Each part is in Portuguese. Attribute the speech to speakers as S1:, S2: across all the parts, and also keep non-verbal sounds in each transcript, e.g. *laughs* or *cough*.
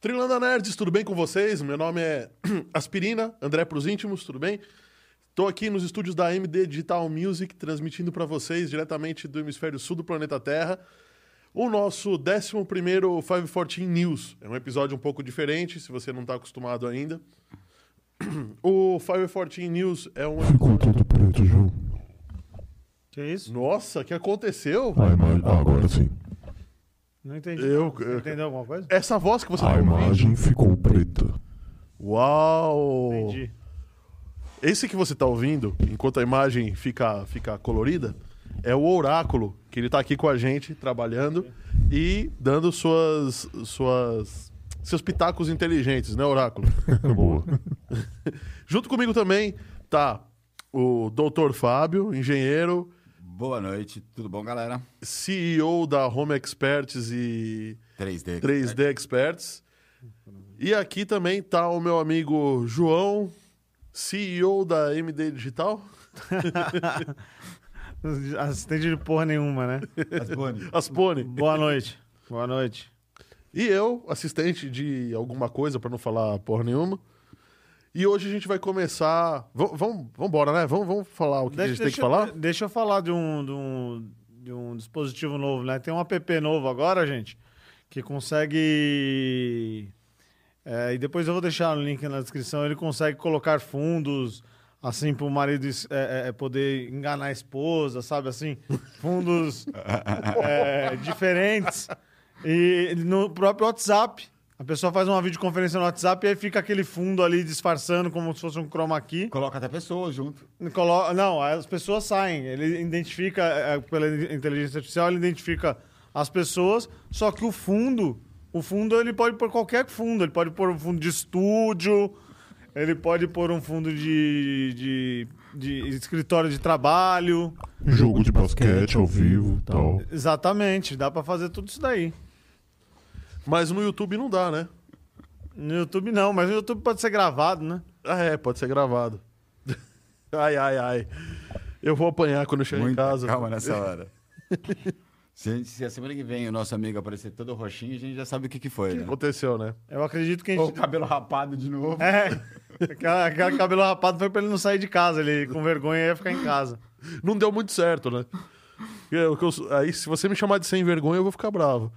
S1: Trilanda Nerds, tudo bem com vocês? Meu nome é *clears throat* Aspirina, André pros íntimos, tudo bem? Estou aqui nos estúdios da MD Digital Music, transmitindo para vocês diretamente do hemisfério sul do planeta Terra, o nosso 11º 514 News. É um episódio um pouco diferente, se você não está acostumado ainda. *clears throat* O 514 News é um...
S2: Ficou todo preto, João.
S3: Que isso?
S1: *clears throat* Nossa, o que aconteceu?
S2: A imagem... Agora sim.
S3: Não entendi.
S1: Eu- é,
S3: Você
S1: eu-
S3: entendeu alguma coisa?
S1: Essa voz que você tá
S2: A
S1: ouvindo...
S2: imagem ficou preta.
S1: Uau!
S3: Entendi.
S1: Esse que você tá ouvindo, enquanto a imagem fica, fica colorida, é o Oráculo, que ele tá aqui com a gente, trabalhando e dando suas, suas, seus pitacos inteligentes, né, Oráculo?
S2: Boa.
S1: *laughs* Junto comigo também tá o Dr. Fábio, engenheiro,
S4: Boa noite, tudo bom, galera?
S1: CEO da Home Experts e
S4: 3D.
S1: 3D Experts. E aqui também tá o meu amigo João, CEO da MD Digital.
S3: Assistente de porra nenhuma, né?
S1: Aspone.
S3: Boa noite. Boa noite.
S1: E eu, assistente de alguma coisa, pra não falar porra nenhuma. E hoje a gente vai começar. Vamos embora, né? Vamos vamos falar o que, a gente tem que
S3: eu-
S1: falar?
S3: Deixa eu falar de um, de, um, de um dispositivo novo, né? Tem um app novo agora, gente, que consegue. é, e depois eu vou deixar o link na descrição. Ele consegue colocar fundos, assim, pro marido é, é, é, poder enganar a esposa, sabe? Assim,
S1: *laughs*
S3: fundos é, diferentes. E no próprio WhatsApp. A pessoa faz uma videoconferência no WhatsApp e aí fica aquele fundo ali disfarçando como se fosse um chroma key.
S4: Coloca até pessoas junto.
S3: Colo- Não, as pessoas saem. Ele identifica, eh, pela in- inteligência artificial, ele identifica as pessoas, só que o fundo, o fundo ele pode pôr qualquer fundo. Ele pode pôr um fundo de estúdio, ele pode pôr um fundo de, de, de escritório de trabalho.
S2: Jogo de basquete ao vivo tal.
S3: Exatamente, dá pra fazer tudo isso daí.
S1: Mas no YouTube não dá, né?
S3: No YouTube não, mas no YouTube pode ser gravado, né?
S1: Ah, é, pode ser gravado. *laughs* Ai, ai, ai. Eu vou apanhar quando eu chegar em
S4: Muita
S1: casa.
S4: calma
S1: *laughs*
S4: nessa hora. se, se a semana que vem o nosso amigo aparecer todo roxinho, a gente já sabe o que, que foi, né?
S1: Aconteceu, né?
S3: Eu acredito que a
S4: O
S3: gente.
S4: cabelo rapado de novo.
S3: *laughs* É, aquela- aquele cabelo rapado foi pra ele não sair de casa, ele com vergonha ia ficar em casa.
S1: Não deu muito certo, né? Eu- que eu- aí, se você me chamar de sem vergonha, eu vou ficar bravo.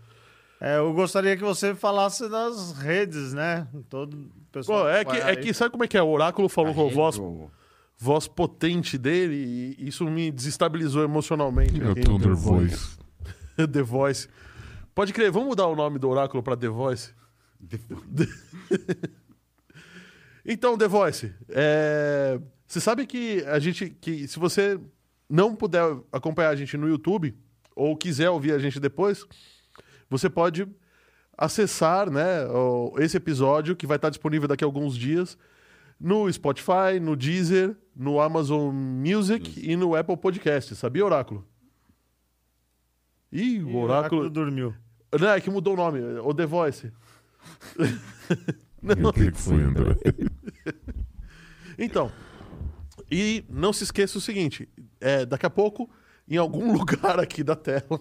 S3: É, eu gostaria que você falasse das redes, né? Todo pessoal.
S1: Pô, é que, é que sabe como é que é? O Oráculo falou com a voz,
S4: Arredo.
S1: voz potente dele e isso me desestabilizou emocionalmente.
S2: É
S1: aqui.
S2: Thunder Voice.
S1: *laughs* The Voice. Pode crer, vamos mudar o nome do oráculo pra The Voice? Então, The Voice, é, você sabe que a gente, que se você não puder acompanhar a gente no YouTube ou quiser ouvir a gente depois, você pode acessar, né, o- esse episódio que vai estar disponível daqui a alguns dias no Spotify, no Deezer, no Amazon Music e no Apple Podcast. Sabia, Oráculo? Ih,
S3: Ih,
S1: o Oráculo...
S3: dormiu.
S1: Não, é que mudou o nome, o The Voice.
S2: E O que que foi, André?
S1: Então, e não se esqueça o seguinte: é, daqui a pouco, em algum *laughs* lugar aqui da tela,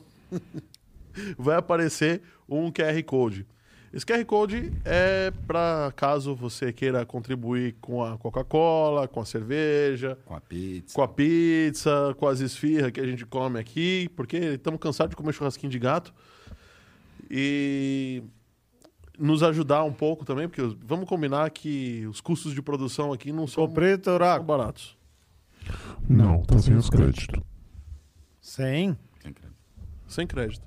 S1: *laughs* vai aparecer um QR Code. Esse QR Code é para caso você queira contribuir com a Coca-Cola, com a cerveja,
S4: Com a pizza.
S1: com a pizza, com as esfirras que a gente come aqui, porque estamos cansados de comer churrasquinho de gato. E nos ajudar um pouco também, porque os- vamos combinar que os custos de produção aqui não são
S3: Ficou preto,
S1: são
S3: Oraco?
S1: baratos.
S2: Não, tá sem os créditos.
S3: Sem?
S4: Sem crédito.
S1: Sem crédito.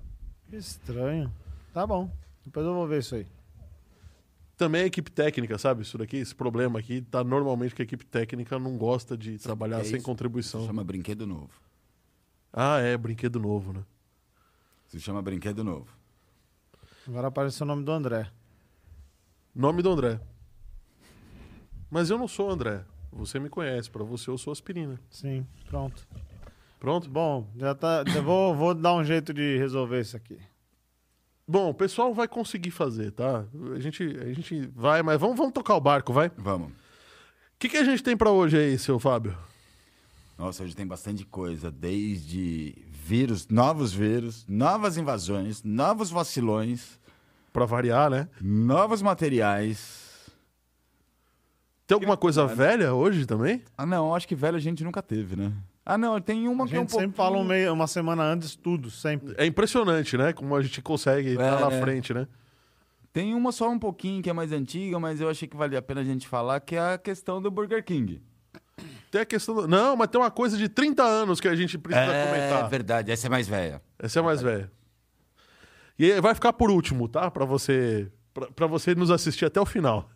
S3: Que estranho. Tá bom. Depois eu vou ver isso aí.
S1: Também a equipe técnica, sabe? Isso daqui, esse problema aqui, tá normalmente que a equipe técnica não gosta de trabalhar
S4: É
S1: sem
S4: isso. Isso
S1: contribuição.
S4: chama brinquedo novo.
S1: Ah, é, brinquedo novo, né?
S4: Isso chama brinquedo novo.
S3: Agora apareceu o nome do André.
S1: Nome do André. Mas eu não sou André. Você me conhece, pra você eu sou aspirina.
S3: Sim, pronto.
S1: Pronto?
S3: Bom, já tá. já vou, vou dar um jeito de resolver isso aqui.
S1: Bom, o pessoal vai conseguir fazer, tá? A gente, a gente vai, mas vamos, vamos tocar o barco, vai? O
S4: Vamos.
S1: que, que a gente tem pra hoje aí, seu Fábio?
S4: Nossa, hoje tem bastante coisa, desde vírus, novos vírus, novas invasões, novos vacilões,
S1: Pra variar, né?
S4: novos materiais.
S1: Tem alguma coisa
S4: né?
S1: velha hoje também?
S4: Ah, não, acho que velho a gente nunca teve, né? Ah, não, tem uma
S3: A
S4: que é um
S3: gente sempre fala um meio- uma semana antes tudo, sempre.
S1: É impressionante, né? Como a gente consegue estar lá na
S4: é.
S1: frente, né?
S4: Tem uma só um pouquinho que é mais antiga, mas eu achei que valia a pena a gente falar, que é a questão do Burger King.
S1: Tem a questão. do- Não, mas tem uma coisa de 30 anos que a gente precisa comentar.
S4: É, verdade, essa é mais velha.
S1: Essa é a mais velha. E aí vai ficar por último, tá? Pra você, pra, pra você nos assistir até o final.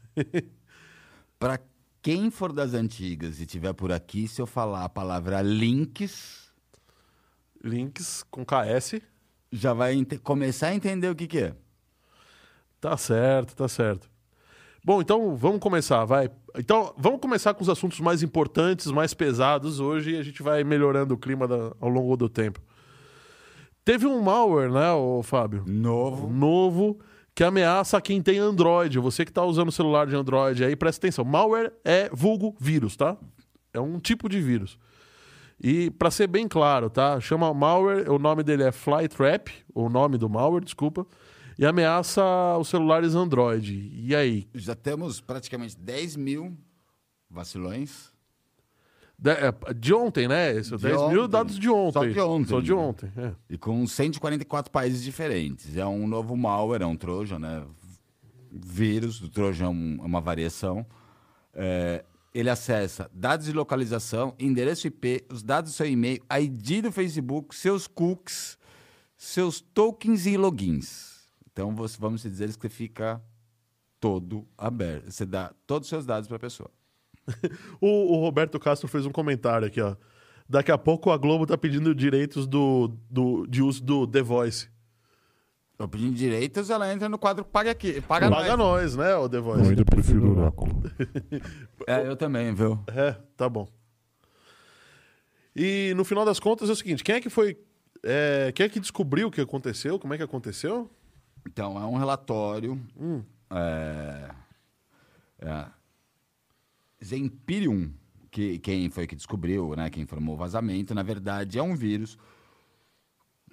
S4: Pra quem for das antigas e tiver por aqui, se eu falar a palavra links,
S1: Links com KS.
S4: já vai ente- começar a entender o que, que é.
S1: Tá certo, tá certo. Bom, então vamos começar, vai. Então vamos começar com os assuntos mais importantes, mais pesados hoje e a gente vai melhorando o clima da- ao longo do tempo. Teve um malware, né, ô Fábio?
S4: Novo.
S1: Novo que ameaça quem tem Android. Você que tá usando celular de Android aí, presta atenção. Malware é vulgo vírus, tá? É um tipo de vírus. E para ser bem claro, tá? Chama malware, o nome dele é Flytrap, o nome do malware, desculpa, e ameaça os celulares Android. E aí?
S4: Já temos praticamente 10 mil vacilões.
S1: De, é, de ontem, né? Esse, é o
S4: De
S1: 10 mil
S4: ontem.
S1: dados de ontem.
S4: Só de ontem.
S1: Só de ontem, é.
S4: E com 144 países diferentes. É um novo malware, é um trojan, né? Vírus, o trojan é um- é uma variação. É, ele acessa dados de localização, endereço IP, os dados do seu e-mail, a ID do Facebook, seus cookies, seus tokens e logins. Então, você- vamos dizer que você fica todo aberto. Você dá todos os seus dados para a pessoa.
S1: O, o Roberto Castro fez um comentário aqui, ó. Daqui a pouco a Globo tá pedindo direitos do, do, de uso do The Voice.
S4: Eu pedindo direitos, ela entra no quadro Paga Aqui. Paga,
S1: Paga nós,
S4: nós.
S1: né, o The
S2: Eu
S1: Voice?
S2: ainda prefiro oráculo.
S4: É, eu também, viu?
S1: É, tá bom. E no final das contas é o seguinte: quem é que foi. é, quem é que descobriu o que aconteceu? Como é que aconteceu?
S4: Então, é um relatório. É, é, Zempirium, que quem foi que descobriu, né? Quem informou o vazamento, na verdade, é um vírus.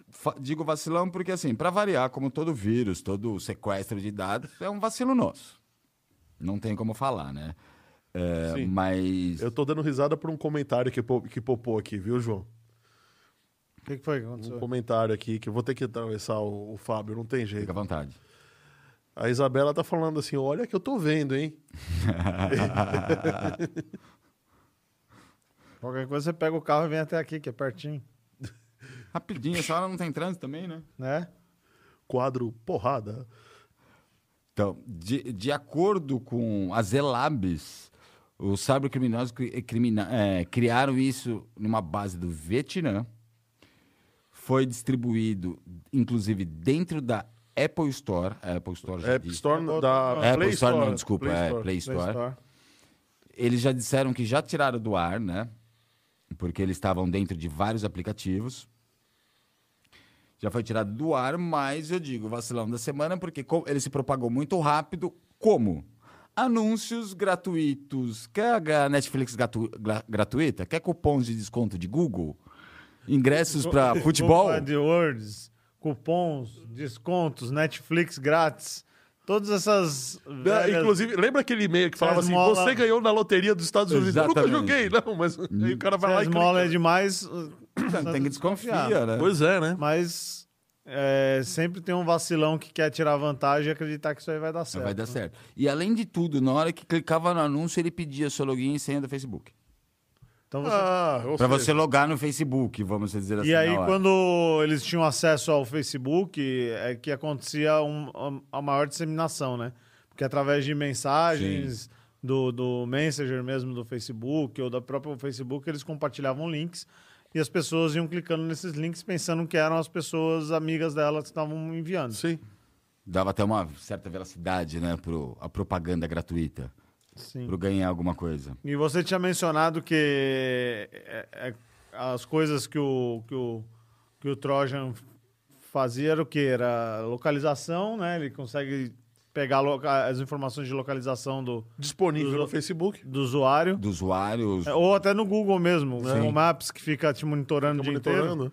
S4: Fa- digo vacilão porque, assim, para variar, como todo vírus, todo sequestro de dados, é um vacilo nosso. Não tem como falar, né? É,
S1: Sim.
S4: mas
S1: Eu tô dando risada por um comentário que, po- que popou aqui, viu, João?
S3: O que, que foi que
S1: Um
S3: aconteceu?
S1: comentário aqui que eu vou ter que atravessar o, o Fábio, não tem
S4: fica à
S1: jeito.
S4: vontade.
S1: A Isabela tá falando assim: olha que eu tô vendo, hein?
S3: Qualquer coisa você pega o carro e vem até aqui, que é pertinho,
S4: Rapidinho, essa hora não tem trânsito também, né?
S3: né?
S1: Quadro porrada.
S4: Então, de, de acordo com as ELABs, os cybercriminosos cri- crimina- eh, criaram isso numa base do Vietnã. Foi distribuído, inclusive, dentro da Apple Store. A Apple Store já
S1: App
S4: diz-
S1: Store É, da
S4: Apple
S1: Play
S4: Store,
S1: Store.
S4: não, desculpa, é Play
S3: Play
S4: Store.
S3: Store.
S4: Eles já disseram que já tiraram do ar, né? Porque eles estavam dentro de vários aplicativos. Já foi tirado do ar, mas eu digo vacilão da semana, porque co- ele se propagou muito rápido. Como? Anúncios gratuitos. Quer a ga- Netflix gratu- gra- gratuita? Quer cupons de desconto de Google? Ingressos para futebol?
S3: AdWords, cupons, descontos, Netflix grátis. Todas essas.
S1: É,
S3: velhas-
S1: inclusive, lembra aquele e-mail que falava
S3: Essas
S1: assim:
S3: Né, mola-
S1: você ganhou na loteria dos Estados Unidos? Eu nunca joguei,
S4: Exatamente.
S1: não, mas aí o cara vai
S3: Se a
S1: lá e.
S3: esmola é
S1: clica.
S3: demais,
S4: Tem que desconfiar, né?
S1: Pois é, né?
S3: mas é, sempre tem um vacilão que quer tirar vantagem e acreditar que isso aí vai dar certo.
S4: Vai dar
S3: né?
S4: certo. E além de tudo, na hora que clicava no anúncio, ele pedia seu login e senha do Facebook.
S3: Então você-
S1: Ah, ou
S4: Pra
S1: seja,
S4: você logar no Facebook, vamos dizer assim.
S3: e aí,
S4: na hora.
S3: quando eles tinham acesso ao Facebook, é que acontecia um- a, a maior disseminação, né? Porque através de mensagens do, do Messenger mesmo do Facebook ou da própria Facebook, eles compartilhavam links e as pessoas iam clicando nesses links pensando que eram as pessoas amigas delas que estavam enviando.
S1: Sim.
S4: Dava até uma certa velocidade, né, pro, a propaganda gratuita,
S3: Sim.
S4: pro ganhar alguma coisa.
S3: E você tinha mencionado que é, é, as coisas que o, que o, que o Trojan fazia era o quê? Era localização, né? Ele consegue pegar loca- as informações de localização do,
S1: Disponível
S3: Dos
S1: no
S3: o-
S1: Facebook.
S3: do usuário.
S4: do usuário. os-
S3: É, Ou até no Google mesmo, né? o
S4: Sim.
S3: Google Maps que fica te monitorando
S1: Tá
S3: o dia inteiro.
S1: monitorando.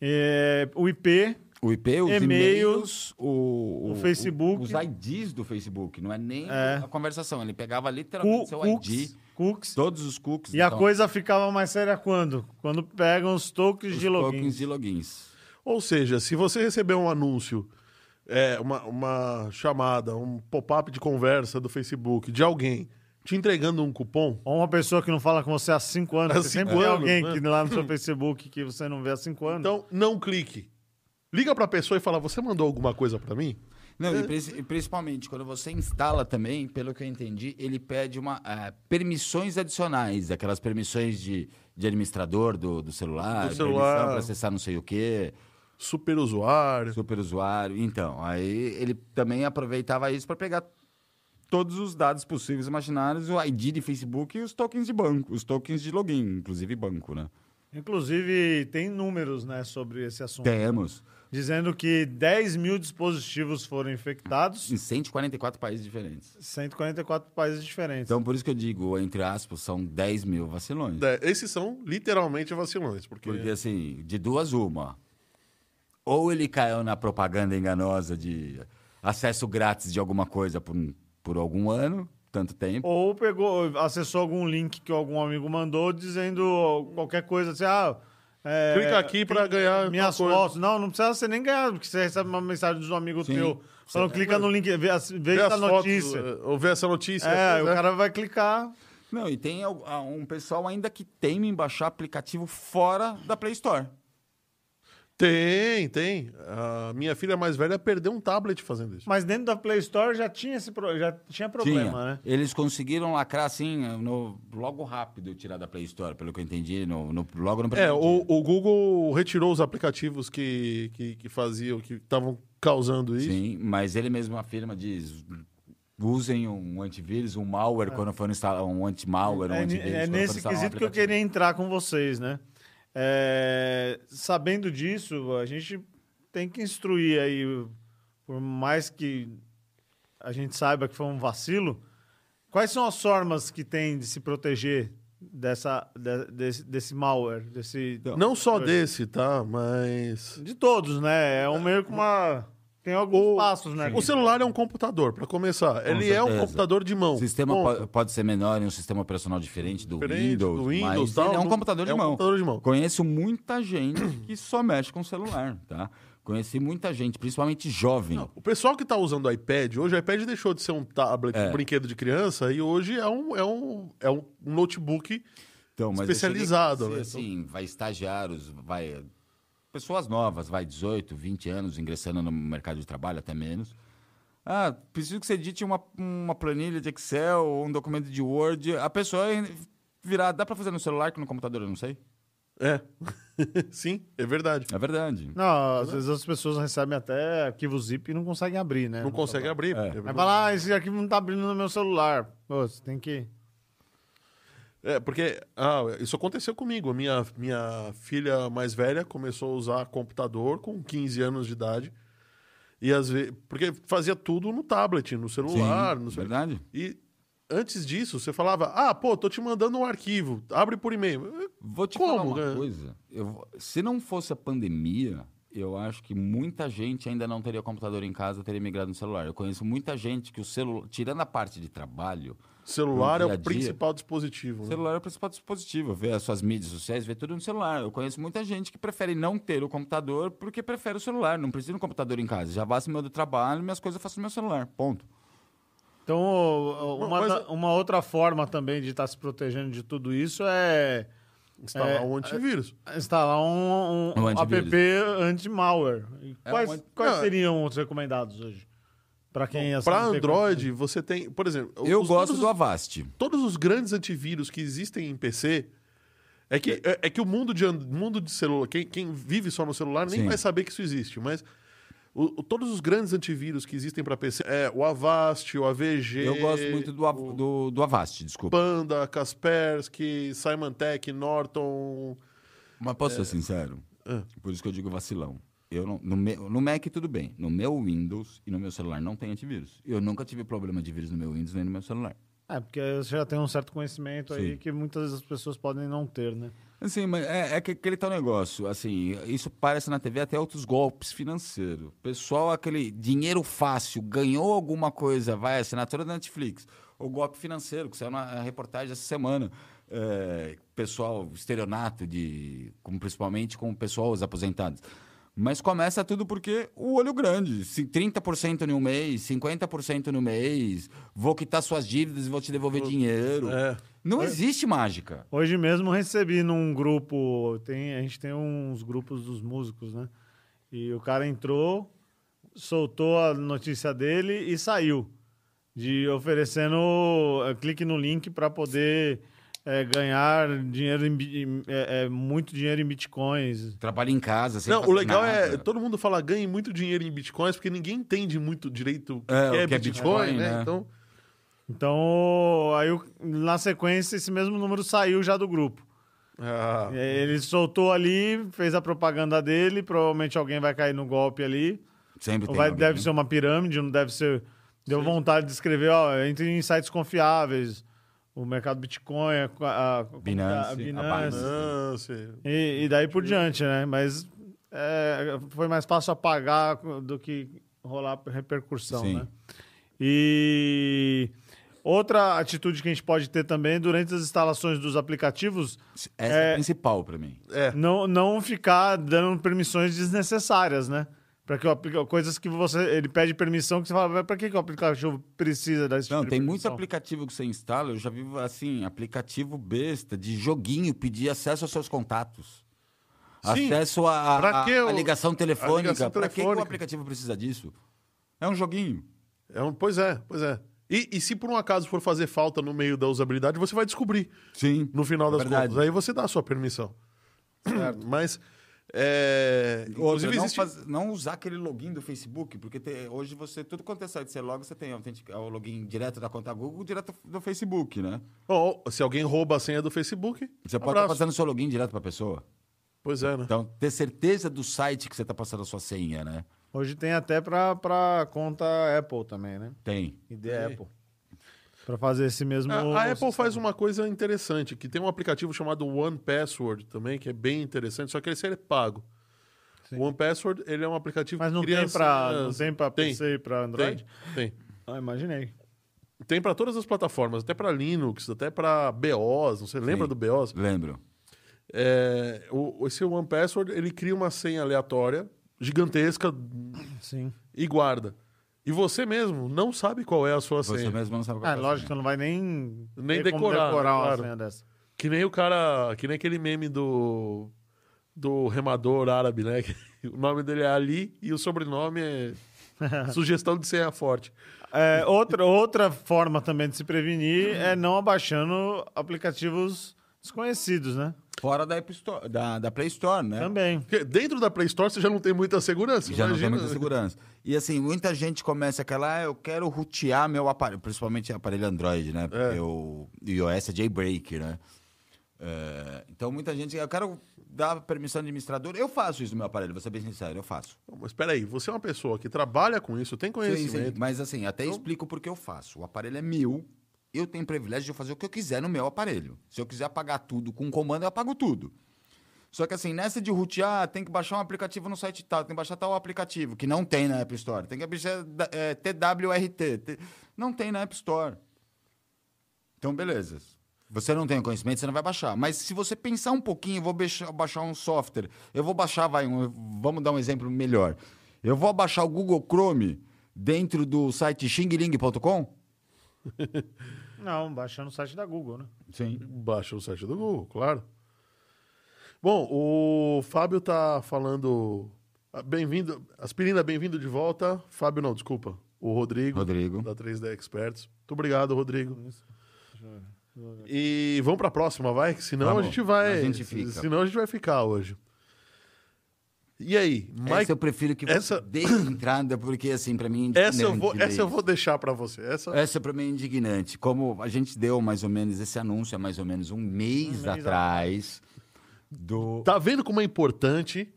S3: É, o IP,
S4: O IP, os
S3: E-mails,
S4: e-mails, o,
S3: o Facebook.
S4: Os IDs do Facebook, não é nem
S3: É.
S4: a conversação. Ele pegava literalmente
S3: cu-
S4: seu ID,
S3: cookies, cookies.
S4: todos os cookies.
S3: E a
S4: então,
S3: coisa ficava mais séria quando? Quando pegam os tokens
S4: os
S3: de login.
S4: tokens de logins.
S1: Ou seja, se você receber um anúncio, é, uma, uma chamada, um pop-up de conversa do Facebook de alguém te entregando um cupom,
S3: Ou uma pessoa que não fala com você há cinco anos.
S1: Há
S3: Você
S1: cinco
S3: sempre tem
S1: anos,
S3: alguém
S1: né?
S3: que lá no seu Facebook que você não vê há cinco anos.
S1: então não clique. Liga pra pessoa e fala: Você mandou alguma coisa pra mim?
S4: Não, e princi- e principalmente quando você instala também, pelo que eu entendi, ele pede uma ah, permissões adicionais, aquelas permissões de, de administrador do, do celular,
S1: Do celular.
S4: permissão para acessar não sei o quê,
S1: Super usuário.
S4: super usuário. Então, aí ele também aproveitava isso para pegar todos os dados possíveis e imaginários, o ID de Facebook e os tokens de banco, os tokens de login, inclusive banco, né?
S3: Inclusive, tem números né, sobre esse assunto.
S4: Temos
S3: Dizendo que 10 mil dispositivos foram infectados,
S4: em 144 países diferentes.
S3: 144 países diferentes.
S4: Então, por isso que eu digo, entre aspas, são 10 mil vacilões.
S1: É, Esses são literalmente vacilantes, porque,
S4: Porque assim, de duas uma. Ou ele caiu na propaganda enganosa de acesso grátis de alguma coisa por, um- por algum ano, tanto tempo.
S3: Ou pegou, acessou algum link que algum amigo mandou dizendo qualquer coisa assim, ah. é,
S1: Clica aqui pra
S3: tem
S1: ganhar
S3: Minhas
S1: tal coisa.
S3: fotos. Não, não precisa você nem ganhar, porque você recebe uma mensagem dos amigos
S4: Sim.
S3: teu. Falando, clica no link, vê, as- vê
S1: ver
S3: essa
S1: É. as fotos,
S3: notícia.
S1: eh, ou ver essa notícia.
S3: é, o
S1: pois é.
S3: cara vai clicar.
S4: Não, e tem al- a- um pessoal ainda que teme em baixar aplicativo fora da Play Store.
S1: Tem, tem. A minha filha mais velha perdeu um tablet fazendo isso.
S3: Mas dentro da Play Store já tinha esse pro- já tinha problema,
S4: Tinha.
S3: né?
S4: Eles conseguiram lacrar assim, no- logo rápido, tirar da Play Store, pelo que eu entendi, no, no- logo no
S1: É,
S4: primeiro dia.
S1: o, o Google retirou os aplicativos que, que, que faziam, que estavam causando isso.
S4: Sim, mas ele mesmo afirma, diz... Usem um antivírus, um malware, quando for instalar um anti-malware, um
S3: É,
S4: antivírus.
S3: é
S4: quando for
S3: nesse
S4: instalar um
S3: quesito que eu
S4: aplicativo.
S3: queria entrar com vocês, né? É, sabendo disso, a gente tem que instruir aí, por mais que a gente saiba que foi um vacilo, quais são as formas que tem de se proteger dessa, de- desse, desse malware, desse
S1: Não só desse, tá? Mas.
S3: de todos, né? É um meio que uma tem alguns passos, né?
S1: O celular é um computador, pra começar. Ele é um
S4: certeza.
S1: computador de mão.
S4: O sistema po-
S1: Ponto.
S4: pode, ser menor em um sistema operacional diferente do
S1: Diferente
S4: Windows.
S1: do Windows,
S4: mas
S1: tal,
S4: ele é um
S1: não-
S4: computador de
S1: é um
S4: mão.
S1: computador de mão.
S4: Conheço muita gente *coughs* que só mexe com celular, tá? Conheci muita gente, principalmente jovem.
S1: O pessoal que tá usando o iPad, hoje o iPad deixou de ser um tablet,
S4: É.
S1: um brinquedo de criança, e hoje é um, é um, é um notebook.
S4: Então, mas eu
S1: Especializado,
S4: cheguei-
S1: né?
S4: Assim, vai estagiários, vai pessoas novas, vai 18, 20 anos ingressando no mercado de trabalho, até menos. Ah, preciso que você edite uma, uma planilha de Excel ou um documento de Word. A pessoa virar, dá pra fazer no celular que no computador, eu não sei.
S1: É. *laughs* Sim, é verdade.
S4: É verdade.
S3: Não,
S1: Né?
S3: às vezes as pessoas recebem até arquivo zip e não conseguem abrir, né?
S4: tá
S1: Não consegue abrir. é
S3: Vai
S1: verdade.
S3: falar, ah, esse arquivo não tá abrindo no meu celular. Pô, você tem que
S1: É, porque ah, isso aconteceu comigo. A Minha, minha filha mais velha começou a usar computador com 15 anos de idade. E às vezes. Porque fazia tudo no tablet, no celular,
S4: Sim,
S1: no celular.
S4: verdade.
S1: E antes disso, você falava: Ah, pô, tô te mandando um arquivo, abre por e-mail.
S4: Vou te
S1: Como, né?
S4: falar uma
S1: cara?
S4: coisa. Eu vou- se não fosse a pandemia, eu acho que muita gente ainda não teria computador em casa, teria migrado no celular. Eu conheço muita gente que o celular, tirando a parte de trabalho,
S1: Celular é
S4: No dia a
S1: o
S4: dia.
S1: principal dispositivo.
S4: o
S1: né?
S4: celular é o principal dispositivo. Vê as suas mídias sociais, vê tudo no celular. Eu conheço muita gente que prefere não ter o computador porque prefere o celular. Não precisa de um computador em casa. Já basta o meu do trabalho, minhas coisas eu faço no meu celular. Ponto.
S3: Então, o- o-
S1: Não,
S3: uma,
S1: mas- é
S3: da- uma outra forma também de estar se protegendo de tudo isso é
S1: Instalar
S3: É,
S1: um antivírus.
S3: instalar um, um
S4: Um antivírus.
S3: app anti-malware. E
S4: É,
S3: Quais,
S4: um anti-
S3: quais
S1: Não, é-
S3: seriam os recomendados hoje? Para quem assim,
S1: Para
S3: não tem
S1: Android, você tem. Por exemplo,
S4: Eu
S1: os-
S4: gosto
S1: todos
S4: do Avast.
S1: todos os grandes antivírus que existem em PC. É que, é, é que o mundo de, an- mundo de celular, quem, quem vive só no celular nem
S4: Sim.
S1: vai saber que isso existe, mas o- o- todos os grandes antivírus que existem para PC, é o Avast, o AVG,
S4: Eu gosto muito do, Av-
S1: o
S4: do, do Avast, desculpa.
S1: Panda, Kaspersky, Symantec, Norton.
S4: Mas posso ser sincero?
S1: Ah.
S4: Por isso que eu digo vacilão. Eu não- no, me- no Mac tudo bem. No meu Windows e no meu celular não tem antivírus. Eu nunca tive problema de vírus no meu Windows nem no meu celular.
S3: É, porque você já tem um certo conhecimento aí
S4: Sim.
S3: que muitas vezes as pessoas podem não ter, né?
S4: Assim, mas é, é que aquele tal negócio, assim, isso parece na TV até outros golpes financeiros. Pessoal, aquele dinheiro fácil, ganhou alguma coisa, vai, assinatura da Netflix. O golpe financeiro, que saiu na reportagem essa semana. É, pessoal, estelionato, de, como, principalmente com pessoas aposentadas. Mas começa tudo porque o olho grande. Se 30% em um mês, 50% no mês, vou quitar suas dívidas e vou te devolver dinheiro.
S1: É.
S4: Não existe mágica.
S3: Hoje mesmo recebi num grupo, tem, a gente tem uns grupos dos músicos, né? E o cara entrou, soltou a notícia dele e saiu. De oferecendo eh, clique no link para poder eh, ganhar dinheiro em bi- em- eh, eh, muito dinheiro em bitcoins.
S4: Trabalha em casa, sem
S1: Não, o
S4: fazer
S1: legal
S4: nada.
S1: é todo mundo fala ganhe muito dinheiro em bitcoins, porque ninguém entende muito direito o que
S4: É,
S1: é,
S4: o que é
S1: Bitcoin,
S4: Bitcoin,
S1: né?
S4: né?
S1: Então,
S3: Então, aí o- na sequência, esse mesmo número saiu já do grupo.
S1: ah,
S3: E aí Ele soltou ali, fez a propaganda dele, provavelmente alguém vai cair no golpe ali.
S4: Sempre
S3: Ou
S4: tem.
S3: vai-
S4: alguém,
S3: deve
S4: né?
S3: ser uma pirâmide, não deve ser. Deu vontade de escrever, ó, entre em sites confiáveis, o mercado Bitcoin, a, a- a-
S4: Binance,
S3: a
S4: a
S3: Binance,
S4: Binance.
S1: não sei.
S3: E, e daí por diante, né? Mas é, foi mais fácil apagar do que rolar repercussão,
S4: Sim.
S3: né? E outra atitude que a gente pode ter também durante as instalações dos aplicativos
S1: um-
S4: Essa é, a principal pra mim.
S1: É.
S3: não, não ficar dando permissões desnecessárias, né? Para que o aplica... coisas que você ele pede permissão que você fala, para que, que o aplicativo precisa desse tipo
S1: é
S4: Não,
S3: de
S4: tem muito
S3: permissão?
S4: aplicativo que você instala, eu já vi assim, aplicativo besta de joguinho pedir acesso aos seus contatos.
S1: Sim.
S4: Acesso à
S1: Pra
S4: à-
S1: que o-
S4: à ligação
S1: a ligação
S4: telefônica. Pra que que o
S1: telefônica?
S4: aplicativo precisa disso? É um joguinho.
S1: É um- pois é, pois é. E, e se por um acaso for fazer falta no meio da usabilidade, você vai descobrir
S4: Sim.
S1: no
S3: É
S1: final das
S4: Verdade.
S1: contas. é Aí você dá a sua permissão. *clears throat* Mas, é,
S4: Outra,
S1: inclusive,
S4: não,
S1: existe...
S4: faz- não usar aquele login do Facebook, porque te- hoje você, tudo quanto é site você loga, você tem autentica- o login direto da conta Google, direto do Facebook, né?
S1: Ó, ó, se alguém rouba a senha do Facebook,
S4: Você pode estar
S1: abraço.
S4: passando seu login direto pra pessoa.
S1: Pois é, né?
S4: Então, ter certeza do site que você está passando a sua senha, né?
S3: Hoje tem até para conta Apple também, né?
S4: Tem.
S3: ID Apple. Para fazer esse mesmo
S1: Ah, A, a Apple faz uma coisa interessante, que tem um aplicativo chamado One Password também, que é bem interessante, só que esse ele é pago. O One Password, ele é um aplicativo
S3: Mas não
S1: que
S3: tem pra
S1: crianças-
S3: não tem para
S1: Tem,
S3: PC e para Android?
S1: Tem, tem.
S3: Ah, imaginei.
S1: Tem para todas as plataformas, até para Linux, até para BOS, não sei, lembra do BOS?
S4: Lembro.
S1: É, o, esse One Password, ele cria uma senha aleatória, gigantesca,
S3: Sim.
S1: e guarda. E você mesmo não sabe qual é a sua
S4: Você
S1: senha.
S4: mesmo não sabe qual
S3: Ah,
S4: é a
S3: lógico,
S4: senha.
S3: você não vai nem
S1: Nem
S3: ter como
S1: decorar, né?
S3: decorar uma
S1: claro.
S3: senha dessa.
S1: Que nem o cara. Que nem aquele meme do. Do remador árabe, né? *laughs* Que O nome dele é Ali e o sobrenome
S4: *laughs*
S1: é. Sugestão de senha forte.
S3: É, outra, outra forma também de se prevenir é não abaixando aplicativos desconhecidos, né?
S4: Fora da, App Store- da- da Play Store, né?
S3: Também.
S1: Porque dentro da Play Store você já não tem muita segurança.
S4: Já não tem
S1: imagina.
S4: muita segurança. E assim, muita gente começa aquela, ah, eu quero rotear meu aparelho, principalmente aparelho Android, né? Porque o iOS é jailbreak, né? É, então muita gente, eu quero dar permissão de administrador. Eu faço isso no meu aparelho, vou ser bem sincero, eu faço.
S1: Mas peraí, você é uma pessoa que trabalha com isso, tem
S4: Sim, sim.
S1: conhecimento.
S4: Mas assim, até explico porque eu faço. O aparelho é meu, eu tenho privilégio de fazer o que eu quiser no meu aparelho. Se eu quiser apagar tudo com um comando, eu apago tudo. Só que assim, nessa de rotear, tem que baixar um aplicativo no site tal, tem que baixar tal aplicativo, que não tem na App Store. Tem que baixar é, TWRT. T- Não tem na App Store. Então, beleza. Você não tem o conhecimento, você não vai baixar. Mas se você pensar um pouquinho, eu vou beixa- baixar um software. Eu vou baixar, vai, um- vamos dar um exemplo melhor. Eu vou baixar o Google Chrome dentro do site xingling.com?
S3: Não, baixando o site da Google, né?
S4: Sim.
S1: Baixa o site do Google, claro. Bom, o Fábio tá falando. ah, Bem-vindo. Aspirina, bem-vindo de volta. Fábio, não, desculpa. O Rodrigo.
S4: Rodrigo.
S1: Da 3D Experts. Muito obrigado, Rodrigo. E vamos pra próxima, vai? Que senão
S4: Vamos.
S1: a gente vai.
S4: A gente fica.
S1: Senão a gente vai ficar hoje. E aí,
S4: Essa
S1: Mike?
S4: eu prefiro que
S1: essa-
S4: você dê entrada, porque assim, pra mim é
S1: Essa eu,
S4: indignante
S1: vou,
S4: ler
S1: essa eu
S4: isso.
S1: vou deixar pra você. Essa.
S4: Essa pra mim é indignante. Como a gente deu mais ou menos esse anúncio há mais ou menos um mês,
S3: atrás.
S4: atrás do
S1: Tá vendo como é importante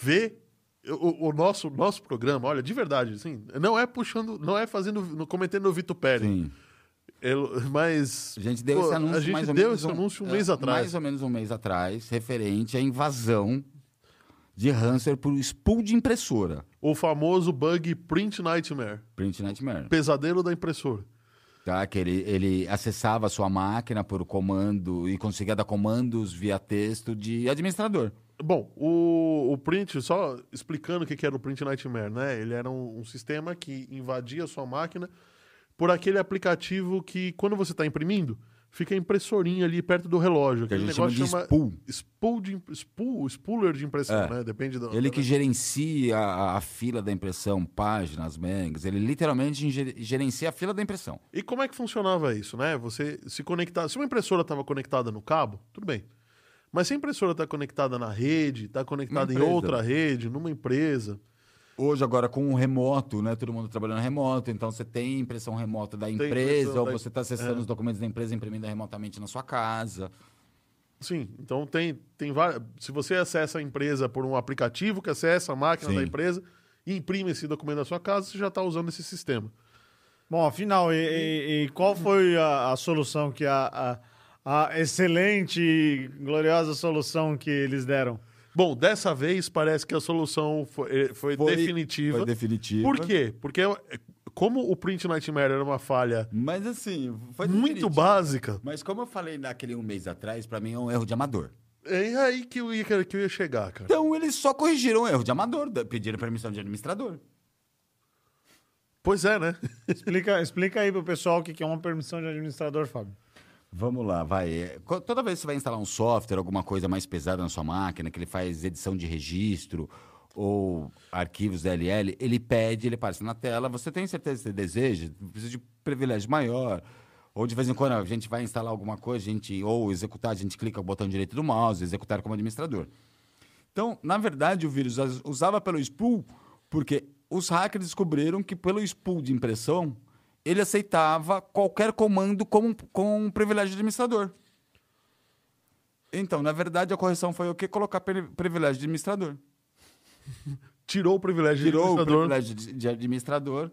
S1: ver eu- o, o nosso, nosso programa, olha, de verdade, assim, não é puxando, não é fazendo, no- cometendo o vitupério.
S4: Sim.
S1: Eu- Mas.
S4: A gente deu
S1: pô,
S4: esse anúncio
S1: A gente
S4: mais ou
S1: deu
S4: menos
S1: esse anúncio um
S4: é,
S1: mês atrás.
S4: Mais ou menos um mês atrás, referente à invasão de Hanser por spool de impressora.
S1: O famoso bug Print Nightmare
S4: Print Nightmare.
S1: pesadelo da impressora.
S4: Tá? Que ele, ele acessava a sua máquina por comando e conseguia dar comandos via texto de administrador.
S1: Bom, o, o print, só explicando o que que era o print nightmare, né? Ele era um, um sistema que invadia a sua máquina por aquele aplicativo que, quando você está imprimindo, fica a impressorinha ali perto do relógio.
S4: Que a
S1: Aquele
S4: gente chama
S1: um negócio
S4: de
S1: chama
S4: spool.
S1: spool, de, imp- spool spooler de impressão,
S4: É.
S1: né? Depende do.
S4: Ele que gerencia a, a fila da impressão, páginas, mangas. Ele literalmente ger- gerencia a fila da impressão.
S1: E como é que funcionava isso, né? Você se conectar. Se uma impressora estava conectada no cabo, tudo bem. Mas se a impressora está conectada na rede, está conectada em
S4: empresa.
S1: outra rede, numa empresa,
S4: Hoje, agora, com o remoto, né? Todo mundo trabalhando remoto, então você tem impressão remota da empresa,
S1: impressão
S4: ou
S1: da- é.
S4: você está acessando os documentos da empresa e imprimindo remotamente na sua casa.
S1: Sim, então tem, tem várias. Se você acessa a empresa por um aplicativo que acessa a máquina
S4: Sim.
S1: da empresa e imprime esse documento na sua casa, você já está usando esse sistema.
S3: Bom, afinal, e, e- e qual foi a, a solução que a, a, a excelente e gloriosa solução que eles deram?
S1: Bom, dessa vez parece que a solução fo- eh, foi,
S4: Foi-
S1: definitiva.
S4: Foi definitivo.
S1: Por quê? Porque eh, como o Print Nightmare era uma falha
S4: Mas assim, foi
S1: muito
S4: definitivo.
S1: básica,
S4: Mas como eu falei naquele um mês atrás, pra mim é um erro de amador.
S1: é aí que eu ia, que eu ia chegar, cara.
S4: Então eles só corrigiram o erro de amador, da- pediram permissão de administrador.
S1: Pois é,
S4: *laughs*
S1: né?
S3: Explica, explica aí pro pessoal o que que é uma permissão de administrador, Fábio.
S4: Vamos lá, vai. É, co- Toda vez que você vai instalar um software, alguma coisa mais pesada na sua máquina, que ele faz edição de registro ou arquivos DLL, ele pede, ele aparece na tela, você tem certeza que você deseja, precisa de privilégio maior. Ou de vez em quando a gente vai instalar alguma coisa, a gente, ou executar, a gente clica o botão direito do mouse, executar como administrador. Então, na verdade, o vírus as- usava pelo spool porque os hackers descobriram que pelo spool de impressão, ele aceitava qualquer comando com, com um privilégio de administrador. Então, na verdade, a correção foi o quê? Colocar pri- privilégio de administrador.
S1: Tirou o privilégio de
S4: Tirou o
S1: administrador.
S4: privilégio de de administrador.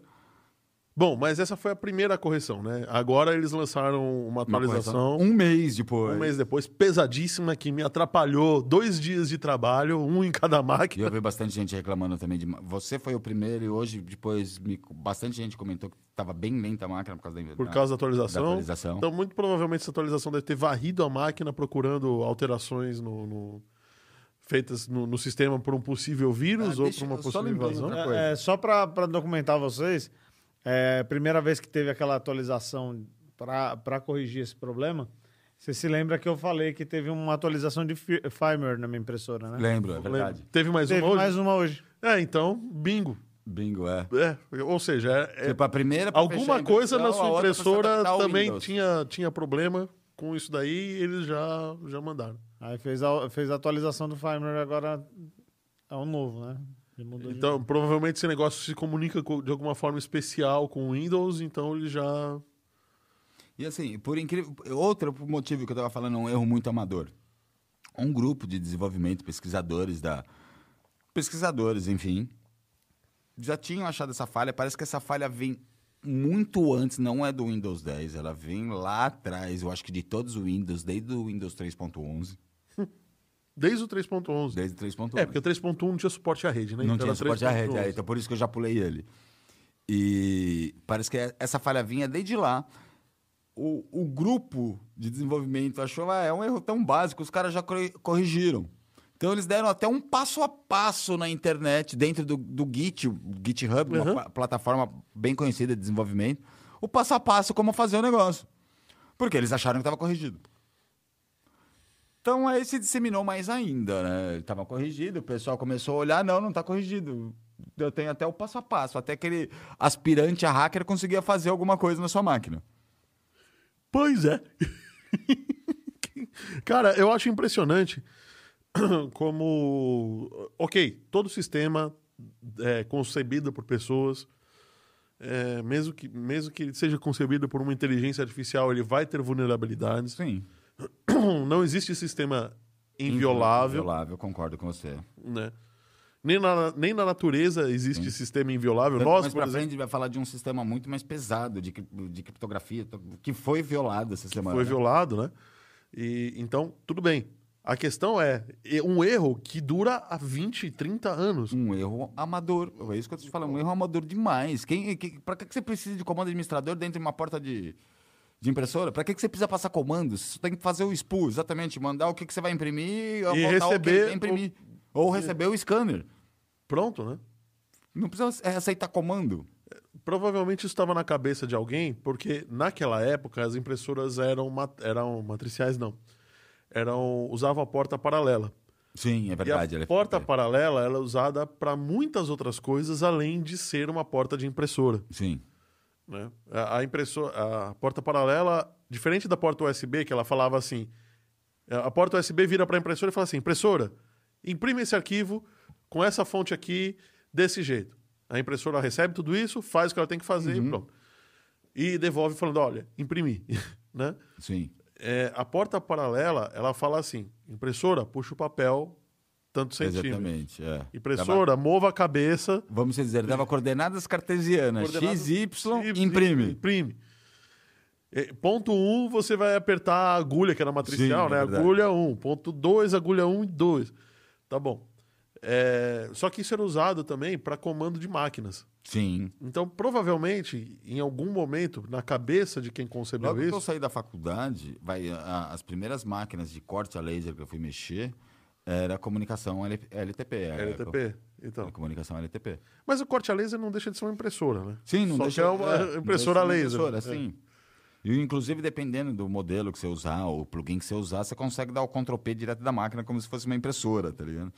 S1: Bom, mas essa foi a primeira correção, né? Agora eles lançaram uma
S4: Uma
S1: atualização.
S4: correção Um mês depois.
S1: Um mês depois, pesadíssima, que me atrapalhou dois dias de trabalho, um em cada
S4: E
S1: máquina.
S4: eu vi bastante gente reclamando também. De... ma- Você foi o primeiro e hoje, depois, me- bastante gente comentou que estava bem lenta a máquina por causa da,
S1: Por
S4: da-
S1: causa da atualização.
S4: Ah, da atualização.
S1: Então, muito provavelmente, essa atualização deve ter varrido a máquina procurando alterações no, no- feitas no, no sistema por um possível vírus
S4: Ah,
S1: ou
S4: deixa-
S1: por uma
S4: só
S1: possível
S4: lembrando,
S1: invasão.
S4: né? Outra coisa.
S3: É, é, só para documentar vocês, é, primeira vez que teve aquela atualização para corrigir esse problema, você se lembra que eu falei que teve uma atualização de fi- firmware na minha impressora, né?
S4: Lembro, é verdade.
S1: Teve mais
S3: Teve
S1: uma hoje?
S3: mais uma hoje.
S4: um.
S1: É, então, bingo.
S4: Bingo, é.
S1: É, ou seja, é- é-
S4: Tipo, a primeira pra fechar a
S1: alguma coisa na
S4: impressão, a
S1: sua
S4: outra pra
S1: impressora
S4: adaptar o
S1: também
S4: Windows.
S1: tinha, tinha problema com isso daí e eles já, já mandaram.
S3: Aí fez a, fez a atualização do firmware, agora é um novo, né? Ele mudou de-
S1: Então, provavelmente esse negócio se comunica co- de alguma forma especial com o Windows, então ele já.
S4: E assim, por incrível. Outro motivo que eu tava falando é um erro muito amador. Um grupo de desenvolvimento, pesquisadores da. Pesquisadores, enfim. Já tinham achado essa falha. Parece que essa falha vem muito antes, não é do Windows 10. Ela vem lá atrás, eu acho que de todos os Windows, desde o Windows 3.11.
S1: Desde o 3.11.
S4: Desde 3.11.
S1: É, porque o 3.1 não tinha suporte à rede, né? Então
S4: Não tinha
S1: era
S4: suporte à rede,
S1: 3.11.
S4: é, então por isso que eu já pulei ele. E parece que essa falha vinha desde lá. O, o grupo de desenvolvimento achou, ah, é um erro tão básico, os caras já corri- corrigiram. Então eles deram até um passo a passo na internet, dentro do, do Git, o GitHub, uma
S1: Uhum.
S4: pla- plataforma bem conhecida de desenvolvimento, o passo a passo como fazer o negócio. Porque eles acharam que estava corrigido. Então aí se disseminou mais ainda, né? Tava corrigido, o pessoal começou a olhar, não, não tá corrigido. Eu tenho até o passo a passo, até aquele aspirante a hacker conseguia fazer alguma coisa na sua máquina.
S1: Pois é. *laughs* Cara, eu acho impressionante *clears throat* como. Ok, todo sistema é concebido por pessoas. é, mesmo, que, mesmo que ele seja concebido por uma inteligência artificial, ele vai ter vulnerabilidades. *clears throat*
S4: Sim.
S1: Não existe sistema inviolável.
S4: Inviolável, concordo com você.
S1: né? Nem na, nem na natureza existe sistema inviolável.
S4: Tanto
S1: Nós,
S4: mais
S1: por
S4: pra
S1: exemplo,
S4: frente, vai falar de um sistema muito mais pesado de, cri- de criptografia, to- que foi violado essa semana.
S1: foi
S4: né?
S1: violado, né? E, então, tudo bem. A questão é e- um erro que dura há 20, 30 anos.
S4: Um erro amador. É isso que eu tô te falando, um erro amador demais. Quem, que, pra que que você precisa de comando administrador dentro de uma porta de, de impressora? Pra que que você precisa passar comandos? Você tem que fazer o SPU, exatamente, mandar o que, que você vai imprimir,
S1: E
S4: botar o que
S1: receber
S4: vai imprimir. Ou receber o scanner.
S1: Pronto, né?
S4: Não precisa é, aceitar comando.
S1: Provavelmente isso estava na cabeça de alguém, porque naquela época as impressoras eram, ma- eram matriciais, não. Eram, usavam a porta paralela.
S4: Sim, é
S1: e
S4: verdade.
S1: a
S4: ela é-
S1: porta
S4: é.
S1: paralela ela é usada para muitas outras coisas, além de ser uma porta de impressora.
S4: Sim.
S1: né? A, a impressora, a porta paralela, diferente da porta USB, que ela falava assim, a porta USB vira para a impressora e fala assim, impressora, imprime esse arquivo com essa fonte aqui, desse jeito. A impressora recebe tudo isso, faz o que ela tem que fazer e pronto. E devolve falando, olha, imprimi, *laughs* né?
S4: Sim.
S1: É, a porta paralela, ela fala assim, impressora, puxa o papel tanto centímetros.
S4: Exatamente. É.
S1: Impressora, mova a cabeça
S4: Vamos dizer, dava coordenadas cartesianas.
S1: Coordenado-
S4: X, Y,
S1: X,
S4: imprime.
S1: Imprime. É, Ponto 1, um, você vai apertar a agulha, que era matricial,
S4: Sim, é
S1: né?
S4: verdade.
S1: Agulha 1. Um. Ponto 2, agulha 1 um e 2. Tá bom. É, só que isso era usado também para comando de máquinas.
S4: Sim.
S1: Então, provavelmente, em algum momento, na cabeça de quem concebeu
S4: Logo então que eu
S1: isso,
S4: saí da faculdade, vai, a- as primeiras máquinas de corte a laser que eu fui mexer era comunicação L- LTP. era
S1: LTP.
S4: co-
S1: Então.
S4: Comunicação LTP.
S1: Mas o corte a laser não deixa de ser uma impressora, né?
S4: Sim, não
S1: Só
S4: deixa.
S1: que é uma
S4: é, não deixa
S1: impressora
S4: uma
S1: laser.
S4: Impressora,
S1: É.
S4: sim. E, inclusive, dependendo do modelo que você usar, ou plugin que você usar, você consegue dar o Ctrl P direto da máquina como se fosse uma impressora, tá ligado?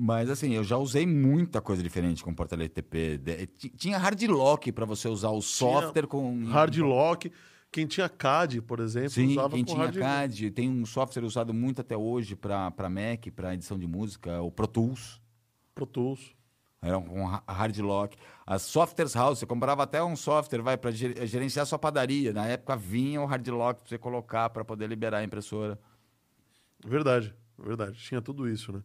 S4: Mas assim, eu já usei muita coisa diferente com porta LTP. De- ti- Tinha hard lock para você usar o software com
S1: Hard lock. Quem tinha CAD, por exemplo,
S4: Sim,
S1: usava
S4: quem
S1: com
S4: tinha
S1: hard
S4: CAD, tem um software usado muito até hoje para Mac, para edição de música, o Pro Tools.
S1: Pro Tools.
S4: Era um ha- hard lock. As softwares house, você comprava até um software, vai, para gerenciar sua padaria. Na época vinha o hard lock para você colocar para poder liberar a impressora.
S1: Verdade, verdade. Tinha tudo isso, né?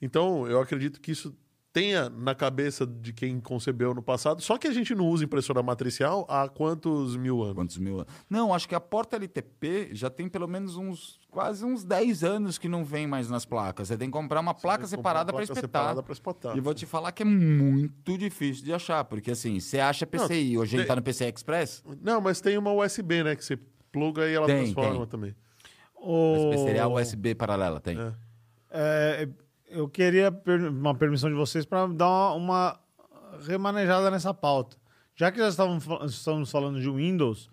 S1: Então, eu acredito que isso tenha na cabeça de quem concebeu no passado, só que a gente não usa impressora matricial há quantos mil anos?
S4: Quantos mil anos? Não, acho que a porta LTP já tem pelo menos uns quase uns 10 anos que não vem mais nas placas. Você tem que comprar uma placa
S1: Comprar
S4: separada para
S1: placa
S4: espetar.
S1: separada pra espetar.
S4: E vou te falar que é muito difícil de achar, porque assim, você acha PCI, hoje ele
S1: tem-
S4: tá no PCI Express?
S1: Não, mas tem uma USB, né? Que você pluga e ela
S4: Tem,
S1: transforma
S4: tem.
S1: também.
S3: O...
S4: Mas seria USB paralela, tem.
S1: Oh. É.
S3: É, eu queria per- uma permissão de vocês para dar uma, uma remanejada nessa pauta. Já que já estávamos, fal- estamos falando de Windows,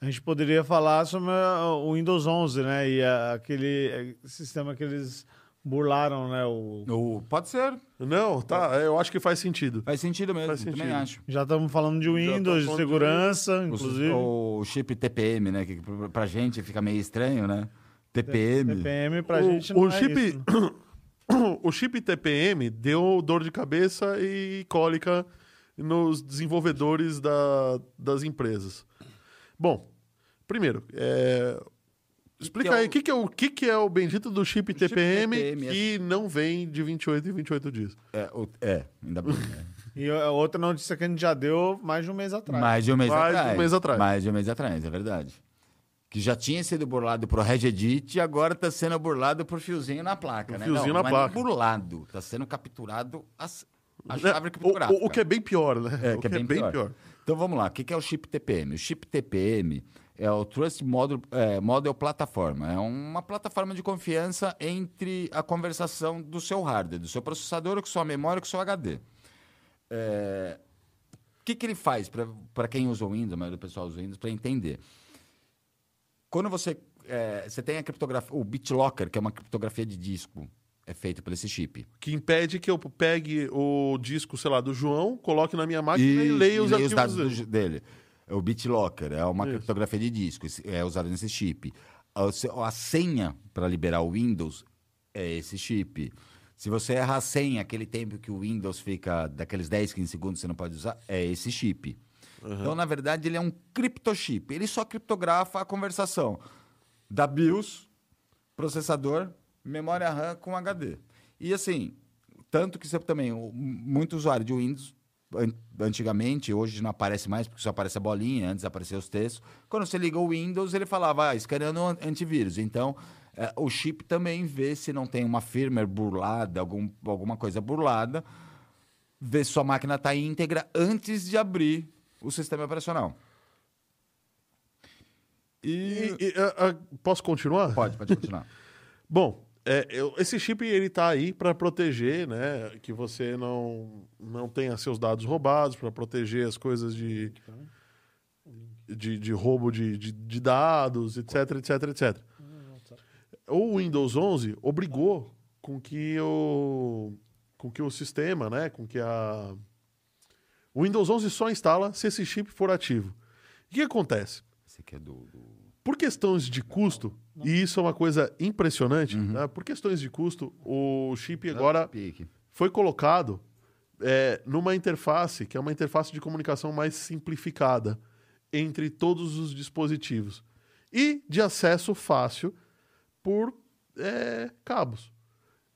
S3: a gente poderia falar sobre ah, o Windows 11, né? E ah, aquele eh, sistema que eles burlaram, né? O...
S4: O- Pode ser.
S1: Não, tá. Eu acho que faz sentido.
S4: Faz sentido mesmo,
S1: Faz
S4: também
S1: sentido.
S4: acho.
S3: Já estamos falando de
S1: estamos
S3: Windows,
S1: tá
S3: de
S1: falando de-
S3: segurança,
S4: O-
S3: inclusive.
S4: O, chip TPM, né? Que pra- pra gente fica meio estranho,
S3: É,
S4: né? TPM.
S3: TPM pra
S1: o,
S3: gente não
S1: o
S3: é
S1: chip,
S3: isso, né?
S1: *coughs* o chip TPM deu dor de cabeça e cólica nos desenvolvedores da- das empresas. Bom, primeiro, é, explica
S4: que é
S1: aí
S4: o-
S1: o que, que, é o, que, que é o bendito do chip
S4: chip
S1: TPM,
S4: TPM,
S1: que não vem de 28 em 28 dias.
S4: É, o- é, ainda bem. né?
S3: E a outra notícia que a gente já deu mais de um mês *laughs* atrás.
S4: Mais de um mês
S1: Mais de um
S4: atrás.
S1: mês atrás.
S4: Mais de um mês atrás, é verdade. Que já tinha sido burlado por Regedit e agora tá sendo burlado por fiozinho na placa,
S1: Por
S4: né?
S1: fiozinho na
S4: não, não
S1: placa.
S4: É nem burlado, tá sendo capturado as, a
S1: Né?
S4: chave
S1: O-
S4: criptográfica.
S1: o, o que é bem pior, né?
S4: *laughs* É,
S1: o
S4: que é bem, pior. Então vamos lá, o que que é o chip TPM? O chip TPM é o Trust Model, é, Model Plataforma. É uma plataforma de confiança entre a conversação do seu hardware, do seu processador, com sua memória, com seu HD. É, O que, que ele faz para quem usa o Windows, a maioria do pessoal usa o Windows, para entender? Quando você, é, você tem a criptografia, o BitLocker, que é uma criptografia de disco, é feito por esse chip.
S1: Que impede que eu pegue o disco, sei lá, do João, coloque na minha máquina e, leia os
S4: leia
S1: arquivos
S4: dados
S1: dele.
S4: do- dele. É o BitLocker, é uma criptografia de disco, esse- é usado nesse chip. A, se- a senha para liberar o Windows é esse chip. Se você errar a senha, aquele tempo que o Windows fica daqueles 10, 15 segundos você não pode usar, é esse chip. Então, na verdade, ele é um criptochip. Ele só criptografa a conversação da BIOS, processador, memória RAM com HD. E assim, tanto que você também, o- muito usuário de Windows, an- antigamente, hoje não aparece mais, porque só aparece a bolinha, antes apareciam os textos. Quando você liga o Windows, ele falava, ah, escaneando o an- antivírus. Então, eh, o chip também vê se não tem uma firmware burlada, algum, alguma coisa burlada, vê se sua máquina está íntegra antes de abrir o sistema operacional.
S1: E, e, a- a- posso continuar?
S4: Pode, pode continuar.
S1: Bom, é, eu- esse chip ele tá aí para proteger, né? Que você não, não tenha seus dados roubados, para proteger as coisas de, de, de roubo de, de, de dados, etc, etc, etc. O Windows 11 obrigou com que o, com que o sistema, né? Com que a... O Windows 11 só instala se esse chip for ativo. O que acontece?
S4: *laughs* Esse aqui é do- do...
S1: Por questões de custo, e isso é uma coisa impressionante, né? por questões de custo, o chip agora
S4: Pique.
S1: foi colocado é, numa interface, que é uma interface de comunicação mais simplificada entre todos os dispositivos e de acesso fácil por é, cabos.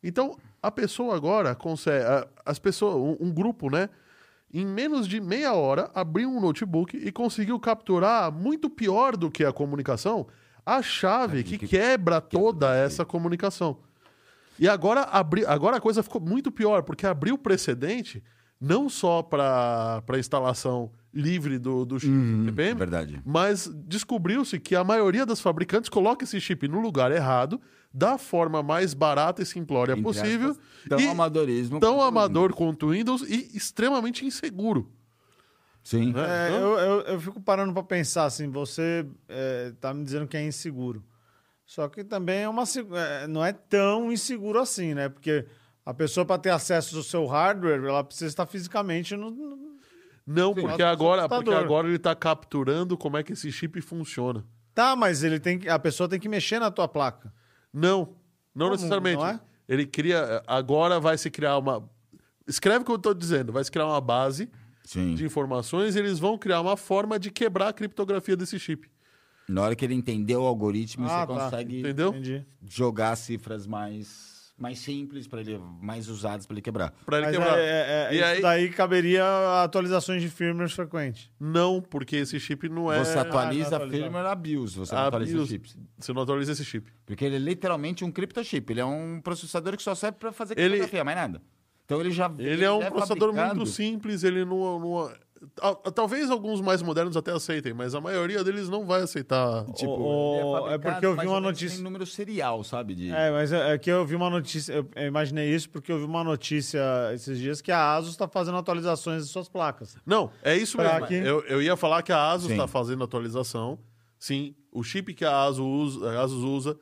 S1: Então, a pessoa agora consegue. a- As pessoas, um, um grupo, né? Em menos de meia hora, abriu um notebook e conseguiu capturar, muito pior do que a comunicação, a chave que, quebra toda essa comunicação. E agora, abri, agora a coisa ficou muito pior, porque abriu precedente não só para a instalação livre do, do chip TPM,
S4: é Verdade.
S1: mas descobriu-se que a maioria das fabricantes coloca esse chip no lugar errado, da forma mais barata e simplória
S4: Entre
S1: É possível,
S4: aspas, Tão
S1: e
S4: amadorismo.
S1: tão
S4: quanto-
S1: amador quanto o Windows e extremamente inseguro.
S4: Sim.
S1: né?
S3: É, eu, eu, eu fico parando pra pensar assim, você é, tá me dizendo que é inseguro. Só que também é uma seg- é, não é tão inseguro assim, né? Porque a pessoa para ter acesso ao seu hardware, ela precisa estar fisicamente no, no-
S1: Não,
S3: Sim.
S1: porque
S3: Mas
S1: agora,
S3: assustador.
S1: porque agora ele está capturando como é que esse chip funciona.
S3: Tá, mas ele tem que, a pessoa tem que mexer na tua placa.
S1: Não, não
S3: Como,
S1: necessariamente.
S3: não é?
S1: Ele cria. Agora vai se criar uma. Escreve o que eu estou dizendo, vai se criar uma base
S4: Sim.
S1: de informações e eles vão criar uma forma de quebrar a criptografia desse chip.
S4: Na hora que ele entendeu o algoritmo,
S3: Ah, tá.
S4: você consegue
S1: Entendeu?
S3: Entendi.
S4: jogar cifras mais, mais simples para ele, mais usadas para ele quebrar.
S1: Pra ele
S3: Mas
S1: quebrar.
S3: é- é- é-
S1: Tá E
S3: isso
S1: aí-
S3: daí caberia atualizações de firmware frequentes.
S1: Não, porque esse chip não é.
S4: Você atualiza
S3: Ah, não,
S4: a firmware abuse, você não atualiza
S1: abuse.
S4: os chips.
S1: Você não atualiza esse chip.
S4: Porque ele é literalmente um criptochip. Ele é um processador que só serve para fazer
S1: Ele-
S4: criptografia, mais nada. Então ele já
S1: Ele é um
S4: já
S1: processador
S4: fabricado-
S1: muito simples, ele não. não- Tal- Talvez alguns mais modernos até aceitem, mas a maioria deles não vai aceitar.
S4: Tipo,
S3: O-
S4: ele
S3: o- é
S4: fabricado
S3: porque eu vi
S4: mais
S3: uma
S4: ou menos
S3: notícia-
S4: em número serial, sabe? De...
S3: É, mas é, é que eu vi uma notícia, eu eu imaginei isso porque eu vi uma notícia esses dias que a ASUS está fazendo atualizações de suas placas.
S1: Não, é isso
S3: Pra
S1: mesmo.
S3: aqui.
S1: Eu, eu ia falar que a ASUS
S4: Sim.
S1: está fazendo atualização. Sim, o chip que a ASUS, usa, a ASUS usa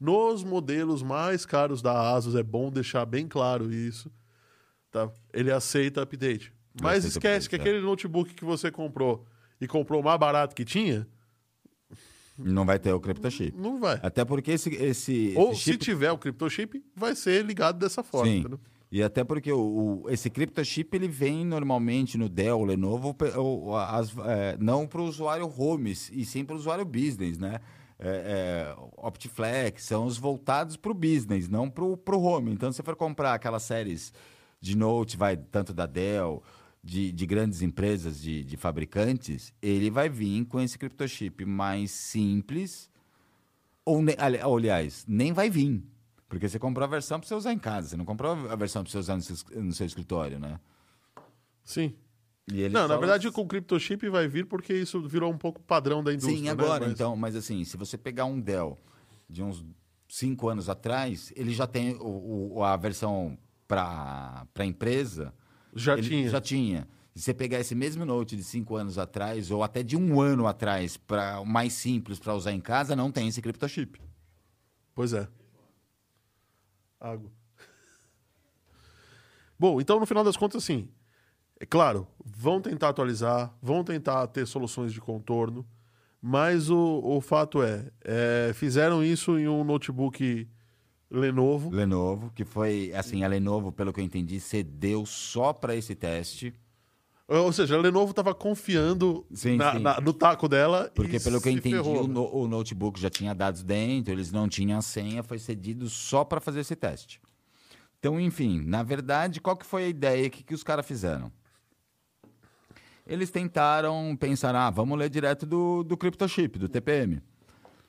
S1: nos modelos mais caros da ASUS, é bom deixar bem claro isso. Tá? Ele aceita update. Mas
S4: aceita
S1: esquece
S4: update,
S1: que
S4: é.
S1: aquele notebook que você comprou e comprou o mais barato que tinha,
S4: Não vai ter o criptochip.
S1: não vai.
S4: Até porque esse, Ah, esse,
S1: Ou
S4: esse chip
S1: se tiver o criptochip, vai ser ligado dessa forma.
S4: Sim.
S1: entendeu?
S4: E até porque o, o- esse criptochip ele vem normalmente no Dell, Lenovo, pe- ou, as- é, não para o usuário homes e sim para o usuário business, né? É, é, Optiflex são os voltados para o business, não para o home. Então, se você for comprar aquelas séries de Note, vai tanto da Dell, de, de grandes empresas, de, de fabricantes, ele vai vir com esse criptochip mais simples. Ou, ne- ali- aliás, nem vai vir. Porque você comprou a versão para você usar em casa. Você não comprou a versão para você usar no seu, es- no seu escritório, né?
S1: Sim.
S4: E ele
S1: Não, na
S4: fala- assim
S1: verdade, com o criptochip vai vir porque isso virou um pouco padrão da indústria.
S4: Sim,
S1: né?
S4: agora,
S1: Mas-
S4: então. Mas assim, se você pegar um Dell de uns cinco anos atrás, ele já tem o, o- a versão para a empresa.
S1: Já
S4: ele
S1: tinha.
S4: Já tinha. Se você pegar esse mesmo Note de cinco anos atrás, ou até de um ano atrás, para o mais simples para usar em casa, não tem esse criptochip.
S1: Pois é. Água. Bom, então no final das contas, assim, é claro, vão tentar atualizar, vão tentar ter soluções de contorno, mas o, o fato é, é, fizeram isso em um notebook Lenovo.
S4: Lenovo, que foi, assim, a Lenovo, pelo que eu entendi, cedeu só para esse teste.
S1: Ou seja, a Lenovo estava confiando
S4: Sim,
S1: na-
S4: sim.
S1: na- no taco dela.
S4: Porque,
S1: e
S4: pelo que eu
S1: se
S4: entendi,
S1: ferrou,
S4: o,
S1: né?
S4: no- o notebook já tinha dados dentro, eles não tinham a senha, foi cedido só para fazer esse teste. Então, enfim, na verdade, qual que foi a ideia? O que, que os caras fizeram? Eles tentaram pensar, ah, vamos ler direto do, do CryptoChip, do TPM.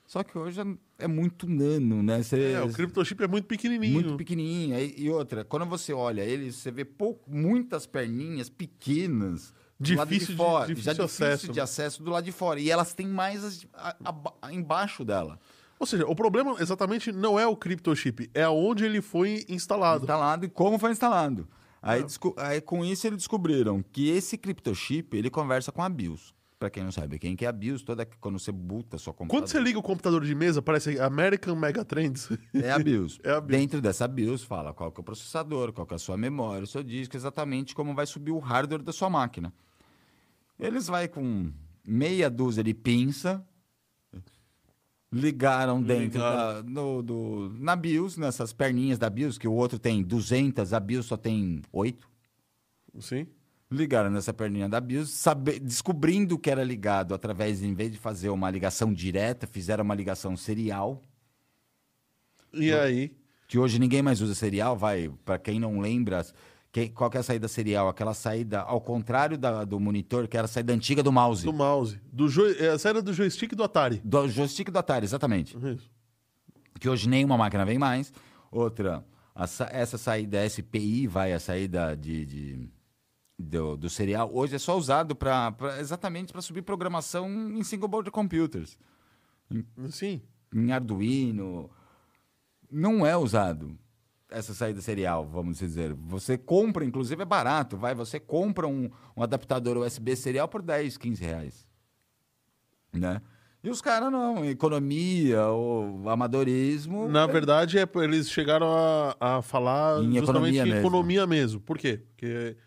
S4: Só que hoje é é muito nano, né? Cê-
S1: É, o criptochip é muito pequenininho.
S4: muito pequenininho. Aí- E, outra, quando você olha ele, você vê pouco, muitas perninhas pequenas do lado
S1: Difícil
S4: de
S1: de-
S4: fora.
S1: difícil
S4: já
S1: de
S4: difícil
S1: acesso,
S4: de
S1: né?
S4: acesso do lado de fora. E elas têm mais as- a- a- embaixo dela.
S1: Ou seja, o problema exatamente não é o criptochip, é onde ele foi instalado.
S4: instalado e como foi instalado.
S1: Ah.
S4: Aí, desco- aí, com isso eles descobriram que esse criptochip ele conversa com a BIOS. Pra quem não sabe, quem que é a BIOS, toda que- quando você buta sua
S1: Quando você
S4: computadora.
S1: liga o computador de mesa, parece American Megatrends.
S4: É a BIOS.
S1: É a BIOS.
S4: Dentro dessa BIOS fala qual que é o processador, qual que é a sua memória, o seu disco, exatamente como vai subir o hardware da sua máquina. Eles vai com meia dúzia de pinça, ligaram dentro da, no- do, na BIOS, nessas perninhas da BIOS, que o outro tem 200, a BIOS só tem 8.
S1: *laughs* Sim.
S4: Ligaram nessa perninha da BIOS, sabe- descobrindo que era ligado através, em vez de fazer uma ligação direta, fizeram uma ligação serial.
S1: E aí?
S4: Que hoje ninguém mais usa serial, vai. Para quem não lembra, que- qual que é a saída serial? Aquela saída ao contrário da- do monitor, que era a saída antiga do mouse.
S1: Do
S4: Do,
S1: mouse. Do jo... é, Essa era do joystick e do Atari. É
S4: joystick do Atari, exatamente.
S1: Isso.
S4: que hoje nenhuma máquina vem mais. Outra, a sa- essa saída SPI, vai, a saída de, de- do, do serial, hoje é só usado pra, pra- exatamente para subir programação em single board computers,
S1: Sim.
S4: em Arduino. Não é usado essa saída serial, vamos dizer. Você compra, inclusive é barato, vai, você compra um, um adaptador USB serial por 10, 15 reais. Né? E os caras não, economia, ou amadorismo.
S1: Na verdade, é, eles chegaram a, a falar
S4: Em
S1: justamente
S4: economia
S1: em
S4: mesmo.
S1: economia mesmo. Por quê? Porque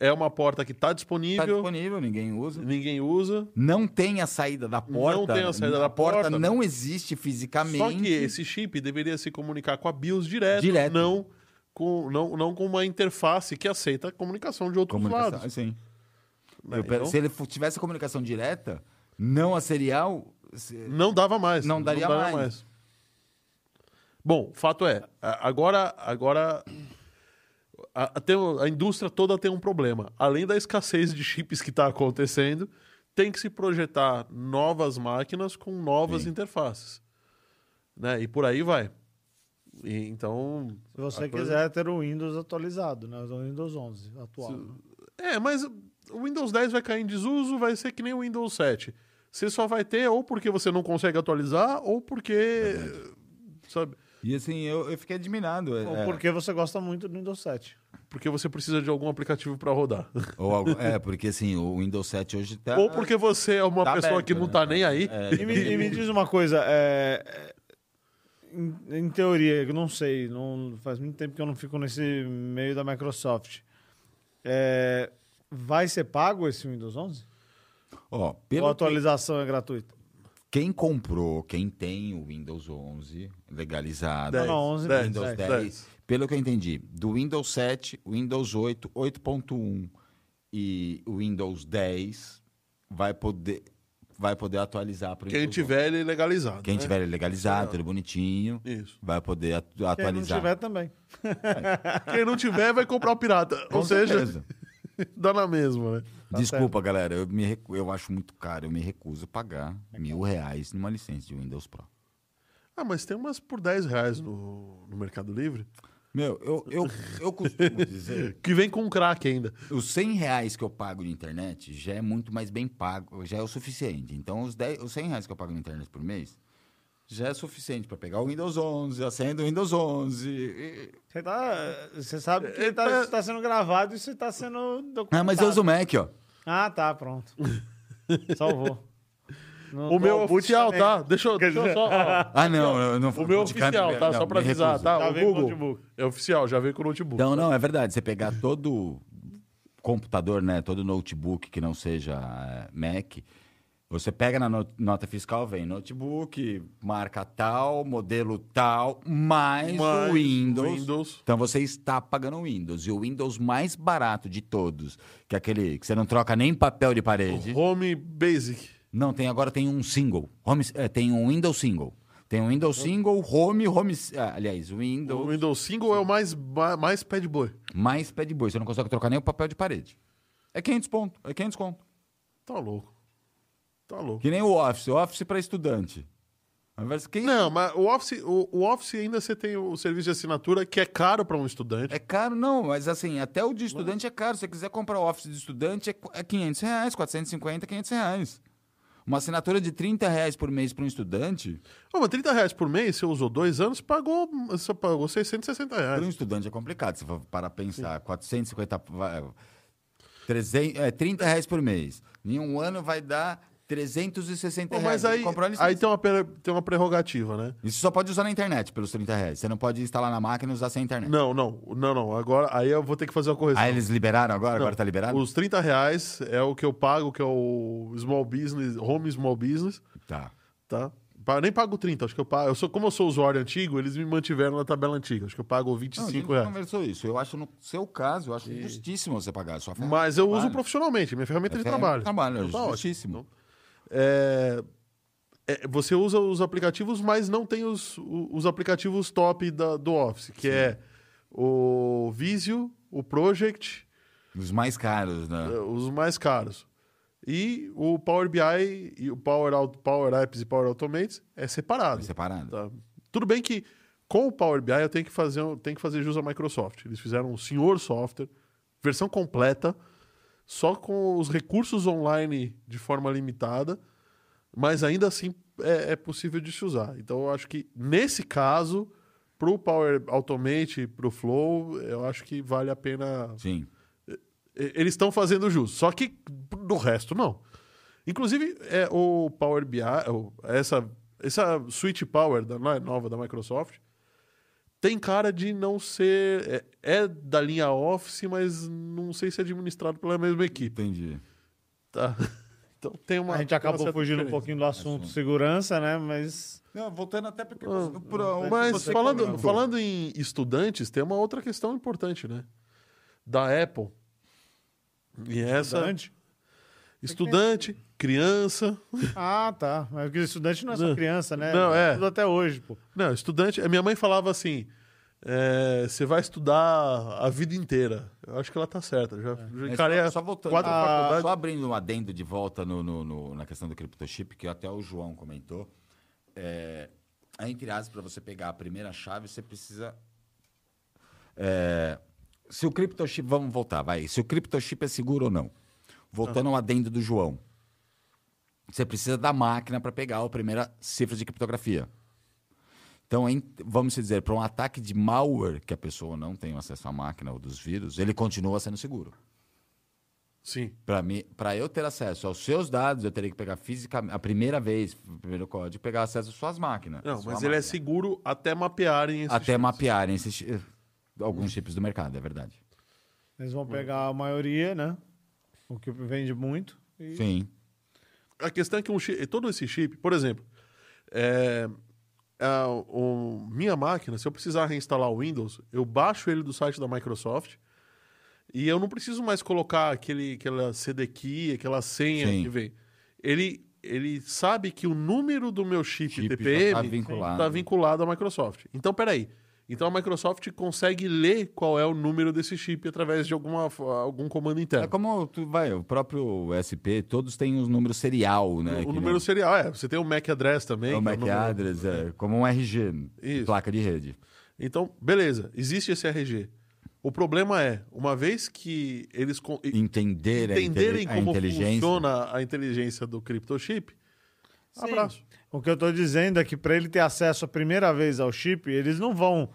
S1: é uma porta que está
S4: Tá
S1: disponível,
S4: disponível, ninguém usa.
S1: ninguém usa.
S4: Não tem a saída da porta.
S1: Não tem a saída da porta. né?
S4: não existe fisicamente.
S1: Só que esse chip deveria se comunicar com a BIOS direto,
S4: Direto.
S1: Não, com, não, não com uma interface que aceita a comunicação de outros
S4: comunicação.
S1: lados.
S4: Sim.
S1: né?
S4: Eu pe-
S1: Então,
S4: Se ele fu- tivesse comunicação direta, não a serial, se-
S1: Não dava mais.
S4: Não daria mais.
S1: Bom, fato é, a- agora, agora a, a- tem um- a indústria toda tem um problema. Além da escassez de chips que está acontecendo, tem que se projetar novas máquinas com novas
S4: Sim.
S1: interfaces. Né? E por aí vai. E, então.
S3: Se você
S1: a coisa-
S3: quiser ter o Windows atualizado, né? O Windows 11 atual. né?
S1: É, mas o Windows 10 vai cair em desuso, vai ser que nem o Windows 7. Você só vai ter ou porque você não consegue atualizar, ou porque. Sabe?
S4: E assim, eu, eu fiquei admirado. é-
S3: Ou
S4: é.
S3: porque você gosta muito do Windows 7.
S1: Porque você precisa de algum aplicativo para rodar.
S4: Ou algo- é, porque assim, o Windows 7 hoje tá.
S1: ou porque você é uma
S4: Tá
S1: pessoa
S4: aberto,
S1: que não
S4: né?
S1: tá nem aí.
S3: E me, e
S1: *laughs*
S3: me diz uma coisa, é, é, em, em teoria, eu não sei, não, faz muito tempo que eu não fico nesse meio da Microsoft. É, vai ser pago esse Windows 11?
S4: Ó,
S3: Ou a
S4: pelo que-
S3: atualização é gratuita?
S4: quem comprou, quem tem o Windows 11 legalizado.
S1: Dez,
S3: não, 11,
S1: dez,
S4: Tá Windows 10.
S1: dez.
S4: Pelo que eu entendi, do Windows 7, Windows 8, 8.1 e o Windows 10 vai poder, vai poder atualizar para
S1: Quem tiver ele legalizado.
S4: Quem
S1: né?
S4: tiver legalizado, tudo bonitinho,
S1: Isso.
S4: vai poder atu-
S3: Quem não
S4: atualizar.
S3: tiver também.
S1: Quem não tiver vai comprar o pirata.
S4: Com
S1: Ou seja,
S4: certeza.
S1: *laughs* dá na mesma, né?
S4: Desculpa, galera, eu, me recu- eu acho muito caro, eu me recuso a pagar mil reais numa licença de Windows Pro.
S1: Ah, mas tem umas por 10 reais no, no Mercado Livre.
S4: Meu, eu, eu, eu costumo *laughs* dizer
S1: Que vem com um crack ainda.
S4: Os 100 reais que eu pago de internet já é muito mais bem pago, já é o suficiente. Então, os, 10, os 100 reais que eu pago na internet por mês já é suficiente para pegar o Windows 11, a senha do Windows 11. e-
S3: Você, tá, você sabe que está sendo gravado e você está sendo documentado.
S4: Ah, mas eu uso o Mac, ó.
S3: Ah,
S1: *laughs*
S3: tá, pronto. Salvou. No-
S1: O meu
S3: no boot
S1: oficial,
S3: também.
S1: tá? Deixa eu, deixa eu só.
S4: *laughs*
S1: ó,
S4: Ah, não, eu não
S1: o meu
S4: de cara-
S1: oficial, tá?
S4: não,
S1: Só pra
S4: me
S1: avisar,
S4: recuso.
S1: tá?
S3: Já
S1: o
S3: veio com
S1: Google.
S3: notebook.
S1: É oficial, já veio com o notebook.
S4: Então, não, é verdade. Você pegar todo computador, né? Todo notebook que não seja eh, Mac, você pega na no- nota fiscal, vem notebook, marca tal, modelo tal, mais,
S1: Mas
S4: é o Windows.
S1: Windows.
S4: Então você está pagando o Windows. E o Windows mais barato de todos, que é aquele que você não troca nem papel de parede.
S1: Home Basic.
S4: Não, tem agora tem é, um single. Home- eh, tem um Windows single. Tem o Windows Single, Home, Home. ah, aliás, Windows
S1: O Windows Single é o mais, ba- mais pé de boi.
S4: mais pé de boi. Você não consegue trocar nem o papel de parede. É 500 pontos. É 500 conto.
S1: Tá louco. Tá louco.
S4: Que nem o Office. Office para estudante. Ao invés de quem-
S1: Não, mas o Office, o, o Office ainda você tem o serviço de assinatura que é caro para um estudante.
S4: É caro, não, mas assim, até o de estudante é caro. Se você quiser comprar o office de estudante, é qu- é 500 reais, 450, 500 reais. Uma assinatura de 30 reais por mês para um estudante,
S1: Ô, mas 30 reais por mês, você usou dois anos, pagou, você pagou 660
S4: para um
S1: reais.
S4: estudante é complicado. Se for para pensar, 450, vai- 300, é, 30 reais por mês. Em um ano vai dar 360
S1: Pô, mas
S4: reais. Tem que
S1: aí,
S4: comprar uma licença.
S1: aí tem, uma, pre- tem uma prerrogativa, né?
S4: Isso só pode usar na internet pelos 30 reais. Você não pode instalar na máquina e usar sem internet.
S1: Não, não, não, não. Agora, aí eu vou ter que fazer uma correção.
S4: É. Ah, eles liberaram agora? Agora tá liberado?
S1: Os 30 reais é o que eu pago, que é o small business, home small business,
S4: Tá.
S1: tá? Pa- Nem pago 30, acho que eu pago. Eu sou, como eu sou usuário antigo, eles me mantiveram na tabela antiga. Acho que eu pago
S4: Não, a gente
S1: 25
S4: não
S1: reais.
S4: conversou isso. Eu acho, no seu caso, eu acho justíssimo você pagar a sua ferramenta.
S1: É. Mas eu uso
S4: Vale.
S1: profissionalmente, minha ferramenta de
S4: É,
S1: trabalho.
S4: Trabalho,
S1: Então tá ótimo.
S4: justíssimo.
S1: É, é, você usa os aplicativos, mas não tem os, o- os aplicativos top da- do Office, que é o Visio, o Project,
S4: Os mais caros, né?
S1: eh, os mais caros. E o Power BI e o Power, Au- Power Apps e Power Automates é separado.
S4: Separado.
S1: tá? Tudo bem que com o Power BI eu tenho que fazer, eu tenho que fazer jus à Microsoft. Eles fizeram um senhor software, versão completa, só com os recursos online de forma limitada, mas ainda assim é, é possível de se usar. Então eu acho que nesse caso, para o Power Automate, para o Flow, eu acho que vale a pena
S4: Sim.
S1: e- Eles estão fazendo jus. Só que do resto, não. Inclusive, é, o Power BI, o- essa, essa Switch Power da, no- nova da Microsoft, tem cara de não ser. É, é da linha Office, mas não sei se é administrado pela mesma equipe.
S4: Entendi.
S1: Tá? *laughs* Então tem uma.
S3: A gente
S1: uma
S3: acabou
S1: certa
S3: fugindo um
S1: diferença. É
S3: pouquinho do assunto segurança, né? Mas.
S4: Não, voltando até porque.
S1: Ah,
S3: Então,
S1: Mas falando, falando em estudantes, tem uma outra questão importante, né? Da Apple. E essa.
S3: Estudante?
S1: Estudante, criança.
S3: Ah, tá. Mas porque estudante não é só criança, né?
S1: Não, é.
S3: Tudo até hoje, pô.
S1: Não, estudante. a Minha mãe falava assim: é, você vai estudar a vida inteira. Eu acho que ela tá certa. Já, já encarei a-
S4: É. só, voltando,
S1: é quatro
S4: ah,
S1: faculdades.
S4: só abrindo um adendo de volta no, no- no- na questão do criptochip, que até o João comentou. É, entre aspas, para você pegar a primeira chave, você precisa. É, se o criptochip. Vamos voltar, vai. Se o criptochip é seguro ou não. Voltando ao adendo do João. Você precisa da máquina para pegar a primeira cifra de criptografia. Então, em- vamos dizer, para um ataque de malware que a pessoa não tem acesso à máquina ou dos vírus, ele continua sendo seguro.
S1: Sim.
S4: Para mim, para eu ter acesso aos seus dados, eu teria que pegar fisicamente a primeira vez, o primeiro código, pegar acesso às suas máquinas.
S1: Não,
S4: Sua
S1: mas ele é
S4: máquina.
S1: seguro até mapearem esse
S4: até
S1: chip.
S4: mapearem esses chi- alguns chips do mercado, é verdade.
S3: Eles vão pegar a maioria, né? O que vende muito. E
S4: Sim.
S1: A questão é que um chi- todo esse chip, por exemplo, é, a- o- minha máquina, se eu precisar reinstalar o Windows, eu baixo ele do site da Microsoft e eu não preciso mais colocar aquele, aquela CD key, aquela senha
S4: Sim.
S1: que vem. Ele, ele sabe que o número do meu chip,
S4: Chip já
S1: TPM
S4: tá vinculado.
S1: tá vinculado à Microsoft. Então, peraí. Então a Microsoft consegue ler qual é o número desse chip através de alguma, f- algum comando
S4: É
S1: interno.
S4: como tu vai, o próprio SP, todos têm um número serial, né?
S1: o
S4: que
S1: número serial, é. Você tem o MAC address também.
S4: nem- é o
S1: que é
S4: MAC
S1: número-
S4: address, é, como um RG,
S1: Isso.
S4: placa de rede.
S1: Então, beleza, existe esse RG. O problema é, uma vez que eles con- e-
S4: Entender a,
S1: entenderem
S4: intele- a
S1: como
S4: inteligência.
S1: funciona a inteligência do criptochip,
S3: Sim.
S1: abraço.
S3: O que eu tô dizendo é que para ele ter acesso a primeira vez ao chip, eles não vão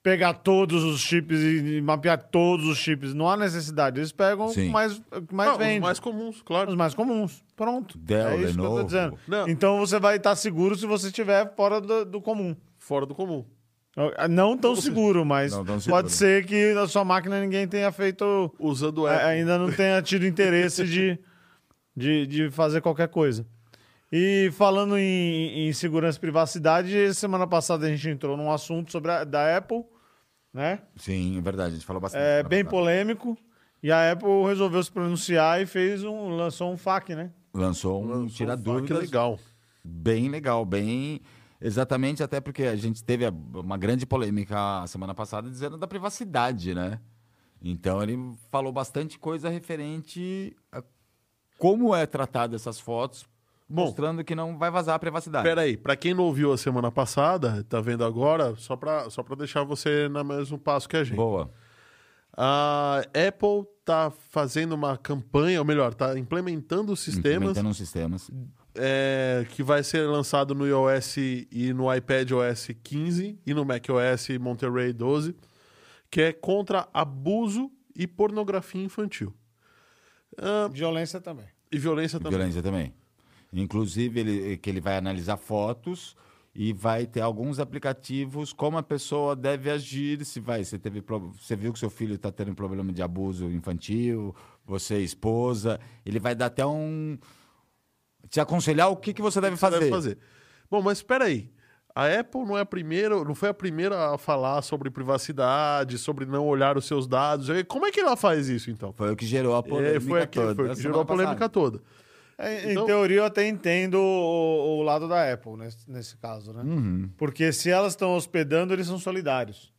S3: pegar todos os chips e e mapear todos os chips. Não há necessidade. Eles pegam o que
S4: Sim.
S3: mais, o que mais
S1: Não,
S3: vende.
S1: os mais comuns, claro.
S3: Os mais comuns. Pronto.
S4: Dell,
S3: é isso que eu
S4: Lenovo.
S3: tô dizendo.
S1: Não.
S3: Então você vai estar seguro se você estiver fora do, do comum.
S1: Fora do comum.
S3: Não tão seguro, mas
S4: Não tão seguro.
S3: pode ser que na sua máquina ninguém tenha feito.
S1: Usando o
S3: a-
S4: É,
S1: Apple.
S3: Ainda não tenha tido interesse de, de, de fazer qualquer coisa. E falando em, em segurança e privacidade, semana passada a gente entrou num assunto sobre a da Apple, né?
S4: Sim, é verdade, a gente falou bastante.
S3: É
S4: na
S3: bem
S4: verdade.
S3: polêmico. E a Apple resolveu se pronunciar e fez um lançou um FAQ, né?
S4: Lançou um
S1: Lançou um
S4: tirador
S1: fac legal.
S4: Bem legal, bem. Exatamente, até porque a gente teve a- uma grande polêmica a semana passada dizendo da privacidade, né? Então ele falou bastante coisa referente a como é tratado essas fotos,
S1: Bom.
S4: mostrando que não vai vazar a privacidade.
S1: Peraí, pra quem não ouviu a semana passada, tá vendo agora, só pra, só pra deixar você no mesmo passo que a gente.
S4: Boa.
S1: A Apple tá fazendo uma campanha, ou melhor, tá implementando os sistemas
S4: Implementando uns sistemas.
S1: é, que vai ser lançado no iOS e no iPadOS 15 e no macOS Monterey 12, que é contra abuso e pornografia infantil. Ah,
S3: Violência também.
S1: e violência também.
S4: Violência também. Inclusive, ele, é que ele vai analisar fotos e vai ter alguns aplicativos como a pessoa deve agir, se vai, você teve pro- você viu que seu filho está tendo problema de abuso infantil, você é esposa, ele vai dar até um te aconselhar o que, que você deve fazer.
S1: deve fazer. Bom, mas espera aí. A Apple não é a primeira, não foi a primeira a falar sobre privacidade, sobre não olhar os seus dados. Como é que ela faz isso então?
S4: Foi o que gerou a polêmica
S1: É, foi aquilo,
S4: toda.
S1: foi o que
S4: da
S1: gerou a
S4: semana
S1: polêmica
S4: passada.
S1: toda.
S3: É,
S1: Então-
S3: Em teoria, eu até entendo o, o lado da Apple nesse, nesse caso, né?
S4: Uhum.
S3: Porque se elas estão hospedando, eles são solidários.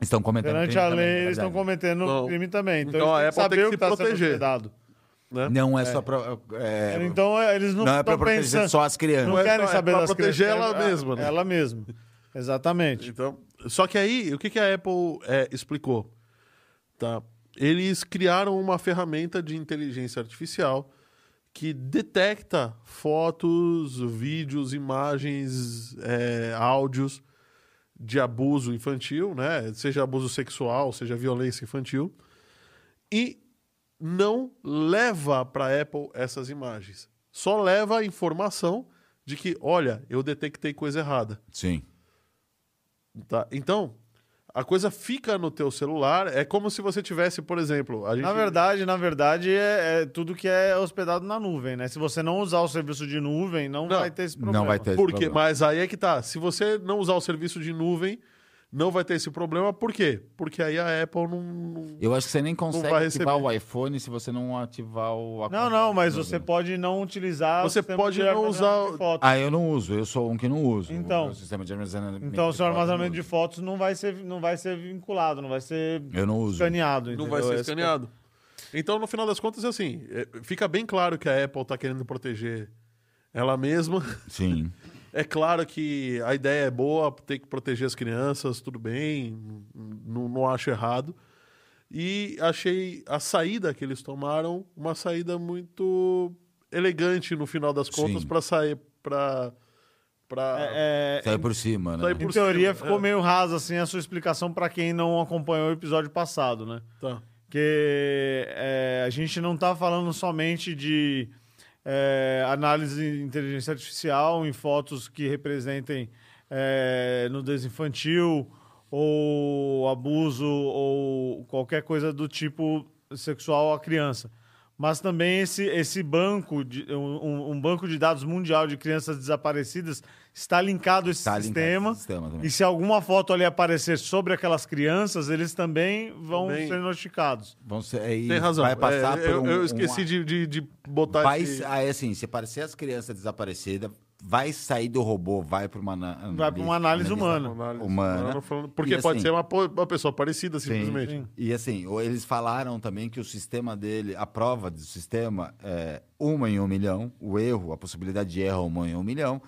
S4: Estão comentando.
S3: Perante
S4: crime
S3: a
S4: também, é
S3: lei, eles
S4: rapaziada.
S3: estão cometendo
S1: Não.
S3: crime também. Então,
S1: Então, a
S3: eles têm
S1: Apple tem
S3: que saber
S1: que
S3: o que está
S1: se
S3: sendo
S1: proteger.
S3: hospedado.
S4: Não é, só para é,
S3: Então, é, eles não
S4: não é
S3: estão
S4: para proteger
S3: pensando...
S4: só as crianças.
S3: Não
S1: é
S3: querem
S1: pra- é
S3: saber
S1: pra
S3: das
S1: proteger
S3: crianças,
S1: ela
S3: querem-
S1: mesma, né?
S3: Ela mesma. Exatamente.
S1: Então, só que aí, o que, que a Apple é, explicou? Tá? Eles criaram uma ferramenta de inteligência artificial que detecta fotos, vídeos, imagens, é, áudios de abuso infantil, né? Seja abuso sexual, seja violência infantil, e não leva para a Apple essas imagens. Só leva a informação de que, olha, eu detectei coisa errada.
S4: Sim.
S1: Tá? Então, a coisa fica no teu celular. É como se você tivesse, por exemplo, a gente...
S3: Na verdade, na verdade, é, é tudo que é hospedado na nuvem, né? Se você não usar o serviço de nuvem, não,
S1: Não,
S3: vai ter esse problema.
S4: Não vai ter esse
S1: Por quê?
S4: problema.
S1: Mas aí é que tá. Se você não usar o serviço de nuvem, não vai ter esse problema. Por quê? Porque aí a Apple não. não-
S4: Eu acho que você nem consegue
S1: vai
S4: ativar
S1: receber.
S4: o iPhone se você não ativar o.
S3: Não, não, mas você pode não utilizar
S1: Você
S3: sistema
S1: pode
S3: de
S1: não
S3: armazenamento
S1: usar o-
S3: de foto.
S4: Ah, eu não uso, eu sou um que não uso.
S3: Então.
S4: O meu sistema de armazenamento.
S3: Então, o seu
S4: foto eu
S3: armazenamento de
S4: não
S3: fotos não vai ser, não vai ser vinculado, não vai ser
S4: uso. Eu não uso.
S3: escaneado.
S1: Não
S3: entendeu?
S1: vai ser
S3: Esse- é
S1: escaneado. É Então, no final das contas, é assim. é, Fica bem claro que a Apple tá querendo proteger ela mesma.
S4: Sim.
S1: É claro que a ideia é boa, tem que proteger as crianças, tudo bem, n- n- não acho errado. E achei a saída que eles tomaram uma saída muito elegante no final das contas
S4: Sim.
S1: para sair para para
S3: É, é,
S4: Sai por cima, né?
S1: Sai
S3: em
S1: por
S3: teoria,
S1: cima,
S3: ficou
S1: é.
S3: meio rasa assim, a sua explicação para quem não acompanhou o episódio passado, né?
S1: tá.
S3: Porque é, a gente não está falando somente de é, análise de inteligência artificial em fotos que representem é, nudez infantil ou abuso ou qualquer coisa do tipo sexual à criança. Mas também esse, esse banco, de, um, um banco de dados mundial de crianças desaparecidas, está linkado a esse
S4: Tá linkado
S3: sistema.
S4: esse sistema também.
S3: E se alguma foto ali aparecer sobre aquelas crianças, eles também vão
S1: Também.
S3: ser notificados.
S4: Vão ser- aí
S1: Tem razão.
S4: Vai passar
S1: É,
S4: por
S1: eu,
S4: um,
S1: eu
S4: um-
S1: esqueci de, de, de botar
S4: Vai,
S1: esse-
S4: aí, assim, se aparecer as crianças desaparecidas, vai sair do robô, vai para uma ana-
S3: Vai pra uma análise
S4: analista
S3: humana.
S1: análise,
S4: humana.
S1: não falando- porque
S4: né? E,
S1: pode
S4: assim,
S1: ser uma, po- uma pessoa parecida simplesmente.
S3: Sim.
S4: E assim, ou eles falaram também que o sistema dele, a prova do sistema é uma em um milhão, o erro, a possibilidade de erro é uma em um milhão,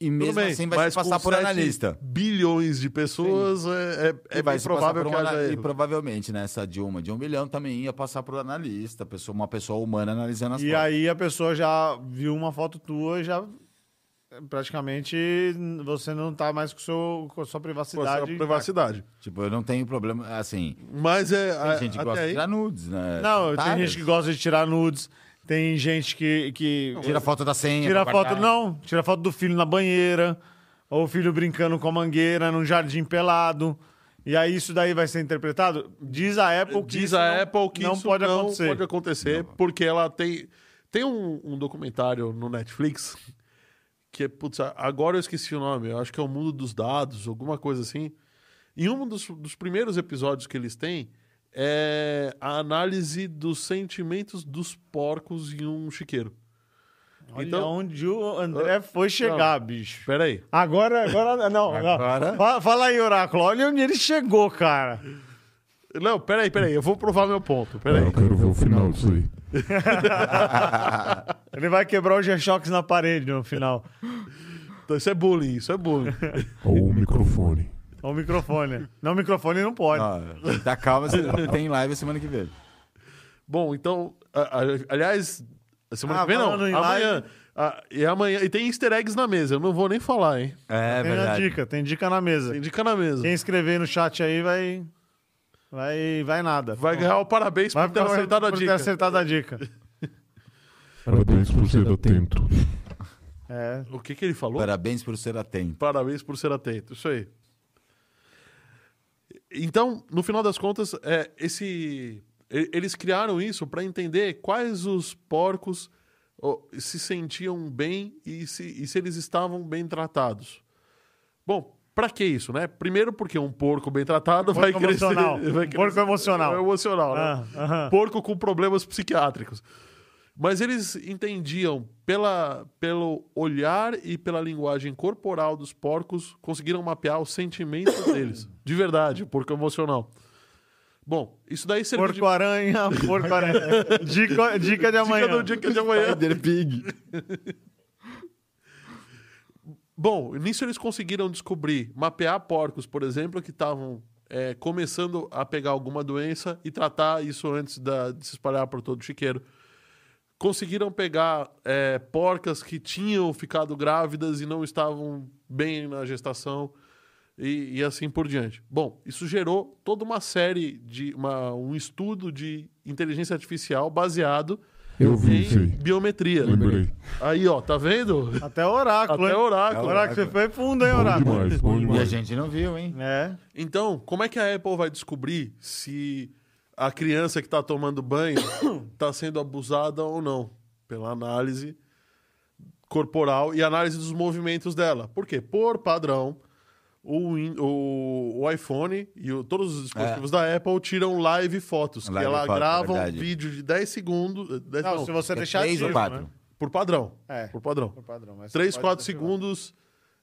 S4: e mesmo
S1: Tudo bem,
S4: assim vai se
S1: mas
S4: passar
S1: com
S4: por
S1: 7
S4: analista.
S1: Bilhões de pessoas é, é, é
S4: E vai
S1: bem
S4: se passar
S1: provável
S4: por
S1: que
S4: um ana-
S1: haja
S4: E
S1: erro.
S4: provavelmente, né, essa Dilma de um milhão também ia passar por analista, pessoa, uma pessoa humana analisando as
S3: E
S4: fotos.
S3: aí a pessoa já viu uma foto tua e já eh, praticamente n- você não tá mais com, seu, com a
S1: com
S3: sua
S1: essa
S3: privacidade.
S1: privacidade.
S4: Tipo, eu não tenho problema, assim,
S1: Mas é.
S4: tem
S1: a-
S4: gente que
S1: até
S4: gosta de
S1: aí-
S4: tirar nudes, né?
S3: Não,
S4: Otários.
S3: tem gente que gosta de tirar nudes, tem gente que, que
S4: Tira foto da senha.
S3: tira
S4: pra
S3: foto,
S4: guardar.
S3: não, tira foto do filho na banheira, ou o filho brincando com a mangueira num jardim pelado. E aí isso daí vai ser interpretado? Diz a Apple que
S1: Diz
S3: isso
S1: a
S3: não,
S1: Apple que
S3: não
S1: isso
S3: pode
S1: não
S3: acontecer.
S1: pode acontecer, porque ela tem. Tem um, um documentário no Netflix que, é, putz, agora eu esqueci o nome, eu acho que é o Mundo dos Dados, alguma coisa assim. E um dos, dos primeiros episódios que eles têm é a análise dos sentimentos dos porcos em um chiqueiro.
S3: Olha
S1: Então- Ah,
S3: onde o André foi chegar, bicho.
S1: Peraí.
S3: Agora, agora, não,
S1: Agora?
S3: não. Fala, fala aí, Oráculo, olha onde ele chegou, cara.
S1: Não, peraí, peraí. Eu vou provar meu ponto. Peraí.
S2: Eu quero ver o final disso aí.
S3: Ele vai quebrar o G-Shox na parede no final.
S1: Então, isso é bullying, isso é bullying.
S2: Ou o microfone.
S3: Ou o microfone. Não, o microfone não pode.
S1: é
S4: Ah, tá calma,
S1: *laughs*
S4: você tem live semana que vem.
S1: Bom, então, a- a- aliás, a semana
S3: Ah,
S1: que vem não,
S3: falando em
S1: amanhã.
S3: live-
S1: Ah, e amanhã. E tem easter eggs na mesa, eu não vou nem falar, hein?
S4: É,
S3: tem a
S4: verdade.
S3: dica, tem dica na mesa.
S1: Tem dica na mesa.
S3: Quem escrever no chat aí vai. Vai, vai nada.
S1: Vai ganhar o parabéns
S3: Vai
S1: por ter acertado a
S3: por
S1: dica.
S3: Ter acertado a dica.
S2: Parabéns por ser atento.
S3: É.
S1: O que, que ele falou?
S4: Parabéns por ser atento.
S1: Parabéns por ser atento. Isso aí. Então, no final das contas, é, esse, e- eles criaram isso para entender quais os porcos ó, se sentiam bem e se, e se eles estavam bem tratados. Bom, para que isso, né? Primeiro porque um porco bem tratado vai
S3: Porco
S1: crescer,
S3: emocional.
S1: vai
S3: Um porco emocional.
S1: É emocional, né?
S3: Ah, aham.
S1: Porco com problemas psiquiátricos. Mas eles entendiam pela, pelo olhar e pela linguagem corporal dos porcos, conseguiram mapear os
S3: *coughs*
S1: sentimentos deles. De verdade, porco emocional. Bom, isso daí serviu de *laughs*
S3: Porco aranha, porco aranha. Dica, dica de amanhã.
S1: dica do dia que é de
S3: *laughs*
S1: amanhã.
S4: Pig.
S1: Bom, nisso eles conseguiram descobrir, mapear porcos, por exemplo, que estavam é, começando a pegar alguma doença e tratar isso antes da- de se espalhar por todo o chiqueiro. Conseguiram pegar é, porcas que tinham ficado grávidas e não estavam bem na gestação e, e assim por diante. Bom, isso gerou toda uma série de uma- um estudo de inteligência artificial baseado
S2: Eu vi isso
S1: em
S2: aí.
S1: biometria.
S2: Lembrei.
S1: Aí, ó, tá vendo?
S3: Até o oráculo,
S1: Até
S3: hein?
S1: oráculo.
S3: Oráculo, você foi fundo, hein,
S2: Bom
S3: oráculo?
S2: demais, bom
S4: E a
S2: demais.
S4: gente não viu, hein?
S3: É.
S1: Então, como é que a Apple vai descobrir se a criança que está tomando banho
S4: *coughs*
S1: está sendo abusada ou não? Pela análise corporal e análise dos movimentos dela. Por quê? Por padrão, o, Win- o- o iPhone e o- todos os dispositivos da Apple tiram live fotos, que
S4: É. Live
S1: ela
S4: foto,
S1: grava um
S4: verdade.
S1: vídeo de 10 segundos. eh, 10
S3: Não,
S1: não,
S3: se você
S4: É
S3: deixar
S4: três ou
S3: ativo,
S4: quatro.
S3: né?
S1: Por padrão.
S3: É.
S1: Por padrão.
S3: Por padrão, mas
S1: 3,
S3: pode
S1: 4
S3: desativar.
S1: segundos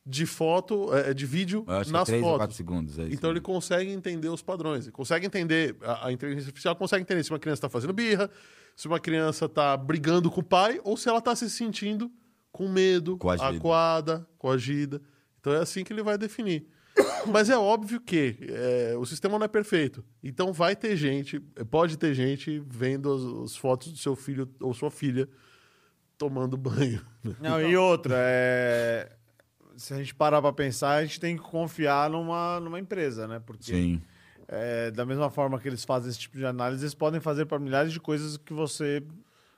S1: de foto, eh, de vídeo
S4: Eu acho que é
S1: nas
S4: 3 ou 4
S1: fotos.
S4: segundos. É isso.
S1: Então ele consegue entender os padrões. Ele consegue entender, a, a inteligência artificial consegue entender se uma criança está fazendo birra, se uma criança está brigando com o pai, ou se ela está se sentindo com medo,
S4: Coagida.
S1: acuada, coagida. Então é assim que ele vai definir. *coughs* Mas é óbvio que é, o sistema não é perfeito. Então vai ter gente, pode ter gente vendo as, as fotos do seu filho ou sua filha tomando banho. né?
S3: Não, e outra, é... se a gente parar pra pensar, a gente tem que confiar numa, numa empresa, né? Porque
S4: Sim.
S3: é, da mesma forma que eles fazem esse tipo de análise, eles podem fazer para milhares de coisas que você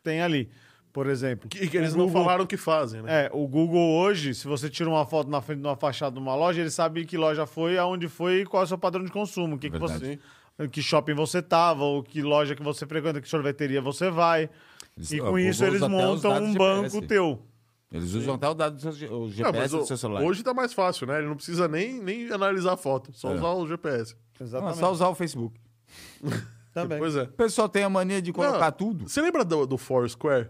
S3: tem ali. Por
S1: *laughs*
S3: exemplo,
S1: Que, que eles
S3: o
S1: não
S3: Google-
S1: falaram o que fazem, né?
S3: É, o Google hoje, se você tira uma foto na frente de uma fachada de uma loja, ele sabe que loja foi, aonde foi e qual é o seu padrão de consumo. O que, que você.
S4: Verdade.
S3: Que shopping você tava, ou que loja que você frequenta, que sorveteria você vai.
S4: Eles-
S3: E
S4: o
S3: com
S4: Google
S3: isso eles
S4: usa até os
S3: montam
S4: dados
S3: um
S4: GPS.
S3: banco teu.
S4: Eles usam até o dado do seu, G- o
S1: Não,
S4: GPS
S1: mas
S4: do seu
S1: o-
S4: celular.
S1: Hoje tá mais fácil, né? Ele não precisa nem, nem analisar a foto, só
S4: É.
S1: usar o GPS.
S4: Não, é
S3: Exatamente.
S4: só usar o Facebook.
S3: Também.
S1: Pois é.
S4: O pessoal tem a mania de colocar
S1: Não.
S4: tudo.
S1: Você lembra do, do Foursquare?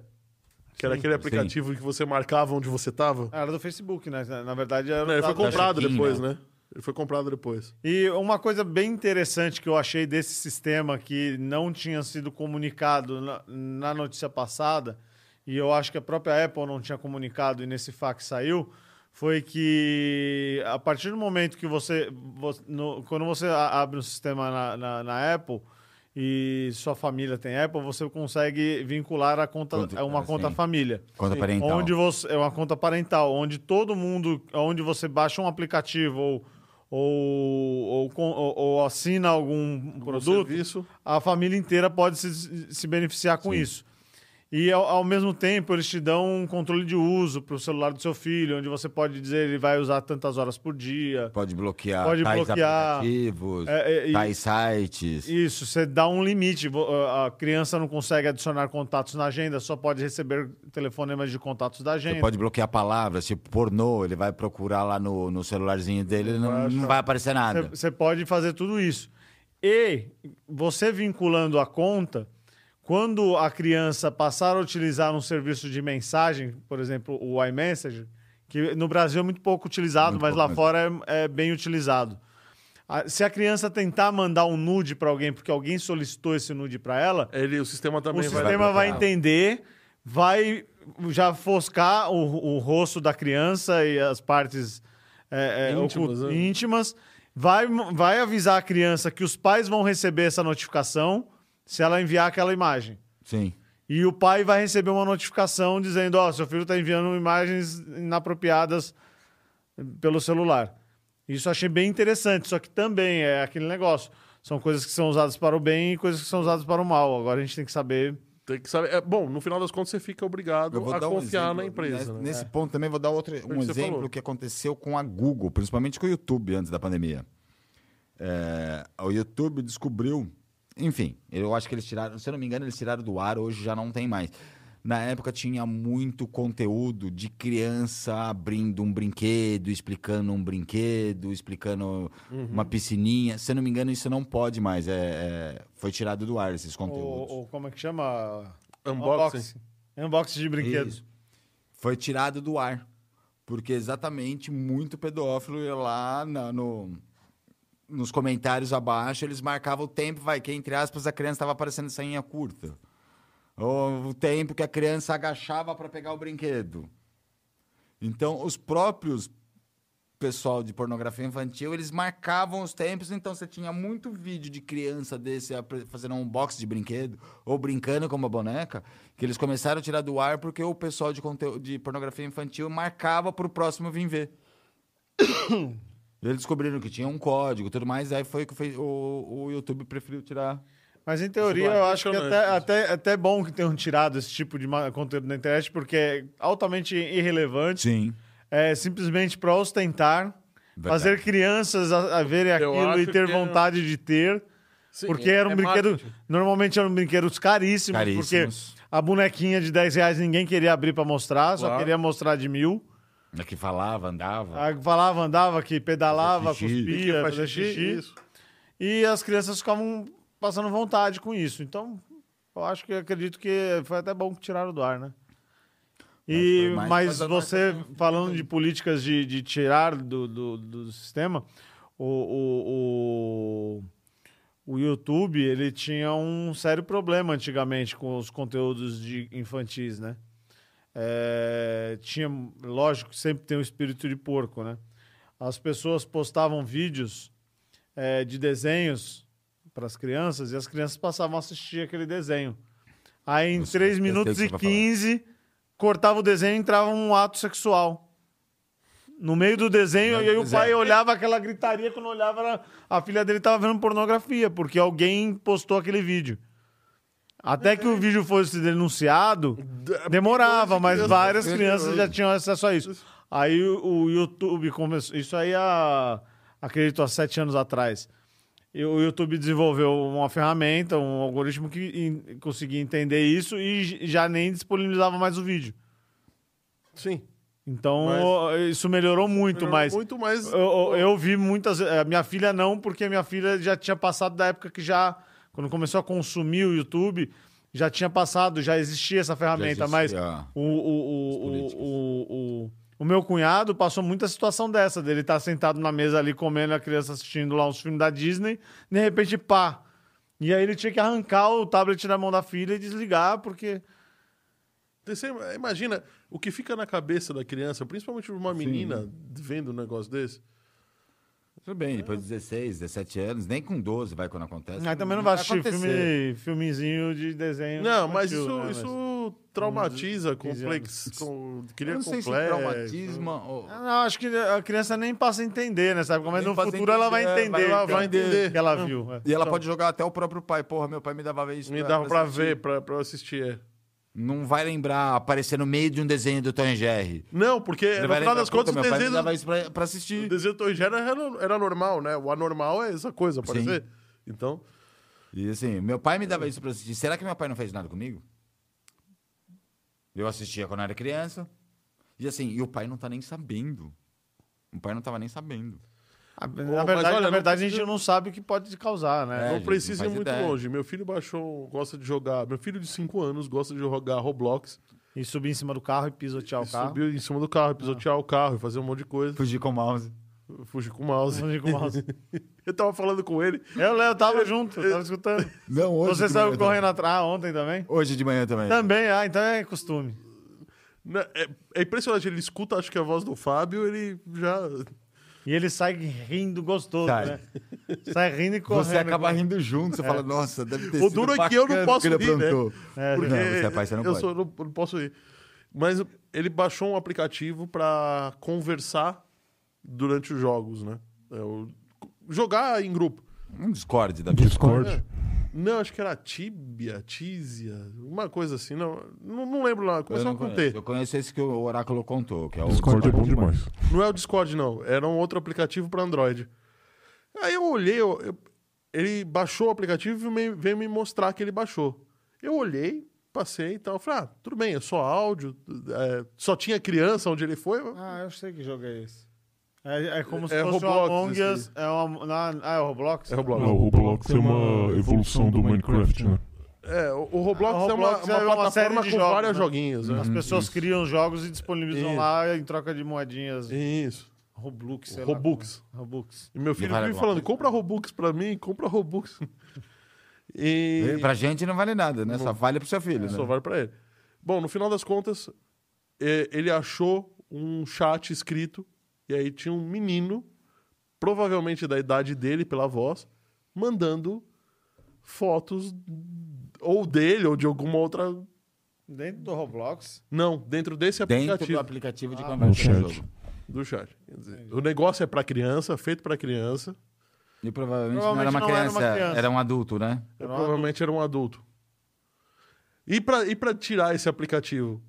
S1: Que era aquele aplicativo que você marcava onde você tava?
S3: Era do Facebook, né? Na na verdade, era.
S1: Não, ele foi
S3: da- da-
S1: comprado
S4: check-in,
S1: depois, né? Ele foi comprado depois.
S3: E uma coisa bem interessante que eu achei desse sistema que não tinha sido comunicado na, na notícia passada, e eu acho que a própria Apple não tinha comunicado e nesse fax saiu, foi que a partir do momento que você. vo- no- quando você a- abre um sistema na, na- na Apple e sua família tem Apple, você consegue vincular a conta,
S4: Conta-
S3: uma
S4: ah,
S3: conta
S4: sim.
S3: família.
S4: Conta
S3: Sim.
S4: parental.
S3: Onde você, é uma conta parental, onde todo mundo, onde você baixa um aplicativo ou, ou, ou, com- ou- ou assina algum
S1: O
S3: produto,
S1: um serviço.
S3: a família inteira pode se, se beneficiar com isso. E ao, ao mesmo tempo eles te dão um controle de uso para o celular do seu filho, onde você pode dizer ele vai usar tantas horas por dia.
S4: Pode bloquear
S3: Pode
S4: tais
S3: bloquear.
S4: aplicativos,
S3: É, é, e-
S4: tais sites.
S3: Isso, você dá um limite. Vo- A a criança não consegue adicionar contatos na agenda, só pode receber telefonemas de contatos da
S4: Você
S3: agenda.
S4: pode bloquear palavras, tipo pornô, ele vai procurar lá no, no celularzinho dele, não, não vai aparecer nada.
S3: Você pode fazer tudo isso. E você vinculando a conta, Quando a criança passar a utilizar um serviço de mensagem, por exemplo, o iMessage, que no Brasil é muito pouco utilizado,
S4: Muito
S3: mas
S4: pouco
S3: lá
S4: mesmo.
S3: fora é, é bem utilizado. A- Se a criança tentar mandar um nude para alguém porque alguém solicitou esse nude para ela,
S1: Ele, o sistema também
S3: o
S1: vai.
S3: sistema vai,
S4: bloquear.
S3: entender, vai já foscar o, o rosto da criança e as partes é, é,
S1: Íntimas,
S3: ocult-
S1: né?
S3: íntimas. Vai, vai avisar a criança que os pais vão receber essa notificação se ela enviar aquela imagem.
S4: Sim.
S3: E o pai vai receber uma notificação dizendo: Ó, seu filho está enviando imagens inapropriadas pelo celular. Isso eu achei bem interessante, só que também é aquele negócio. São coisas que são usadas para o bem e coisas que são usadas para o mal. Agora a gente tem que saber.
S1: Tem que saber. É, bom, no final das contas você fica obrigado
S4: Eu vou
S1: a
S4: dar um
S1: confiar
S4: exemplo,
S1: na empresa.
S4: né?
S1: né? é
S4: Nesse ponto também vou dar outro,
S1: que
S4: um
S1: você
S4: exemplo
S1: falou.
S4: que aconteceu com a Google, principalmente com o YouTube antes da pandemia. É, o YouTube descobriu, enfim, eu acho que eles tiraram, se eu não me engano, eles tiraram do ar, hoje já não tem mais. Na época tinha muito conteúdo de criança abrindo um brinquedo, explicando um brinquedo, explicando uma
S1: Uhum.
S4: piscininha. Se eu não me engano, isso não pode mais. é- é- foi tirado do ar esses conteúdos.
S3: O, o- como é que chama?
S1: É. Unboxing.
S3: Unboxing, Unboxing de brinquedos.
S4: Isso. Foi tirado do ar. Porque exatamente muito pedófilo ia lá na- no, nos comentários abaixo, eles marcavam o tempo, vai, que entre aspas a criança estava aparecendo sainha curta. Ou o tempo que a criança agachava para pegar o brinquedo. Então, os próprios pessoal de pornografia infantil, eles marcavam os tempos, então você tinha muito vídeo de criança desse apre- fazendo um box de brinquedo ou brincando com uma boneca, que eles começaram a tirar do ar porque o pessoal de, conteúdo, de pornografia infantil marcava pro próximo vir
S3: *coughs*
S4: ver. Eles descobriram que tinha um código e tudo mais, aí foi que fez- o, o YouTube preferiu tirar.
S3: Mas em teoria
S1: Isso é
S3: eu acho que
S1: impressionante,
S3: até,
S1: isso.
S3: até, até é bom que tenham tirado esse tipo de ma- conteúdo na internet, porque é altamente irrelevante.
S4: Sim.
S3: É simplesmente para ostentar,
S4: Verdade.
S3: fazer crianças a, a verem
S1: Eu
S3: aquilo e
S1: acho
S3: ter
S1: que é-
S3: vontade de ter.
S1: Sim,
S3: porque era um
S1: é
S3: brinquedo.
S1: marketing.
S3: Normalmente eram brinquedos caríssimos,
S4: Caríssimos.
S3: porque a bonequinha de 10 reais ninguém queria abrir para mostrar, só
S1: Claro.
S3: queria mostrar de mil.
S4: É que falava, andava.
S3: Aí Ah, Falava, andava, que pedalava,
S4: Fazia xixi.
S1: E que
S3: cuspia,
S1: faz
S3: fazia xixi.
S1: Isso.
S3: E as crianças ficavam passando vontade com isso. Então, eu acho que acredito que foi até bom que tiraram do ar, né? E,
S4: É, foi mais
S3: mas
S4: pra dar
S3: você, falando de políticas de, de tirar do, do, do sistema, o, o, o, o YouTube ele tinha um sério problema antigamente com os conteúdos de infantis, né? É, tinha, lógico, que sempre tem o espírito de porco, né? As pessoas postavam vídeos é, de desenhos para as crianças e as crianças passavam a assistir aquele desenho. Aí em
S4: Eu sei,
S3: 3
S4: eu sei o
S3: minutos
S4: que
S3: e
S4: você vai falar.
S3: 15 cortava o desenho e entrava um ato sexual. No meio do desenho, e aí o
S4: Pois é.
S3: pai olhava aquela gritaria, quando olhava, era- a filha dele estava vendo pornografia, porque alguém postou aquele vídeo. Até que o vídeo fosse denunciado, demorava, mas várias crianças já tinham acesso a isso. Aí o o YouTube começou. Isso aí há, acredito, há sete anos atrás. E o YouTube desenvolveu uma ferramenta, um algoritmo que in- conseguia entender isso e j- já nem disponibilizava mais o vídeo.
S1: Sim.
S3: Então isso melhorou muito, mas
S1: Muito mais.
S3: eu, eu- eu vi muitas. eh, Minha filha não, porque minha filha já tinha passado da época que já. Quando começou a consumir o YouTube, já tinha passado, já existia essa ferramenta,
S4: existia.
S3: mas o, o, o, o,
S4: políticas.
S3: o, o- o meu cunhado passou muita situação dessa, dele estar sentado na mesa ali comendo, a criança assistindo lá uns filmes da Disney, de repente, pá! E aí ele tinha que arrancar o tablet da mão da filha e desligar, porque.
S1: Você imagina o que fica na cabeça da criança, principalmente de uma menina vendo um negócio desse.
S4: Tudo bem, depois de 16, 17 anos, nem com 12 vai quando acontece.
S3: Aí também não vai assistir
S4: acontecer.
S3: filme, filmezinho de desenho.
S1: Não, mas
S3: infantil,
S1: isso,
S3: né? Mas-
S1: isso traumatiza,
S3: 15
S1: complexo, com, cria
S4: Eu não sei se
S1: complexo.
S4: traumatisma ou...
S1: É,
S3: Ah, Não, acho que a criança nem passa a entender nessa época, mas
S4: Nem
S3: no
S4: passa a
S3: futuro ela vai
S4: entender, é,
S3: entender.
S4: vai-
S1: ela vai entender.
S3: Que ela viu. é.
S4: E ela
S3: Então,
S4: pode jogar até o próprio pai. Porra, meu pai me dava isso.
S1: Me dava pra
S4: assistir.
S1: ver, pra, pra eu assistir. é.
S4: Não vai lembrar aparecer no meio de um desenho do Tom e Jerry.
S1: Não, porque
S4: Ele
S1: É, no
S4: vai
S1: final
S4: lembrar,
S1: das contas
S4: "Puta,
S1: o
S4: meu pai
S1: desenho,
S4: me
S1: do-
S4: dava isso pra, pra
S1: o
S4: assistir.
S1: desenho do Tom e Jerry era, era normal, né? O anormal é essa coisa, aparecer. Então,
S4: E assim, meu pai me dava isso pra assistir. Será que meu pai não fez nada comigo? Eu assistia quando era criança. E assim, e o pai não tá nem sabendo. O pai não tava nem sabendo.
S3: Ah,
S1: mas
S3: Na verdade,
S1: olha,
S3: na
S1: não
S3: verdade a
S1: precisa-
S3: gente não sabe o que pode causar, né?
S4: É,
S1: não
S4: gente,
S1: precisa ir
S4: não faz
S1: muito
S4: ideia.
S1: longe. Meu filho baixou, gosta de jogar. Meu filho de 5 anos gosta de jogar Roblox.
S3: E subir em cima do carro e pisotear
S1: e
S3: o carro.
S1: Subiu em cima do carro, pisotear o carro e fazer um monte de coisa.
S5: Fugir com o mouse.
S1: Fugir com o mouse.
S3: Onde que o mouse-
S1: *laughs* Eu tava falando com ele.
S3: Eu,
S1: *laughs*
S3: Léo, tava junto, tava escutando.
S5: Não, hoje.
S3: Você
S5: de
S3: saiu
S5: manhã
S3: correndo atrás ah, ontem também?
S5: também. Hoje de manhã também.
S3: Também, ah, então é costume.
S1: Na- É, é impressionante, ele escuta, acho que a voz do Fábio, ele já.
S3: E ele sai rindo gostoso,
S5: Sai.
S3: né? Sai rindo e correndo.
S5: Você acaba rindo junto, você fala, nossa, deve ter
S1: É. O
S5: sido.
S1: duro é que
S5: bacana
S1: eu não posso
S5: que ele
S1: rir, né?
S5: aprontou.
S3: É,
S1: Porque
S5: Não, você é pai, você não
S1: eu
S5: pode.
S1: sou- não, não posso ir. Mas ele baixou um aplicativo pra conversar durante os jogos, né? É, o- jogar em grupo.
S4: Um Discord da vida.
S2: Discord.
S1: Não, acho que era Tibia, Tísia, uma coisa assim. Não, não, não lembro lá.
S4: Eu
S1: Começou
S4: não
S1: a
S4: conheço.
S1: conter.
S4: Eu conheço esse que o Oráculo contou, que é o
S2: Discord é bom demais.
S1: Não é o Discord, não. Era um outro aplicativo para Android. Aí eu olhei, eu- eu- ele baixou o aplicativo e me- veio me mostrar que ele baixou. Eu olhei, passei e tal. Eu Falei, ah, tudo bem, é só áudio. é, só tinha criança onde ele foi. eu-
S3: Ah, eu sei que jogo é esse. É, é como se
S1: É
S3: fosse um
S1: Roblox,
S3: Among
S1: esse.
S3: Us. É uma, na- ah, é o Roblox?
S1: É Roblox.
S2: Ah, o Roblox é uma evolução do Minecraft, né?
S1: É, o, o Roblox,
S3: O Roblox
S1: é uma,
S3: é
S1: uma
S3: uma
S1: plataforma
S3: série de
S1: com
S3: jogos,
S1: vários
S3: né?
S1: joguinhos. né?
S3: As pessoas criam jogos e disponibilizam
S1: Isso.
S3: lá em troca de moedinhas.
S1: Isso.
S3: Roblox, sei lá.
S1: Robux.
S3: Robux.
S1: E meu filho
S4: vale
S1: vive
S4: alguma
S1: falando, compra Robux pra mim, compra Robux. E...
S4: Pra gente não vale nada, né? Só vale pro seu filho,
S1: É, Só
S4: né?
S1: vale pra ele. Bom, no final das contas, é, ele achou um chat escrito e aí tinha um menino, provavelmente da idade dele, pela voz, mandando fotos ou dele ou de alguma outra.
S3: Dentro do Roblox,
S1: Não, dentro desse
S4: Dentro do
S1: aplicativo Ah,
S4: aplicativo de
S2: No
S4: conversa do
S2: chat.
S4: jogo.
S1: do, chat. Quer dizer, o negócio é pra criança, feito pra criança.
S4: E provavelmente, não era
S3: Provavelmente
S4: uma
S3: não era
S4: criança,
S3: uma criança.
S4: era um adulto, né?
S1: Eu
S3: Era um
S1: provavelmente era um adulto. E pra e pra tirar esse aplicativo?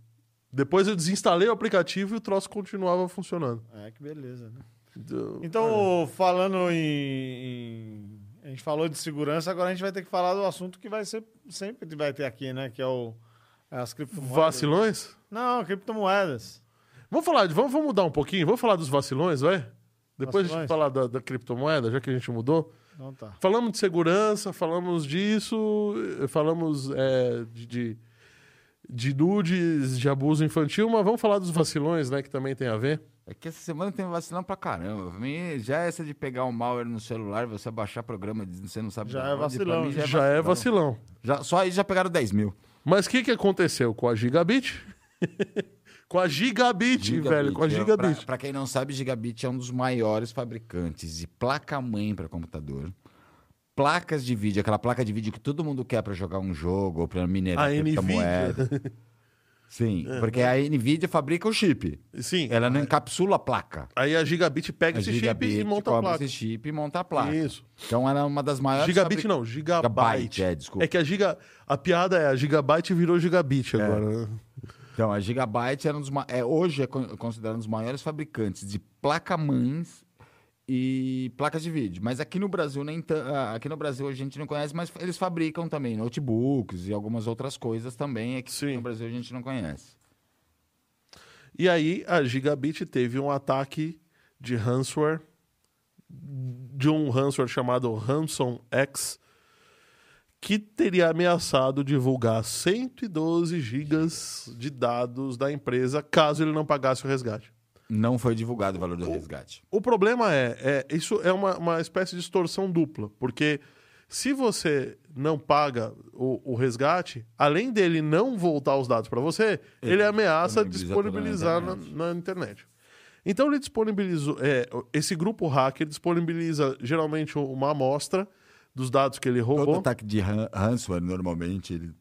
S1: Depois eu desinstalei o aplicativo e o troço continuava funcionando.
S3: é que beleza, né?
S1: Então,
S3: Então, falando em, em- A gente falou de segurança, agora a gente vai ter que falar do assunto que vai ser sempre vai ter aqui, né? Que é o. As criptomoedas.
S1: Vacilões?
S3: Não, criptomoedas.
S1: Vamos falar, de- vamos, vamos mudar um pouquinho, vamos falar dos vacilões, vai? Depois a gente
S3: Vacilões?
S1: falar da, da criptomoeda, já que a gente mudou.
S3: Então tá.
S1: Falamos de segurança, falamos disso, eh, falamos é, de, de, de nudes, de abuso infantil, mas vamos falar dos vacilões, né? Que também tem a ver.
S4: É que essa semana tem vacilão pra caramba. Pra mim, já essa de pegar um malware no celular, você baixar programa, de- você não sabe
S3: Já
S4: de
S3: é
S4: onde, pra
S3: vacilão,
S4: mim
S1: Já, é vacilão.
S4: Já- só aí já pegaram 10 mil.
S1: Mas o que, que aconteceu com a Gigabit? *laughs* com a Gigabit, velho, com a
S4: é,
S1: Gigabit.
S4: Pra, pra quem não sabe, Gigabit é um dos maiores fabricantes de placa-mãe para computador. Placas de vídeo, aquela placa de vídeo que todo mundo quer para jogar um jogo ou para minerar
S1: A né?
S4: criptomoeda. Sim,
S1: É,
S4: porque a Nvidia fabrica o chip.
S1: Sim,
S4: Ela não encapsula a placa.
S1: aí a Gigabit Ah, é. pega
S4: A
S1: esse
S4: Gigabit
S1: chip e monta a
S4: cobra
S1: placa.
S4: esse chip e monta a placa.
S1: Isso.
S4: Então ela é uma das maiores
S1: Gigabit
S4: fabric-
S1: não, gigabyte.
S4: Gigabyte,
S1: é,
S4: é, desculpa.
S1: que a giga, a piada é a gigabyte virou gigabit
S4: É.
S1: agora. né?
S4: Então, a Gigabyte era um dos ma- é, hoje é con- considerado um dos maiores fabricantes de placa-mães e placas de vídeo. Mas aqui no Brasil, nem tan- ah, aqui no Brasil a gente não conhece, mas eles fabricam também notebooks e algumas outras coisas também é que
S1: Sim.
S4: no Brasil a gente não conhece.
S1: E aí a gigabit teve um ataque de ransomware de um ransomware chamado Ransom X que teria ameaçado divulgar 112 gigas de dados da empresa caso ele não pagasse o resgate.
S4: Não foi divulgado o valor do resgate.
S1: O problema é, é isso é uma, uma espécie de extorsão dupla, porque se você não paga o, o resgate, além dele não voltar os dados para você, ele, ameaça
S4: disponibiliza
S1: disponibilizar
S4: tudo na
S1: na internet. Na, internet. Então ele disponibilizou, é, esse grupo hacker disponibiliza geralmente uma amostra dos dados que ele
S4: Todo
S1: roubou
S4: ataque de ran- ransomware, normalmente, ele...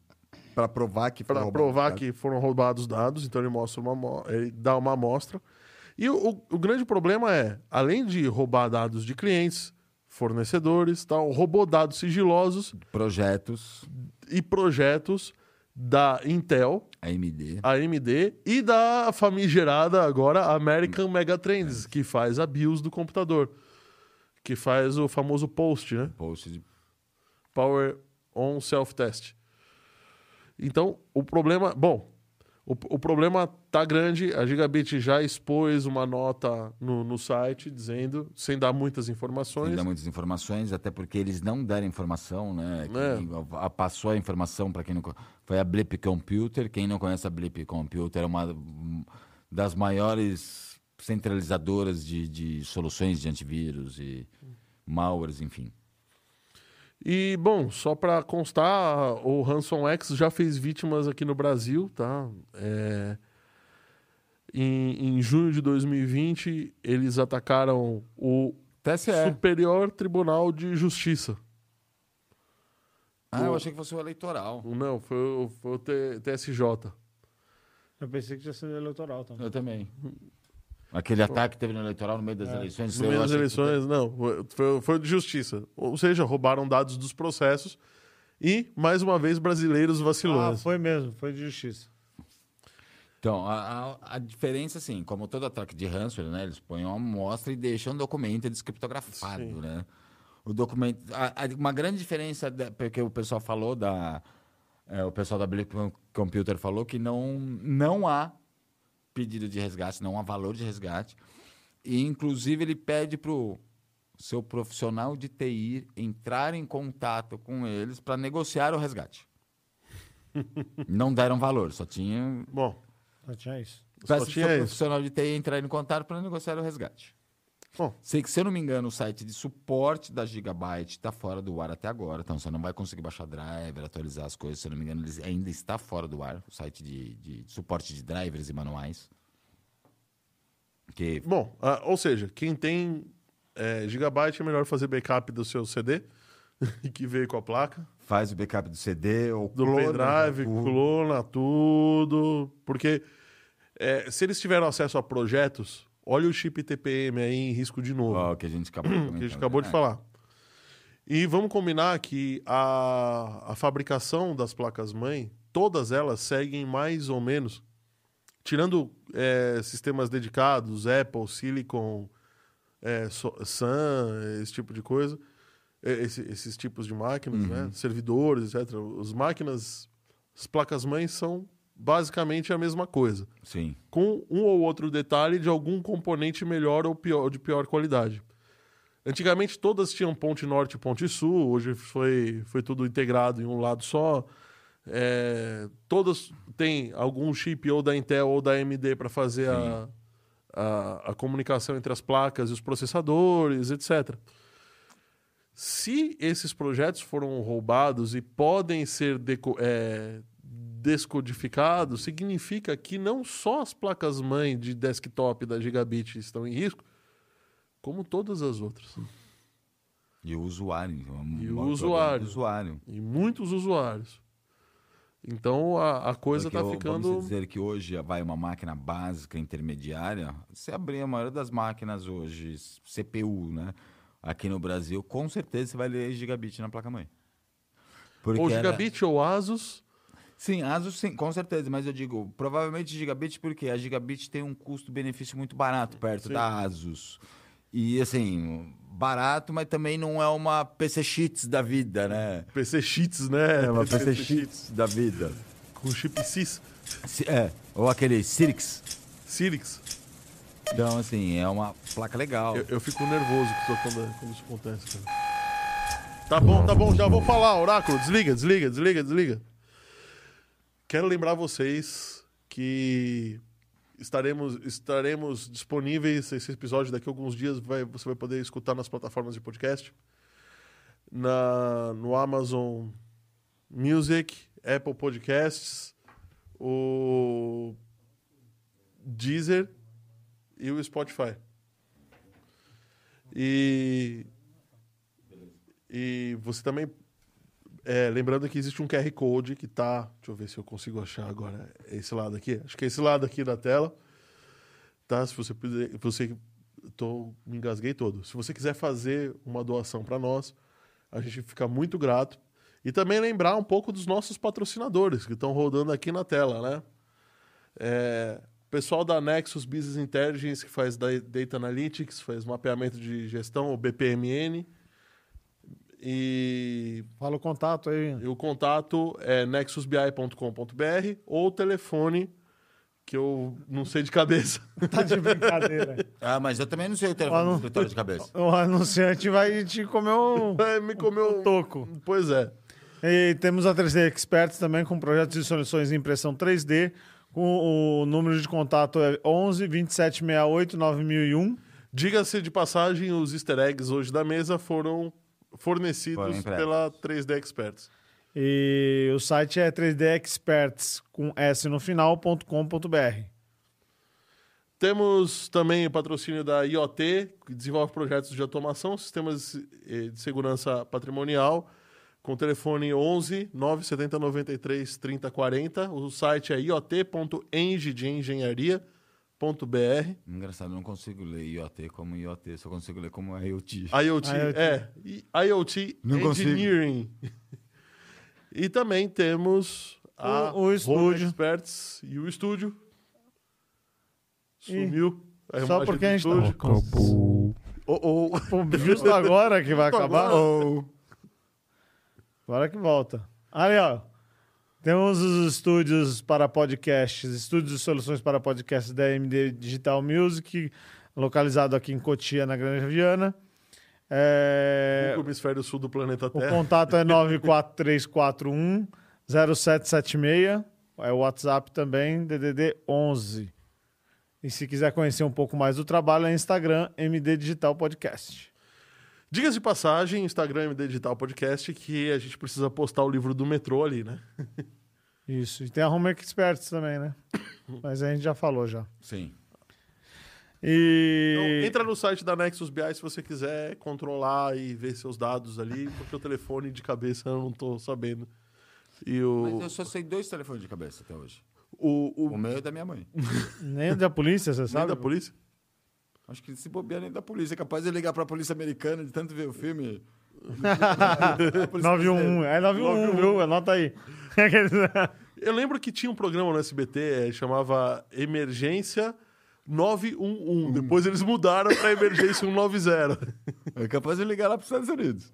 S4: para provar que foi
S1: para
S4: roubado,
S1: provar
S4: tá?
S1: que foram roubados né? dados, então ele mostra uma amo- ele dá uma amostra. E o, o- o grande problema é, além de roubar dados de clientes, fornecedores, tal, roubou dados sigilosos
S4: projetos
S1: e projetos da Intel,
S4: AMD.
S1: AMD e da famigerada agora American Megatrends, que faz a BIOS do computador, que faz o famoso POST, né?
S4: Post de...
S1: Power on Self Test. Então, o problema. Bom, o O, o problema tá grande. A Gigabit já expôs uma nota no, no site dizendo, sem dar muitas
S4: Ele
S1: informações.
S4: dá muitas informações, até porque eles não deram informação, né?
S1: É.
S4: Quem a- a- passou a informação para quem não co- Foi a Blip Computer. Quem não conhece a Blip Computer é uma hum, das maiores centralizadoras de, de soluções de antivírus e malwares, enfim.
S1: E, bom, só para constar, o Ransom X já fez vítimas aqui no Brasil, tá? É, Em, em junho de 2020, eles atacaram o
S4: TSE.
S1: Superior Tribunal de Justiça.
S4: Ah, eu achei que fosse o eleitoral.
S1: Não, foi, o- foi o T- TSJ.
S3: Eu pensei que tinha sido eleitoral também.
S4: Eu também. Aquele ataque que teve no eleitoral É. no meio das eleições.
S1: No
S4: eu
S1: meio das
S4: achei que-
S1: eleições, não. Foi, foi de justiça. Ou seja, roubaram dados dos processos e, mais uma vez, brasileiros
S3: Ah,
S1: vacilões.
S3: foi mesmo, foi de justiça.
S4: Então, a, a, a diferença, assim, como todo ataque de ransomware, né? Eles põem uma amostra e deixam um documento descriptografado,
S1: Sim.
S4: né? O documento... a- a- uma grande diferença, da, porque o pessoal falou da... é, o pessoal da Blip Computer falou que não, não há pedido de resgate, não há valor de resgate. E, inclusive, ele pede para o seu profissional de TI entrar em contato com eles para negociar o resgate. não deram valor, só tinha
S1: Bom,
S3: Só tinha isso.
S1: Só
S4: Peço
S1: tinha
S4: para o
S1: isso.
S4: profissional de TI entrar em contato para negociar o resgate.
S1: Bom.
S4: Sei que, se eu não me engano, o site de suporte da Gigabyte está fora do ar até agora. Então, você não vai conseguir baixar driver, atualizar as coisas. Se eu não me engano, ele ainda está fora do ar. O site de, de suporte de drivers e manuais. Que
S1: bom ah, ou seja, quem tem eh, gigabyte é melhor fazer backup do seu *laughs* CD que veio com a placa.
S4: faz o backup do CD ou
S1: do
S4: clona, Uhum.
S1: pendrive,
S4: o-
S1: clona tudo. Porque eh, se eles tiveram acesso a projetos, olha o chip TPM aí em risco de novo.
S4: ó, que a gente acabou de
S1: *clears throat* que a gente
S4: comentar,
S1: acabou de
S4: né?
S1: falar. E vamos combinar que a, a fabricação das placas-mãe, todas elas seguem mais ou menos, tirando é, sistemas dedicados, Apple, Silicon, é, so- Sun, esse tipo de coisa, é, esse- esses tipos de máquinas, né? servidores, etc. As máquinas, as placas-mães são basicamente a mesma coisa
S4: Sim.
S1: com um ou outro detalhe de algum componente melhor ou pior, de pior qualidade. Antigamente todas tinham ponte norte e ponte sul, hoje foi, foi tudo integrado em um lado só. É, todas têm algum chip ou da Intel ou da AMD para fazer a, a, a comunicação entre as placas e os processadores, etc. Se esses projetos foram roubados e podem ser deco- é, descodificados, significa que não só as placas-mãe de desktop da Gigabit estão em risco, como todas as outras.
S4: E o usuário. então,
S1: E
S4: é um
S1: o
S4: problema do
S1: usuário.
S4: usuário.
S1: E muitos usuários. Então a, a coisa
S4: Porque
S1: está
S4: eu-
S1: ficando.
S4: Vamos dizer que hoje vai uma máquina básica, intermediária. Se abrir a maioria das máquinas hoje, CPU, né? Aqui no Brasil, com certeza você vai ler gigabit na placa-mãe. Porque
S1: Ou
S4: era-
S1: Gigabit ou Asus.
S4: Sim, ASUS sim, com certeza. Mas eu digo, provavelmente gigabit, porque a gigabit tem um custo-benefício muito barato perto da ASUS. E assim, barato, mas também não é uma PC Cheats da vida, né?
S1: PC Cheats, né?
S4: É uma PC Cheats da vida.
S1: Com chip Cis.
S4: Se- É, ou aquele Sirix.
S1: Sirix.
S4: Então, assim, é uma placa legal.
S1: Eu, eu fico nervoso com isso quando, quando isso acontece, cara. Tá bom, tá bom, já vou falar, Oráculo. Desliga, desliga, desliga, desliga. Quero lembrar vocês que estaremos, estaremos disponíveis esse episódio daqui a alguns dias. vai- você vai poder escutar nas plataformas de podcast, na, no Amazon Music, Apple Podcasts, o Deezer e o Spotify. E, e você também. é, lembrando que existe um QR Code que tá. Deixa eu ver se eu consigo achar agora. É Esse lado aqui. Acho que é esse lado aqui da tela. Tá? Se você puder. Você, tô, me engasguei todo. Se você quiser fazer uma doação para nós, a gente fica muito grato. E também lembrar um pouco dos nossos patrocinadores que estão rodando aqui na tela, né? É, o pessoal da Nexus Business Intelligence, que faz da- Data Analytics, faz mapeamento de gestão, o BPMN. E,
S3: Fala o contato aí.
S1: e o contato é nexusbi.com.br ou o telefone que eu não sei de cabeça. *laughs*
S3: Tá de brincadeira.
S4: Ah, mas eu também não sei o
S3: Ah,
S4: telefone
S3: não.
S4: do escritório de cabeça.
S3: *laughs* O anunciante vai te comer o,
S1: É, me comeu
S3: o *laughs* toco.
S1: Pois é.
S3: E temos a 3D Experts também com projetos e soluções em impressão 3D. Com o número de contato é 11 2768 9001.
S1: Diga-se de passagem, os easter eggs hoje da mesa foram
S4: Foram
S1: fornecidos
S4: entregues.
S1: pela 3D Experts.
S3: E o site é 3D Experts com S no final.com.br.
S1: Temos também o patrocínio da IoT, que desenvolve projetos de automação, sistemas eh, de segurança patrimonial, com telefone 11 970 93 30 40. O site é iot.engdeengenharia.br.
S4: Engraçado, eu não consigo ler IoT como IoT, só consigo ler como IoT.
S1: IoT,
S3: IoT.
S1: é. I- IoT
S5: Não consigo.
S1: Engineering. e também temos a
S3: O- o estúdio.
S1: Home Experts e o estúdio. Sumiu. a
S3: só
S1: imagem
S3: porque
S1: do
S3: a gente tá-
S1: estúdio.
S2: Acabou.
S1: Oh, oh.
S3: Justo agora que vai
S1: Justo
S3: acabar. Agora que volta. Ali, ó. Temos os estúdios para podcasts, estúdios e soluções para podcasts da MD Digital Music, localizado aqui em Cotia, na Granja Viana. É,
S1: Ah. O hemisfério sul do planeta
S3: o
S1: Terra.
S3: contato é 94341 0776. É o WhatsApp também, DDD 11. E se quiser conhecer um pouco mais do trabalho, é Instagram, MD Digital Podcast.
S1: Dicas de passagem, Instagram MD Digital Podcast, que a gente precisa postar o livro do metrô ali, né?
S3: Isso. E tem a Home Experts
S1: *coughs*
S3: também, né? Mas a gente já falou já.
S4: Sim.
S3: E.
S1: Então, entra no site da Nexus BI se você quiser controlar e ver seus dados ali, porque o telefone de cabeça eu não tô sabendo. E
S4: Mas
S1: o,
S4: eu só sei dois telefones de cabeça até hoje.
S1: o, o
S4: O meu é da minha mãe.
S3: Nem o da polícia, você
S1: Nem
S3: sabe?
S1: da polícia?
S4: Acho que se bobear nem da polícia. É capaz de ligar pra polícia americana de tanto ver o filme. A polícia
S3: 91. É 91, viu? Anota aí. *laughs*
S1: Eu lembro que tinha um programa no SBT, eh, chamava Emergência 911.
S3: Hum.
S1: Depois eles mudaram pra Emergência 190.
S4: É capaz de ligar lá pros Estados Unidos.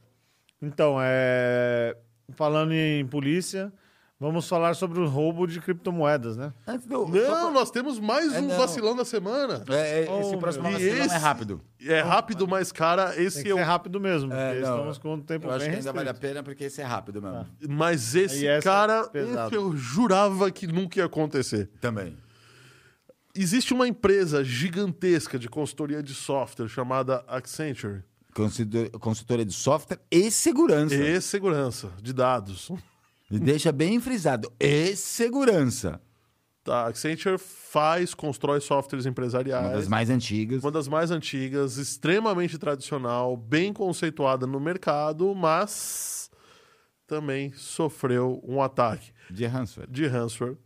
S3: então, é... falando em polícia, vamos falar sobre o roubo de criptomoedas, né?
S4: Antes do...
S1: Não, nós temos mais
S4: É,
S1: um
S4: não.
S1: vacilão da semana.
S4: É, é,
S3: Oh,
S4: esse
S3: meu.
S4: próximo
S1: E
S4: vacilão
S1: esse-
S4: é rápido.
S1: É rápido, mas cara,
S3: Tem
S1: esse
S3: que
S1: é
S3: ser
S1: o...
S3: rápido mesmo,
S4: É,
S3: porque
S4: não,
S3: estamos com um tempo
S4: Eu acho
S3: bem
S4: que ainda
S3: restrito.
S4: vale a pena porque esse é rápido mesmo.
S3: Ah.
S1: Mas esse
S3: E essa é
S1: cara,
S3: pesado.
S1: esse eu jurava que nunca ia acontecer.
S4: Também.
S1: Existe uma empresa gigantesca de consultoria de software chamada Accenture
S4: Consider- Consultoria de software e segurança.
S1: e segurança de dados.
S4: E deixa bem frisado. E segurança.
S1: Tá, Accenture faz, constrói softwares
S4: Uma
S1: empresariais.
S4: das mais antigas.
S1: Uma das mais antigas, extremamente tradicional, bem conceituada no mercado, mas também sofreu um ataque
S4: De ransomware.
S1: de ransomware,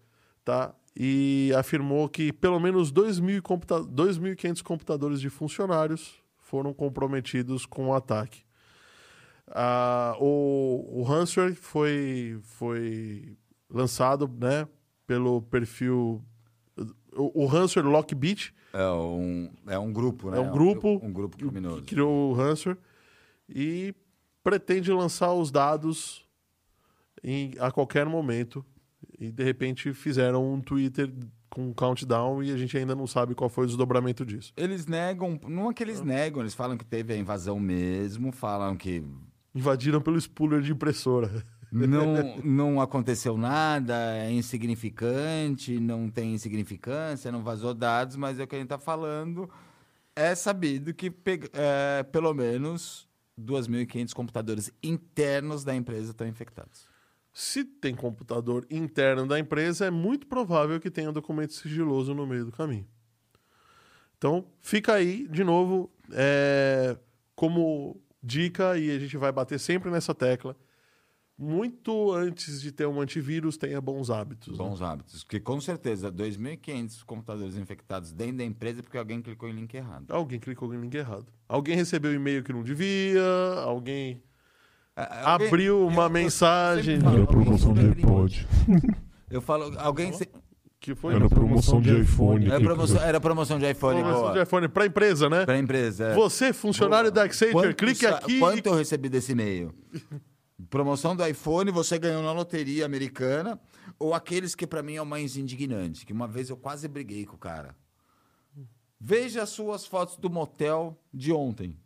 S1: tá? E afirmou que pelo menos 2.000 computa 2.500 computadores de funcionários foram comprometidos com o ataque. Ah, o, o ransomware foi, foi lançado né, pelo perfil... O, o ransomware Lockbit,
S4: É um, é um grupo, né?
S1: É um grupo
S4: Um grupo criminoso.
S1: que criou o Ransomware e pretende lançar os dados em- a qualquer momento. E de repente fizeram um Twitter com um countdown e a gente ainda não sabe qual foi o desdobramento disso.
S4: Eles negam, não é que eles negam, eles falam que teve a invasão mesmo, falam que
S1: Invadiram pelo spooler de impressora. *laughs*
S4: *laughs* não, não aconteceu nada, é insignificante, não tem insignificância, não vazou dados, mas é o que a gente está falando. É sabido que pe- é, pelo menos 2.500 computadores internos da empresa estão infectados.
S1: Se tem computador interno da empresa, é muito provável que tenha documento sigiloso no meio do caminho. Então, fica aí, de novo, é, como dica, e a gente vai bater sempre nessa tecla. Muito antes de ter um antivírus, tenha bons hábitos. né?
S4: Bons hábitos. Porque com certeza 2.500 computadores infectados dentro da empresa é porque alguém clicou em link errado.
S1: Alguém clicou em link errado. Alguém recebeu e-mail que não devia, alguém
S4: Alguém-
S1: abriu uma
S4: eu-
S1: mensagem.
S4: sempre
S2: Era
S4: falo-
S2: promoção de iPod.
S4: Eu falo, alguém. se-
S1: Que foi
S2: Era promoção de iPhone.
S4: Era
S2: que-
S4: promoção, era promoção de iPhone
S1: promoção de
S4: boa.
S1: iPhone para empresa, né?
S4: Pra empresa. é.
S1: Você, funcionário da Accenture,
S4: Quanto
S1: clique
S4: sa-
S1: aqui e
S4: Quanto é eu recebi desse e-mail? Promoção do iPhone, você ganhou na loteria americana Ou aqueles que pra mim é o mais indignante, que uma vez eu quase briguei com o cara. Veja as suas fotos do motel de ontem.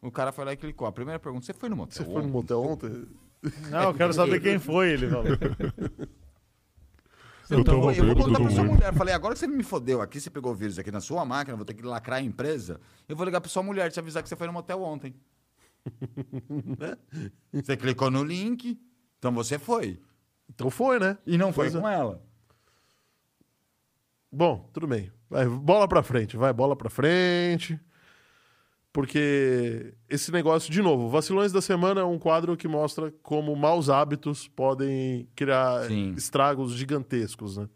S4: O cara foi lá e clicou. A primeira pergunta, você foi no motel?
S1: Você foi no
S4: ontem?"
S1: motel ontem?
S3: Não, eu quero saber quem foi, ele *laughs* falou.
S2: Eu
S4: Então,
S2: tava
S4: eu
S2: bêbado
S4: vou contar pra
S2: do
S4: sua
S2: mundo.
S4: mulher. Falei, agora que você me fodeu aqui, você pegou o vírus aqui na sua máquina, vou ter que lacrar a empresa. Eu vou ligar pra sua mulher te avisar que você foi no motel
S1: *laughs*
S4: ontem. Né? você clicou no link, então você foi.
S1: Então foi, né?
S4: E não foi
S1: Pois é.
S4: com ela.
S1: Bom, tudo bem. Vai, bola pra frente, vai, bola pra frente. Porque esse negócio, de novo, Vacilões da Semana é um quadro que mostra como maus hábitos podem criar
S4: Sim.
S1: estragos gigantescos, né?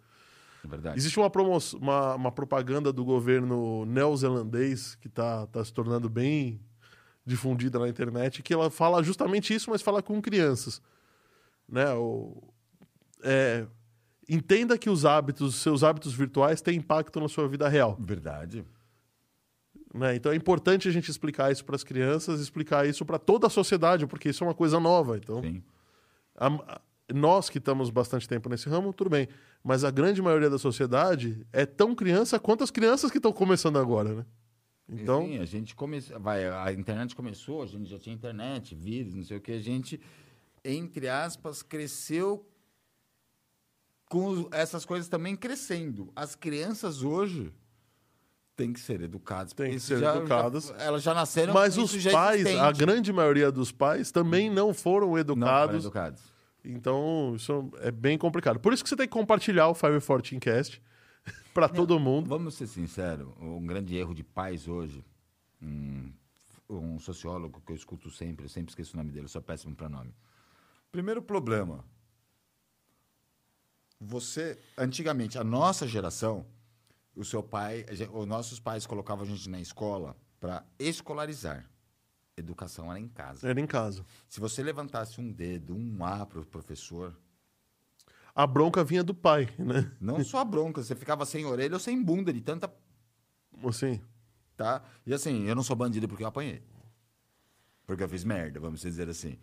S4: É verdade.
S1: Existe uma, promo uma, uma propaganda do governo neozelandês que está tá se tornando bem difundida na internet, que ela fala justamente isso, mas fala com crianças. Né? O, é, entenda que os hábitos, seus hábitos virtuais têm impacto na sua vida real.
S4: Verdade.
S1: Né? Então é importante a gente explicar isso para as crianças, explicar isso para toda a sociedade, porque isso é uma coisa nova. Então,
S4: Sim.
S1: a- a- nós que estamos bastante tempo nesse ramo, tudo bem. Mas a grande maioria da sociedade é tão criança quanto as crianças que estão começando agora, né? Então,
S4: Sim, a gente começou. Vai, a internet começou, a gente já tinha internet, vírus, não sei o que. A gente, entre aspas, cresceu com os- essas coisas também crescendo. As crianças hoje têm que ser educadas.
S1: Têm
S4: porque
S1: que
S4: isso
S1: ser educadas.
S4: elas já nasceram
S1: mas
S4: com
S1: os
S4: isso já é
S1: pais, a
S4: existente.
S1: grande maioria dos pais também não foram
S4: Não foram
S1: educados.
S4: educados.
S1: Então, isso é bem complicado. Por isso que você tem que compartilhar o Fire 14 *laughs* Cast para todo mundo.
S4: Vamos ser sinceros, um grande erro de pais hoje, um, um sociólogo que eu escuto sempre, eu sempre esqueço o nome dele, eu sou péssimo para nome. Primeiro problema. Você, antigamente, a nossa geração, o seu pai, a gen- os nossos pais colocavam a gente na escola para escolarizar. Educação era em casa.
S1: Era em casa.
S4: Se você levantasse um dedo, um A para o professor,
S1: A bronca vinha do pai, né?
S4: não só a bronca, você ficava sem orelha ou sem bunda de tanta
S1: Assim,
S4: tá? E assim, eu não sou bandido porque eu apanhei. Porque eu fiz merda, vamos dizer assim.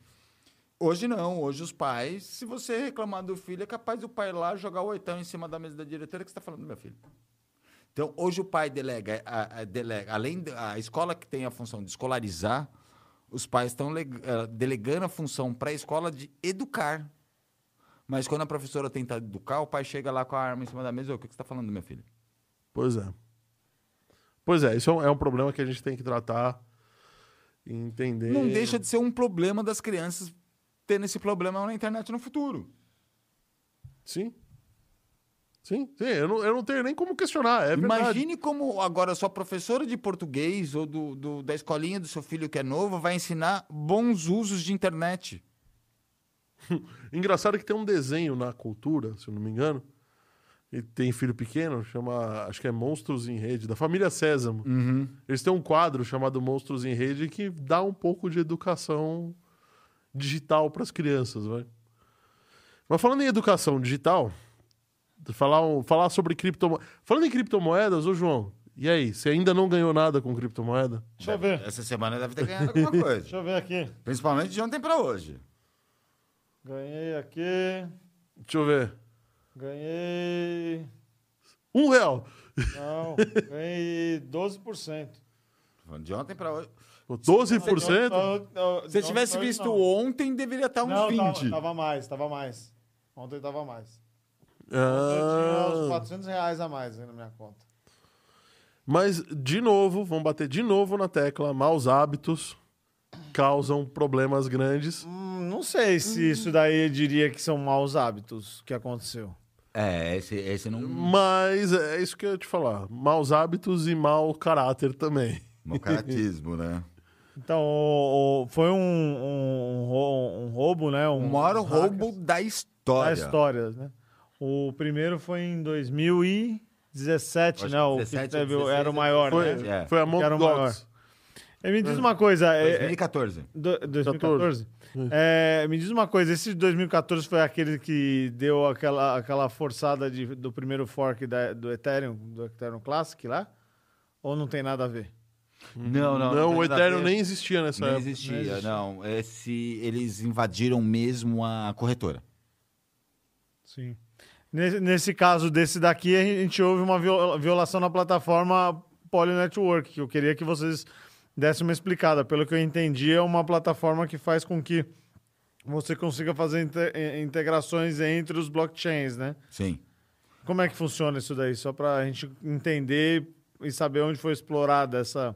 S4: Hoje não, hoje os pais, se você reclamar do filho, é capaz do pai lá jogar o oitão em cima da mesa da diretora que você está falando do meu filho. Então, hoje o pai delega, a, a- delega além da a escola que tem a função de escolarizar, os pais estão leg- eh, delegando a função para a escola de educar. Mas quando a professora tenta educar, o pai chega lá com a arma em cima da mesa, "Ô, o que que você está falando do meu filho?
S1: pois é. Pois é, isso é um, é um problema que a gente tem que tratar e entender.
S4: não deixa de ser um problema das crianças tendo esse problema na internet no futuro.
S1: Sim. Sim, sim. Eu não, eu não tenho nem como questionar. É verdade.
S4: Imagine como agora a sua professora de português ou do, do- da escolinha do seu filho que é novo vai ensinar bons usos de internet.
S1: Engraçado que tem um desenho na cultura, se eu não me engano. E tem filho pequeno, chama. Acho que é Monstros em Rede, da família Sésamo. Eles têm um quadro chamado Monstros em Rede que dá um pouco de educação digital para as crianças, vai. Mas falando em educação digital, falar, um- falar sobre criptomoedas. Falando em criptomoedas, ô João, e aí? Você ainda não ganhou nada com criptomoeda?
S3: Deixa eu ver,
S4: Essa semana deve ter ganhado alguma coisa.
S3: deixa
S4: *laughs*
S3: eu ver aqui.
S4: Principalmente de ontem para hoje.
S3: Ganhei aqui,
S1: Deixa eu ver.
S3: ganhei...
S1: Um real.
S3: Não, ganhei 12%.
S4: De ontem para hoje.
S1: 12%?
S4: Se tivesse visto ontem, deveria estar uns
S3: não,
S4: 20.
S3: Tava, tava mais, tava mais. Ontem tava mais. Eu tinha uns
S1: Ah,
S3: 400 reais a mais aí na minha conta.
S1: mas, de novo, vamos bater de novo na tecla. Maus hábitos causam problemas grandes.
S3: Hum, não sei se isso daí eu diria que são maus hábitos que aconteceu.
S4: É, esse, esse não.
S1: Mas é isso que eu ia te falar. Maus hábitos e mau caráter também.
S4: Meu caratismo, *laughs* né?
S3: Então, o- o- foi um, um- um rou- um roubo, né?
S4: O
S3: Um
S4: maior
S3: um hacker
S4: roubo da história.
S3: da história, né? O primeiro foi em 2017,
S4: Acho
S3: né?
S4: que
S3: O
S4: 17
S3: que teve-
S4: ou 16,
S3: era o maior,
S1: Foi,
S3: né?
S4: É.
S1: foi a Mount
S3: Era o maior.
S1: Gox.
S3: E me diz uma coisa, é- é-
S4: 2014.
S3: do- 2014. É, me diz uma coisa, esse de 2014 foi aquele que deu aquela, aquela forçada de- do primeiro fork da- do Ethereum, do Ethereum Classic lá? Ou não tem nada a ver?
S4: Não,
S1: Não, o
S4: não. tem nada a
S1: Ethereum
S4: ver.
S1: nem existia nessa
S4: Não
S1: época.
S4: existia, né? não. Esse, eles invadiram mesmo a corretora.
S3: Sim. Nesse, nesse caso desse daqui, a gente houve uma viol- violação na plataforma Poly Network, que eu queria que vocês dessem uma explicada. Pelo que eu entendi, é uma plataforma que faz com que você consiga fazer inte- eh, integrações entre os blockchains, né?
S4: Sim.
S3: Como é que funciona isso daí? Só para a gente entender e saber onde foi explorada essa.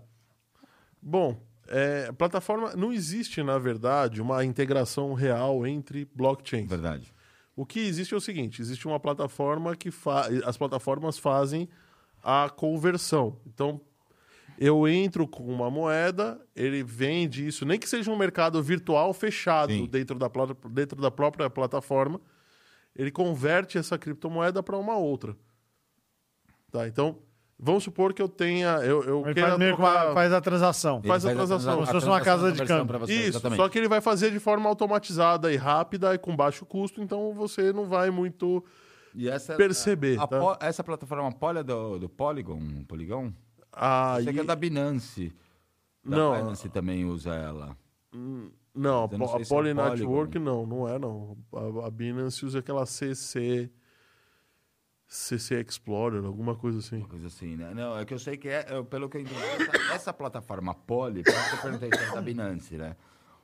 S1: Bom, é, a plataforma não existe, na verdade, uma integração real entre blockchains.
S4: Verdade.
S1: O que existe é o seguinte: existe uma plataforma que fa- as plataformas fazem a conversão. Então, eu entro com uma moeda, ele vende isso, nem que seja um mercado virtual fechado
S4: Sim.
S1: dentro da, pla- dentro da própria plataforma, ele converte essa criptomoeda para uma outra. Tá, então, vamos supor que eu tenha. Eu, eu
S3: Ele
S1: queira
S3: faz, meio que é uma-
S1: trocar-
S3: faz a transação.
S1: Faz a
S4: Ele
S1: transação.
S3: Como se fosse uma
S4: transação
S3: casa de
S4: conversão
S3: câmbio.
S4: pra você,
S1: Isso,
S4: exatamente.
S1: só que ele vai fazer de forma automatizada e rápida e com baixo custo, então você não vai muito
S4: E essa, é
S1: perceber,
S4: a
S1: tá?
S4: po- essa plataforma Poly do, do Polygon, um Polygon?
S1: Aí,
S4: Isso aqui é da Binance. Da
S1: Não.
S4: Binance também usa ela.
S1: Não, a,
S4: Eu não
S1: po-
S4: sei
S1: a
S4: se é
S1: Poly
S4: um Polygon.
S1: Network não, não é não. A, a Binance usa aquela CC CC Explorer, alguma coisa assim.
S4: Uma coisa assim, né? Não, é que eu sei que é, eu- pelo que eu entendi, essa, essa plataforma Poly, por isso que eu perguntei se é da Binance, né?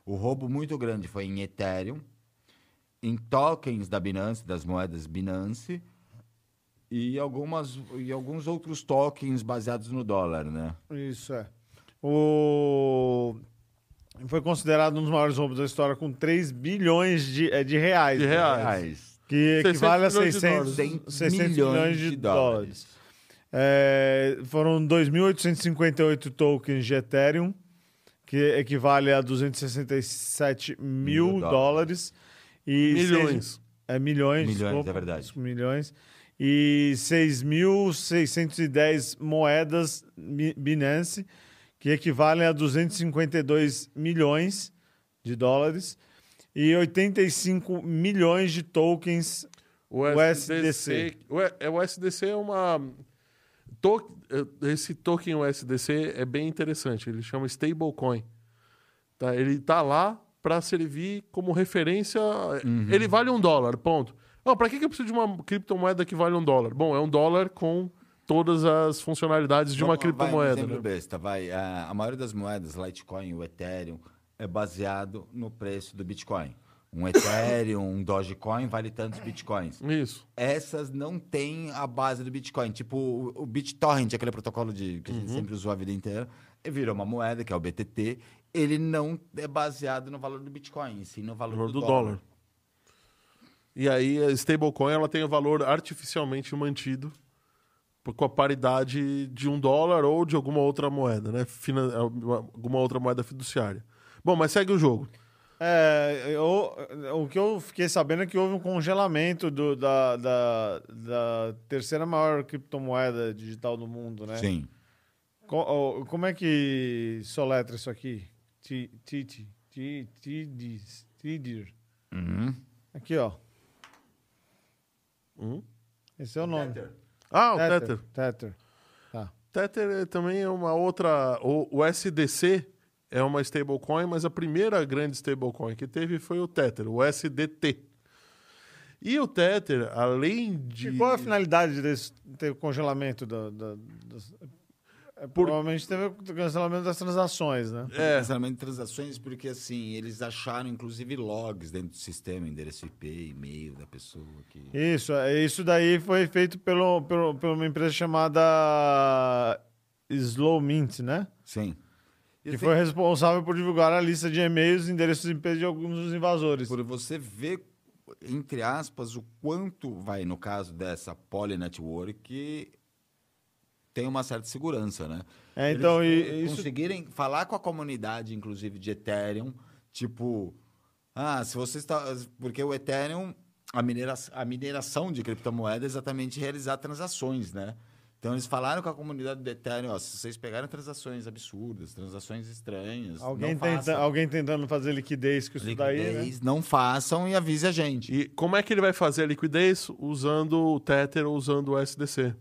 S4: O roubo muito grande foi em Ethereum, em tokens da Binance, das moedas Binance, e, algumas, e alguns outros tokens baseados no dólar, né?
S3: Isso é. O... Foi considerado um dos maiores roubos da história, com 3 bilhões de, é, de reais.
S1: De
S3: né?
S1: reais.
S3: Que
S1: 600
S3: equivale a
S1: milhões de
S3: 600,
S4: dólares.
S3: 600 milhões,
S4: Milhões
S3: de,
S4: de
S3: dólares.
S4: dólares.
S3: É, foram 2.858 tokens de Ethereum, que equivale a 267 mil,
S4: Mil
S3: dólares. E
S1: Milhões.
S3: seis- é, milhões,
S4: Milhões,
S3: desculpa,
S4: é verdade.
S3: Milhões. E 6.610 moedas Mi- Binance, que equivalem a 252 milhões de dólares. E 85 milhões de tokens.
S1: O
S3: O
S1: SDC, o E- é, o SDC é uma to- eh, esse token USDC é bem interessante, ele chama stablecoin. Tá? Ele tá lá para servir como referência,
S4: Uhum.
S1: ele vale um dólar, ponto. Não, para que que eu preciso de uma criptomoeda que vale um dólar? Bom, é um dólar com todas as funcionalidades de uma
S4: Vamos- vai,
S1: criptomoeda.
S4: exemplo
S1: né?
S4: besta, vai. A, a maioria das moedas, Litecoin, o Ethereum, é baseado no preço do Bitcoin. Um
S1: *coughs*
S4: Ethereum, um Dogecoin vale tantos Bitcoins.
S1: Isso.
S4: Essas não têm a base do Bitcoin. Tipo, o, o BitTorrent, aquele protocolo de, que a
S1: Uhum.
S4: gente sempre usou a vida inteira, e virou uma moeda, que é o BTT. Ele não é baseado no valor do Bitcoin, e sim no valor,
S1: valor do
S4: do, dólar.
S1: dólar. E aí a stablecoin ela tem o valor artificialmente mantido por- com a paridade de um dólar ou de alguma outra moeda, né? Finan- alguma outra moeda fiduciária. Bom, mas segue o jogo.
S3: É, eu- o que eu fiquei sabendo é que houve um congelamento do- da, da- da terceira maior criptomoeda digital do mundo, né?
S4: Sim.
S3: Co- ó, como é que soletra isso aqui? Ti- ti- ti- ti- Tidis. Tidir.
S4: Uhum.
S3: Aqui, ó.
S1: Uhum.
S3: Esse é o nome. Tá.
S1: Ah, o Tether.
S3: Tether.
S1: Tether é também é uma outra. O, o SDC é uma stablecoin, mas a primeira grande stablecoin que teve foi o Tether, o SDT. E o Tether, além de.
S3: E qual é a finalidade desse ter o congelamento da... da- das- é, Provavelmente teve o cancelamento das transações, né?
S1: É.
S4: Cancelamento de transações, porque assim, eles acharam inclusive logs dentro do sistema, endereço IP, e-mail da pessoa que.
S3: Isso, é, isso daí foi feito pelo, pelo, por uma empresa chamada Slow Mint, né?
S4: Sim.
S3: Que foi responsável por divulgar a lista de e-mails e endereços de IP de alguns dos invasores.
S4: Por você ver, entre aspas, o quanto vai, no caso dessa Poly Network, tem uma certa segurança, né?
S3: É, então,
S4: Eles
S3: e- e isso
S4: conseguirem falar com a comunidade, inclusive, de Ethereum, tipo, ah, se você está. Porque o Ethereum, a, minera... a mineração de criptomoeda é exatamente realizar transações, né? Então eles falaram com a comunidade do Ethereum, ó, se vocês pegarem transações absurdas, transações estranhas,
S3: alguém,
S4: não
S3: tenta,
S4: façam.
S3: alguém tentando fazer liquidez com isso daí, né?
S4: Liquidez, não façam e avise a gente.
S1: E como é que ele vai fazer a liquidez? Usando o Tether ou usando o SDC.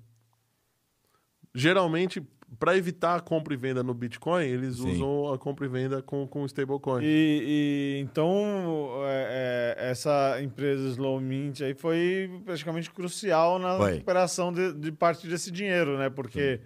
S1: Geralmente, para evitar a compra e venda no Bitcoin, eles
S4: Sim.
S1: usam a compra e venda com, com stablecoin.
S3: E, e, então é, é, essa empresa Slow Mint aí foi praticamente crucial na
S4: Foi.
S3: recuperação de, de parte desse dinheiro, né? Porque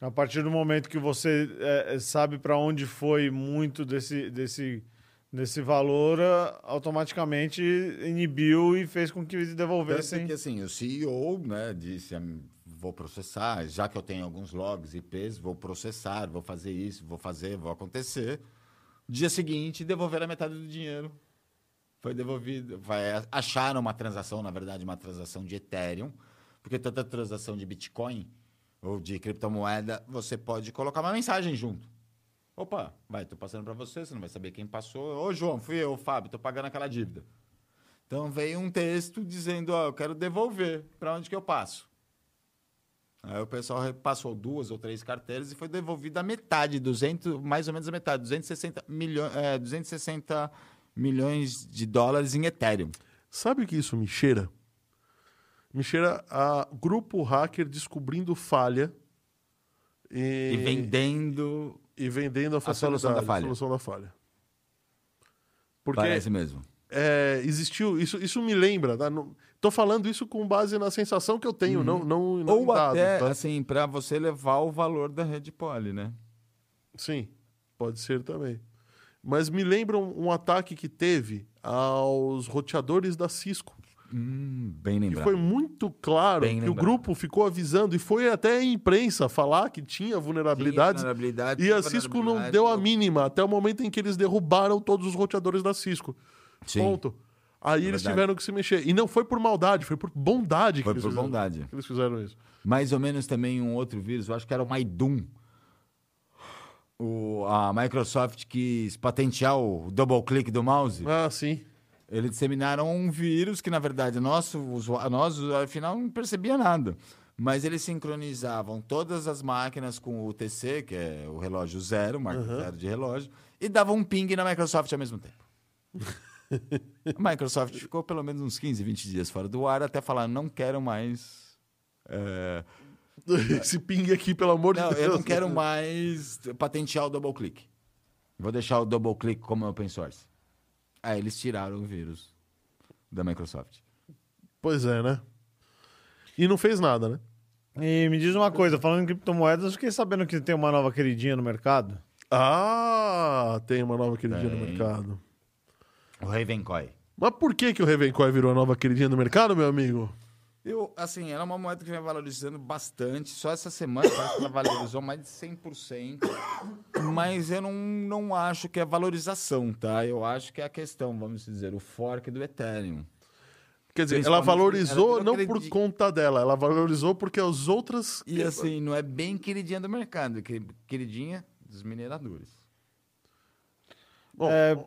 S3: a partir do momento que você é, é, sabe para onde foi muito desse, desse, desse valor, ah, automaticamente inibiu e fez com que eles devolvessem.
S4: Tanto que assim, o CEO né, disse, "Am- vou processar, já que eu tenho alguns logs, IPs, vou processar, vou fazer isso, vou fazer, vou acontecer. Dia seguinte, devolveram a metade do dinheiro. Foi devolvido. Vai, acharam uma transação, na verdade, uma transação de Ethereum, porque tanta transação de Bitcoin ou de criptomoeda, você pode colocar uma mensagem junto. Opa, vai, tô passando para você, você não vai saber quem passou. Ô, João, fui eu, Fábio, tô pagando aquela dívida. Então veio um texto dizendo, ó, eu quero devolver, para onde que eu passo? Aí o pessoal repassou duas ou três carteiras e foi devolvida a metade, 200, mais ou menos a metade, 260 milhões, é, 260 milhões de dólares em Ethereum.
S1: Sabe o que isso me cheira? Me cheira a grupo hacker descobrindo falha e,
S4: E vendendo,
S1: e vendendo a, facilidade,
S4: solução da falha.
S1: a solução da falha. Porque
S4: parece mesmo.
S1: é, existiu. Isso, isso me lembra. Tá? Não- tô falando isso com base na sensação que eu tenho, não, não, não em
S4: Uhum. Ou
S1: dados,
S4: até,
S1: tá?
S4: assim, para você levar o valor da rede Poly, né?
S1: Sim, pode ser também. Mas me lembra um, um ataque que teve aos roteadores da Cisco.
S4: Hum, bem
S1: Que
S4: lembrado.
S1: foi muito claro
S4: Bem
S1: que o
S4: lembrado.
S1: grupo ficou avisando e foi até a imprensa falar que tinha vulnerabilidades.
S4: vulnerabilidade,
S1: E a Cisco não deu a mínima até o momento em que eles derrubaram todos os roteadores da Cisco.
S4: Sim. É
S1: Ponto. Aí eles
S4: verdade.
S1: tiveram que se mexer. E não foi por maldade, foi por bondade que
S4: Foi
S1: eles
S4: por
S1: fizeram-
S4: bondade.
S1: que eles fizeram isso.
S4: Mais ou menos também um outro vírus, eu acho que era o Maidum. O, a Microsoft quis patentear o double click do mouse.
S1: Ah, sim. *laughs*
S4: Eles disseminaram um vírus que, na verdade, nosso usuário, nós, usuário final, não percebia nada. Mas eles sincronizavam todas as máquinas com o UTC, que é o relógio zero, marca zero de relógio, e davam um ping na Microsoft ao mesmo tempo. a Microsoft ficou pelo menos uns 15, 20 dias fora do ar até falar, não quero mais... é,
S1: Esse ping aqui, pelo amor
S4: não,
S1: de Deus.
S4: eu não quero mais patentear o double click. Vou deixar o double click como open source. Aí eles tiraram o vírus da Microsoft.
S1: Pois é, né? E não fez nada, né?
S3: E me diz uma coisa, falando em criptomoedas, eu fiquei sabendo que tem uma nova queridinha no mercado.
S1: Ah, tem uma nova queridinha no
S4: Tem.
S1: mercado.
S4: O Ravencoin.
S1: Mas por que, que o Revencoin virou a nova queridinha no mercado, meu amigo?
S4: Eu, assim, ela é uma moeda que vem valorizando bastante. Só essa semana parece que ela valorizou mais de 100%. Mas eu não, não acho que é valorização, tá? Eu acho que é a questão, vamos dizer, o fork do Ethereum.
S1: Quer dier, ela
S4: Principalmente-
S1: valorizou
S4: ela virou
S1: não por
S4: queridi-
S1: conta dela, ela valorizou porque as outras.
S4: E assim, não é bem queridinha do mercado, é que- queridinha dos mineradores.
S1: Bom,
S3: É,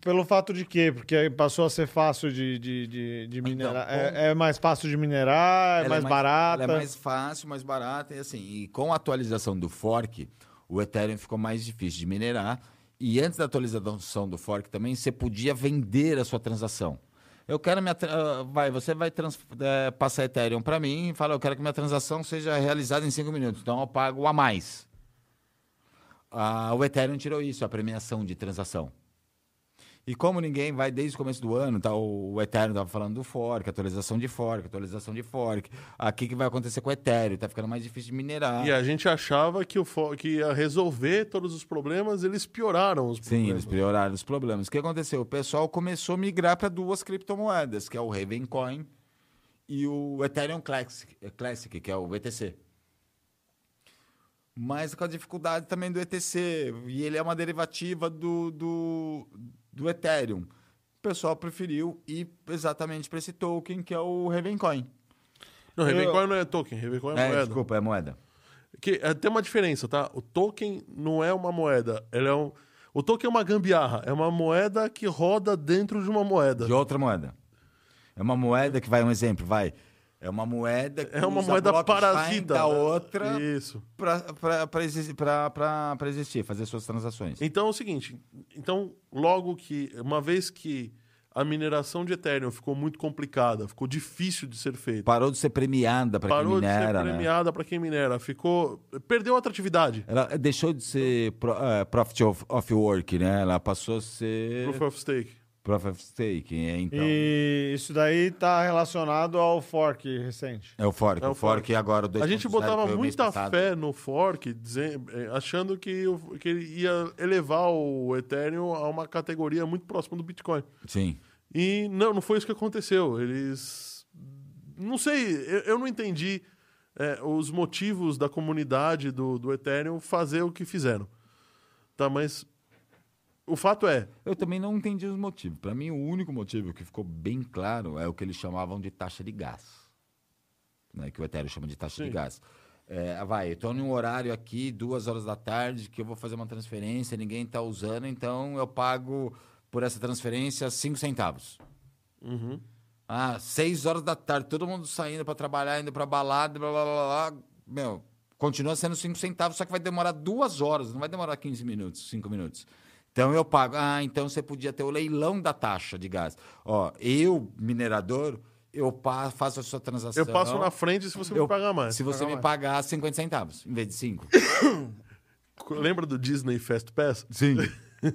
S3: pelo fato de quê? Porque passou a ser fácil de, de, de, de minerar.
S4: Então, bom.
S3: é, é mais fácil de minerar, é
S4: Ela
S3: mais barata.
S4: Ela é mais fácil, mais barata. E assim, e com a atualização do fork, o Ethereum ficou mais difícil de minerar. E antes da atualização do fork também, você podia vender a sua transação. Eu quero minha. tra- ah, Vai, você vai trans- eh, passar Ethereum para mim e fala, eu quero que minha transação seja realizada em cinco minutos. Então eu pago a mais. Ah, o Ethereum tirou isso, a premiação de transação. E como ninguém vai desde o começo do ano, tá, o o Ethereum estava falando do fork, atualização de fork, atualização de fork. Aqui que vai acontecer com o Ethereum, tá ficando mais difícil de minerar.
S1: E a gente achava que, o fo- que ia resolver todos os problemas, eles pioraram os problemas.
S4: Sim, eles pioraram os problemas. O que aconteceu? O pessoal começou a migrar para duas criptomoedas, que é o Ravencoin e o Ethereum Classic, eh, Classic, que é o BTC. Mas com a dificuldade também do ETC, e ele é uma derivativa do, do, do Ethereum. O pessoal preferiu ir exatamente para esse token, que é o Ravencoin.
S1: Não, Revencoin não é token, Revencoin é,
S4: É,
S1: moeda.
S4: desculpa, é moeda.
S1: Que, é, tem uma diferença, tá? O token não é uma moeda. Ele é um... O token é uma gambiarra. É uma moeda que roda dentro de uma moeda.
S4: De outra moeda. É uma moeda que vai, um exemplo, vai. É uma moeda que
S1: É uma
S4: usa
S1: moeda
S4: blockchain
S1: parasita.
S4: da
S1: né?
S4: outra
S1: Isso.
S4: para existir, pra- pra- pra existir, fazer suas transações.
S1: Então é o seguinte. Então, logo que. Uma vez que a mineração de Ethereum ficou muito complicada, ficou difícil de ser feita.
S4: Parou de ser premiada para quem
S1: Parou
S4: minera,
S1: de ser
S4: né?
S1: premiada para quem minera, ficou perdeu a atratividade.
S4: Ela deixou de ser pro, eh, profit of, of work, né? Ela passou a ser
S1: Proof of stake.
S4: profit of stake, é, então.
S3: E isso daí tá relacionado ao fork recente.
S4: É o fork,
S1: É o
S4: o fork,
S1: fork.
S4: agora o
S1: A gente
S4: 2.0
S1: botava
S4: foi o mês
S1: muita
S4: passado.
S1: fé no fork, dizen- eh, achando que, o- que ele ia elevar o Ethereum a uma categoria muito próxima do Bitcoin.
S4: Sim.
S1: E não, não foi isso que aconteceu. Eles. Não sei, eu, eu não entendi eh, os motivos da comunidade do, do Ethereum fazer o que fizeram. Tá, mas. O fato é,
S4: Eu também não entendi os motivos. Para mim, o único motivo que ficou bem claro é o que eles chamavam de taxa de gás. Né? Que o Ethereum chama de taxa de
S1: Sim.
S4: gás. É, ah, vai, eu estou em um horário aqui, duas horas da tarde, que eu vou fazer uma transferência, ninguém está usando, então eu pago por essa transferência cinco centavos. Ah, seis horas da tarde, todo mundo saindo para trabalhar, indo para balada, blá, blá, blá, blá. Meu, continua sendo cinco centavos, só que vai demorar duas horas, não vai demorar 15 minutos, cinco minutos. Então eu pago. Ah, então você podia ter o leilão da taxa de gás. Ó, eu, minerador, eu pa- faço a sua transação.
S1: eu passo na frente se você me
S4: Então, eu-
S1: pagar mais.
S4: Se você
S3: pagar
S4: me
S3: mais.
S4: pagar 50 centavos em vez de 5.
S1: *laughs* Lembra do Disney Fast Pass?
S4: Sim.
S1: *laughs*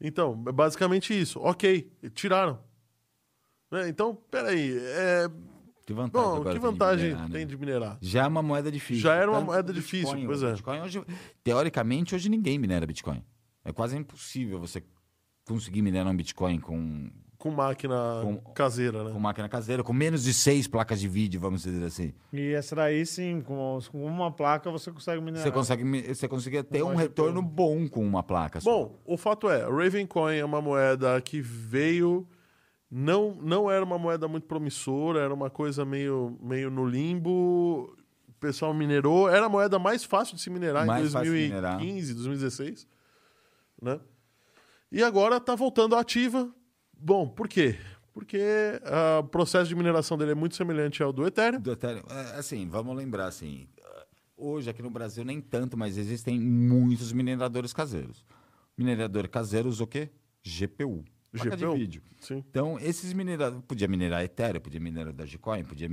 S1: Então, é basicamente isso. Ok, tiraram. Né? Então, peraí. É...
S4: Que vantagem.
S1: Bom,
S4: agora
S1: que
S4: tem de
S1: vantagem
S4: minerar, né?
S1: tem de minerar?
S4: Já é uma moeda difícil.
S1: Já era uma
S4: Tanto que
S1: moeda
S4: o
S1: difícil,
S4: Bitcoin,
S1: pois
S4: o
S1: é.
S4: Bitcoin hoje- teoricamente, hoje ninguém minera Bitcoin. É quase impossível você conseguir minerar um Bitcoin com,
S1: Com máquina
S4: Com-
S1: caseira, né?
S4: com máquina caseira, com menos de seis placas de vídeo, vamos dizer assim.
S3: E essa daí, sim, com, com uma placa você consegue minerar.
S1: É.
S4: Você consegue, mi- você consegue ter um
S3: acho que
S4: retorno bom com uma placa. só.
S1: Bom, o fato é, a Ravencoin é uma moeda que veio. Não, não era uma moeda muito promissora, era uma coisa meio, meio no limbo. O pessoal minerou. Era a moeda mais fácil de se minerar
S4: Mais
S1: em
S4: fácil de
S1: 2015, 2016. Né? E agora tá voltando à ativa. Bom, por quê? Porque ah, o processo de mineração dele é muito semelhante ao do Ethereum.
S4: Do Ethereum, é, assim, vamos lembrar assim, hoje aqui no Brasil nem tanto, mas existem muitos mineradores caseiros. Minerador caseiro usa o quê? GPU. Placa
S1: GPU.
S4: de vídeo.
S1: Sim.
S4: Então, esses mineradores. Podia minerar Ethereum, podia minerar Dogecoin, podia.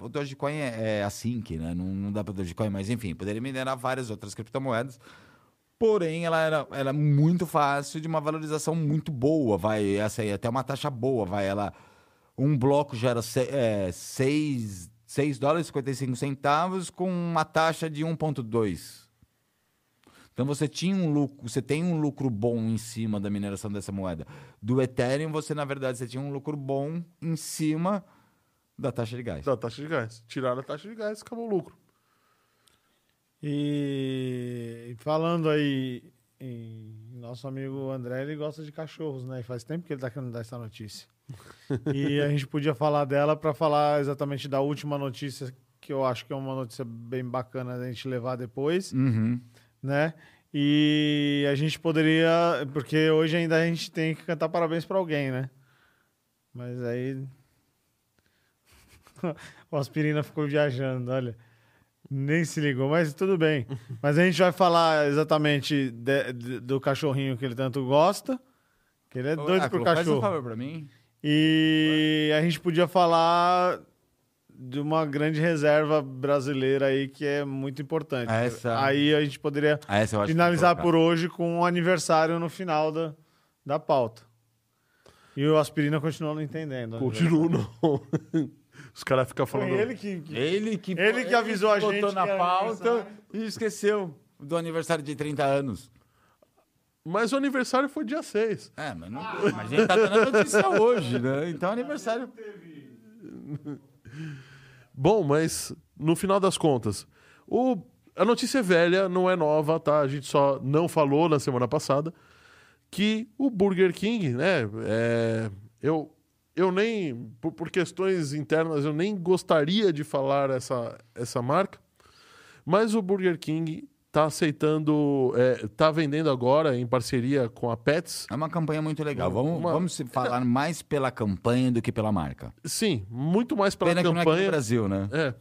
S4: O Dogecoin é, é async, né? Não, não dá para Dogecoin, mas enfim, poderia minerar várias outras criptomoedas. Porém, ela era, era muito fácil, de uma valorização muito boa, vai. Essa aí, até uma taxa boa, vai. Ela. Um bloco já era 6, dólares e 55 centavos com uma taxa de 1,2. Então você tinha um lucro, você tem um lucro bom em cima da mineração dessa moeda. Do Ethereum, você na verdade você tinha um lucro bom em cima da taxa de gás.
S1: Da taxa de gás. Tiraram a taxa de gás, acabou o lucro.
S3: E falando aí em nosso amigo André, ele gosta de cachorros, né? E faz tempo que ele tá querendo dar essa notícia. e a gente podia falar dela para falar exatamente da última notícia, que eu acho que é uma notícia bem bacana da gente levar depois,
S4: Uhum.
S3: né? E a gente poderia, porque hoje ainda a gente tem que cantar parabéns para alguém, né? Mas aí *laughs* o aspirina ficou viajando, olha. Nem se ligou, mas tudo
S4: *laughs*
S3: bem. Mas a gente vai falar exatamente de- de- do cachorrinho que ele tanto gosta. Que ele é doido
S4: Ah,
S3: por
S4: Clô, Faz um
S3: cachorro.
S4: favor pra mim.
S3: E a gente podia falar de uma grande reserva brasileira aí que é muito importante.
S4: Essa-
S3: Aí a gente poderia
S4: Ah, essa eu acho que
S3: finalizar
S4: vou
S3: por
S4: colocar.
S3: hoje com um aniversário no final da, da pauta. E o Aspirina continua não entendendo. né?
S1: Continuo, não. *laughs* Os caras ficam
S3: Foi
S1: falando.
S3: ele que, que
S4: Ele que
S3: Ele que avisou a gente
S4: botou na
S3: que era
S4: pauta
S3: aniversário.
S4: e esqueceu do aniversário de 30 anos.
S1: Mas o aniversário foi dia 6.
S4: É, mas, não, mas a gente tá dando a notícia hoje, né? Então aniversário
S1: Bom, mas no final das contas, o- a notícia é velha, não é nova, tá? A gente só não falou na semana passada que o Burger King, né? é, eu, eu nem, por, por questões internas, eu nem gostaria de falar essa, essa marca, mas o Burger King tá aceitando, é, tá vendendo agora em parceria com a Pets
S4: é uma campanha muito legal. Vamos,
S1: Uma-
S4: vamos se falar mais pela campanha do que pela marca.
S1: Sim, muito mais pela
S4: Pena que não é aqui no
S1: campanha.
S4: Brasil, né?
S1: é.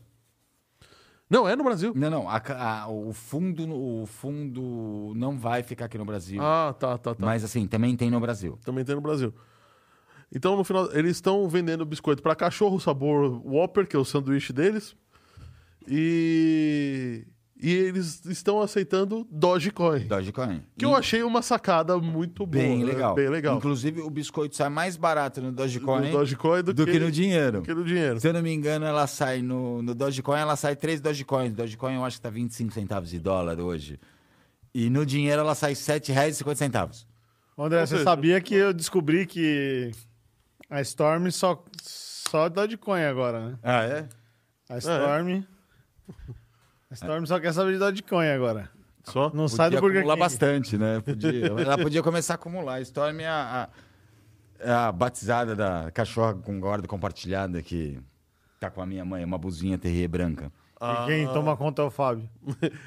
S1: Não, é no Brasil.
S4: Não, não. a ca- a- o, fundo, o fundo não vai ficar aqui no Brasil.
S1: Ah, tá, tá, tá.
S4: Mas assim, também tem no Brasil.
S1: Também tem no Brasil. Então, no final, eles estão vendendo biscoito para cachorro, sabor Whopper, que é o sanduíche deles. E, e eles estão aceitando Dogecoin.
S4: Dogecoin.
S1: Que eu achei uma sacada muito
S4: Bem
S1: boa. né?
S4: legal.
S1: Bem legal.
S4: Inclusive, o biscoito sai mais barato no Dogecoin
S1: No Dogecoin do,
S4: do que no dinheiro.
S1: do que no dinheiro.
S4: Se eu não me engano, ela sai no, no Dogecoin, ela sai 3 Dogecoins. Dogecoin eu acho que tá 25 centavos de dólar hoje. E no dinheiro ela sai R$ 7,50.
S3: Ô, André, você
S1: seja-
S3: sabia que eu descobri que a Storm só, só dá de coin agora, né?
S4: Ah, é?
S3: A Storm. A Storm só quer saber de Dogecoin agora.
S1: Só.
S3: Não sai do Burger
S4: acumular
S3: King.
S4: bastante, né? Podia-
S1: *laughs*
S4: ela podia começar a acumular. A Storm é a, a- é a batizada da cachorra com guarda compartilhada que tá com a minha mãe, uma buzinha terrier branca.
S1: Ah,
S3: E quem toma conta é o Fábio.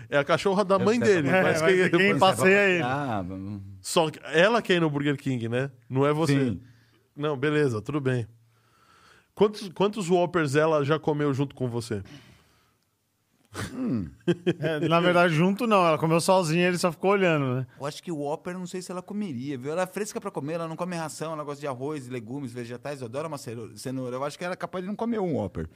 S1: É a cachorra da mãe dele.
S3: É,
S1: mas
S3: mas
S1: quem-
S3: quem
S1: mas-
S3: passeia aí?
S4: Ah, vamos-
S1: Só que ela quer ir no Burger King, né? Não é você.
S4: Sim.
S1: Não, beleza, tudo bem. Quantos, quantos Whoppers ela já comeu junto com você?
S3: É, na verdade, junto não. Ela comeu sozinha, ele só ficou olhando, né?
S4: Eu acho que o Whopper, não sei se ela comeria, viu? Ela é fresca pra comer, ela não come ração, ela gosta de arroz, legumes, vegetais, eu adoro uma cero- cenoura. Eu acho que ela é capaz de não comer um Whopper.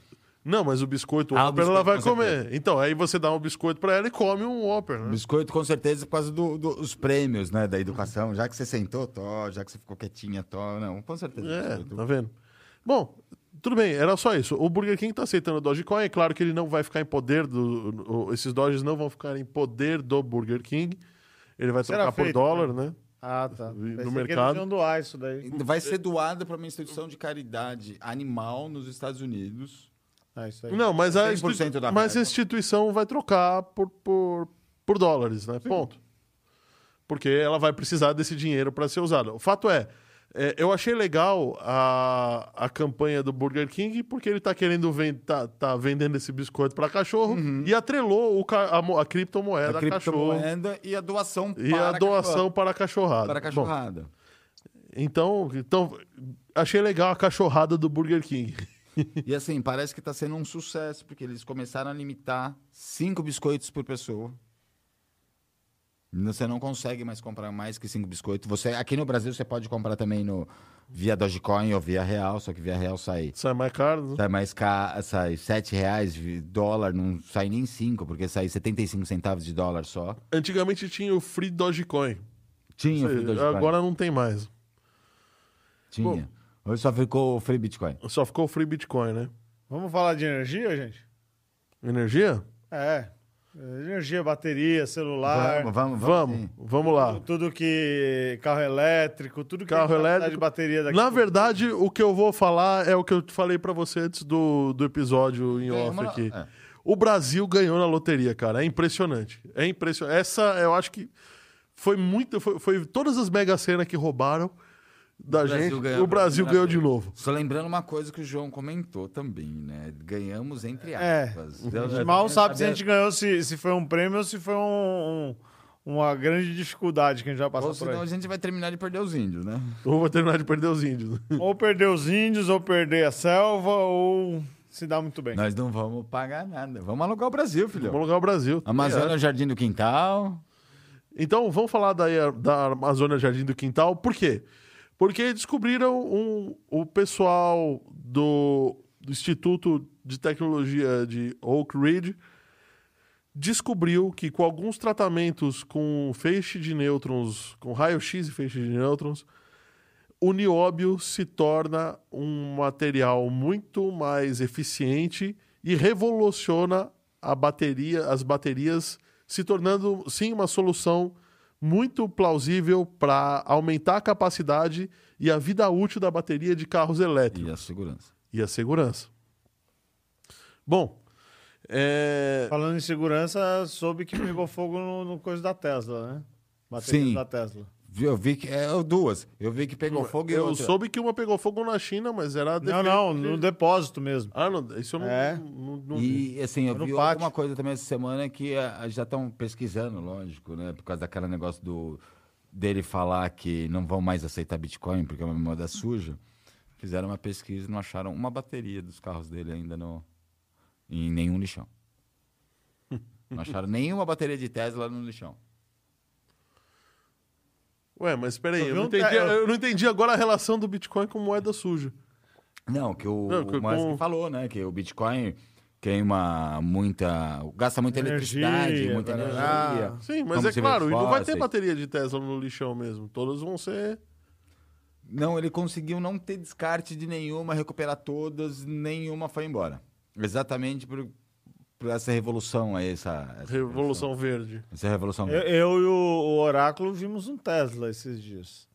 S1: Não, mas o biscoito, o
S4: Ah, o
S1: Whopper, ela
S4: biscoito,
S1: vai
S4: com
S1: comer.
S4: certeza.
S1: Então, aí você dá um biscoito pra ela e come um Whopper, né?
S4: Biscoito, com certeza, por causa do- do- dos prêmios, né? Da educação.
S5: Educação, já que você sentou, tó, já que você ficou quietinha, tó, não, com certeza.
S1: É,
S5: biscoito.
S1: tá vendo? Bom, tudo bem, era só isso. O Burger King tá aceitando o Dogecoin, é claro que ele não vai ficar em poder do. o- Esses Doges não vão ficar em poder do Burger King. Ele vai
S3: Será
S1: trocar por
S3: feito,
S1: dólar, né?
S3: Ah, tá.
S1: No
S3: Pensei que
S1: mercado.
S3: eles iam doar isso daí.
S4: Vai ser doada pra uma instituição de caridade animal nos Estados Unidos.
S3: Ah, isso aí.
S1: Não, mas a,
S4: 100%
S1: institu-
S4: da
S1: mas a
S4: verba.
S1: instituição vai trocar por, por, por dólares, né? Ponto. Porque ela vai precisar desse dinheiro para ser usado. O fato é, é, eu achei legal a, a campanha do Burger King, porque ele tá querendo vender, tá, tá vendendo esse biscoito para cachorro
S4: Uhum.
S1: e atrelou o ca- a, mo- a criptomoeda a, É cachorro
S4: criptomoeda e a doação
S1: e a doação para a cachorrada.
S4: para a
S1: Bom,
S4: cachorrada.
S1: então, então, achei legal a cachorrada do Burger King. *laughs*
S4: E assim, parece que tá sendo um sucesso, porque eles começaram a limitar cinco biscoitos por pessoa. Você não consegue mais comprar mais que cinco biscoitos. Você, aqui no Brasil você pode comprar também no via Dogecoin ou via Real, só que via Real sai,
S1: Sai mais caro, né?
S4: sai mais caro, sai R$ 7 reais vi- dólar, não sai nem cinco, porque sai 75 centavos de dólar só.
S1: Antigamente tinha o Free Dogecoin.
S4: Tinha o Free
S1: Sim,
S4: Dogecoin,
S1: Agora não tem mais.
S4: tinha. Hoje só ficou o Free Bitcoin.
S1: Só ficou o Free Bitcoin, né?
S3: Vamos falar de energia, gente?
S1: Energia?
S3: É. Energia, bateria, celular.
S5: Vamos, vamos,
S1: Vamos,
S5: vamos. sim.
S1: vamos lá.
S3: Tudo que. Carro elétrico, tudo que
S1: Carro
S3: tem capacidade
S1: elétrico.
S3: de bateria daqui.
S1: Na verdade, o que eu vou falar é o que eu falei pra você antes do, do episódio em off
S4: uma-
S1: aqui.
S4: é.
S1: O Brasil ganhou na loteria, cara. É impressionante. É impressionante. Essa, eu acho que foi muito. Foi, foi todas as mega cenas que roubaram da
S4: Brasil
S1: gente.
S4: ganhou
S1: o Brasil
S4: pela
S1: ganhou
S4: primeira
S1: de novo.
S4: Só lembrando uma coisa que o João comentou também, né? Ganhamos entre
S3: É.
S4: aspas.
S3: A
S4: Eu
S3: gente
S4: já-
S3: mal
S4: eu
S3: sabe se a
S4: sabia-
S3: gente ganhou, se, se foi um prêmio ou se foi um- um- uma grande dificuldade que a gente vai passar
S4: Ou
S3: por
S4: senão a
S3: aí.
S4: gente vai terminar de perder os índios, né?
S1: Ou vou terminar de perder os índios.
S3: Ou perder os índios, ou perder a selva, ou se dar muito
S1: Né?
S3: bem.
S4: Nós não vamos pagar nada. Vamos alugar o Brasil,
S1: Vamos
S4: filho.
S1: alugar o Brasil.
S4: Amazônia é o jardim do quintal.
S1: Então, vamos falar da, da Amazônia Jardim do Quintal. Por quê? Porque descobriram um, o pessoal do, do Instituto de Tecnologia de Oak Ridge descobriu que com alguns tratamentos com feixe de nêutrons, com raio-x e feixe de nêutrons, o nióbio se torna um material muito mais eficiente e revoluciona a bateria, as baterias, se tornando sim uma solução muito plausível para aumentar a capacidade e a vida útil da bateria de carros elétricos
S4: E a segurança.
S1: e a segurança. Bom, é,
S3: Falando em segurança, soube que pegou fogo no, no coisa da Tesla, né? Bateria
S4: Sim.
S3: da Tesla.
S4: Eu vi que. É, duas. Eu vi que pegou fogo e
S1: eu
S4: outra.
S1: soube que uma pegou fogo na China, mas era
S3: Não,
S1: defeito
S3: não,
S1: de-
S3: no depósito mesmo.
S1: Ah, não, isso eu não,
S3: É.
S1: não- não vi.
S4: E assim, eu
S3: Foi no
S4: vi
S3: pátio.
S4: alguma coisa também essa semana que ah, já estão pesquisando, lógico, né? Por causa daquele negócio do dele falar que não vão mais aceitar Bitcoin porque é uma moeda suja. Fizeram uma pesquisa e não acharam uma bateria dos carros dele ainda no, em
S1: *laughs*
S4: nenhum lixão. Não acharam nenhuma bateria de Tesla no lixão.
S1: Ué, mas peraí,
S3: Eu
S1: eu
S3: vi
S1: não,
S3: um
S1: entendi,
S3: te-
S1: eu não entendi agora a relação do Bitcoin com moeda suja.
S4: Não, que o,
S1: Não, que
S4: o Musk
S1: com-
S4: falou, né? Que o Bitcoin queima muita. gasta muita
S3: Energia,
S4: eletricidade, muita
S3: vai
S4: energia.
S3: lá.
S1: né? Sim, mas
S4: Vamos
S1: é
S4: se ver
S1: claro, e não vai ter
S4: fósseis.
S1: bateria de Tesla no lixão mesmo. Todas vão ser.
S4: Não, ele conseguiu não ter descarte de nenhuma, recuperar todas, nenhuma foi embora. Exatamente por, por essa revolução aí, essa. essa
S1: Revolução Verde.
S4: Essa revolução.
S3: Eu, eu e o, o Oráculo vimos um Tesla esses dias.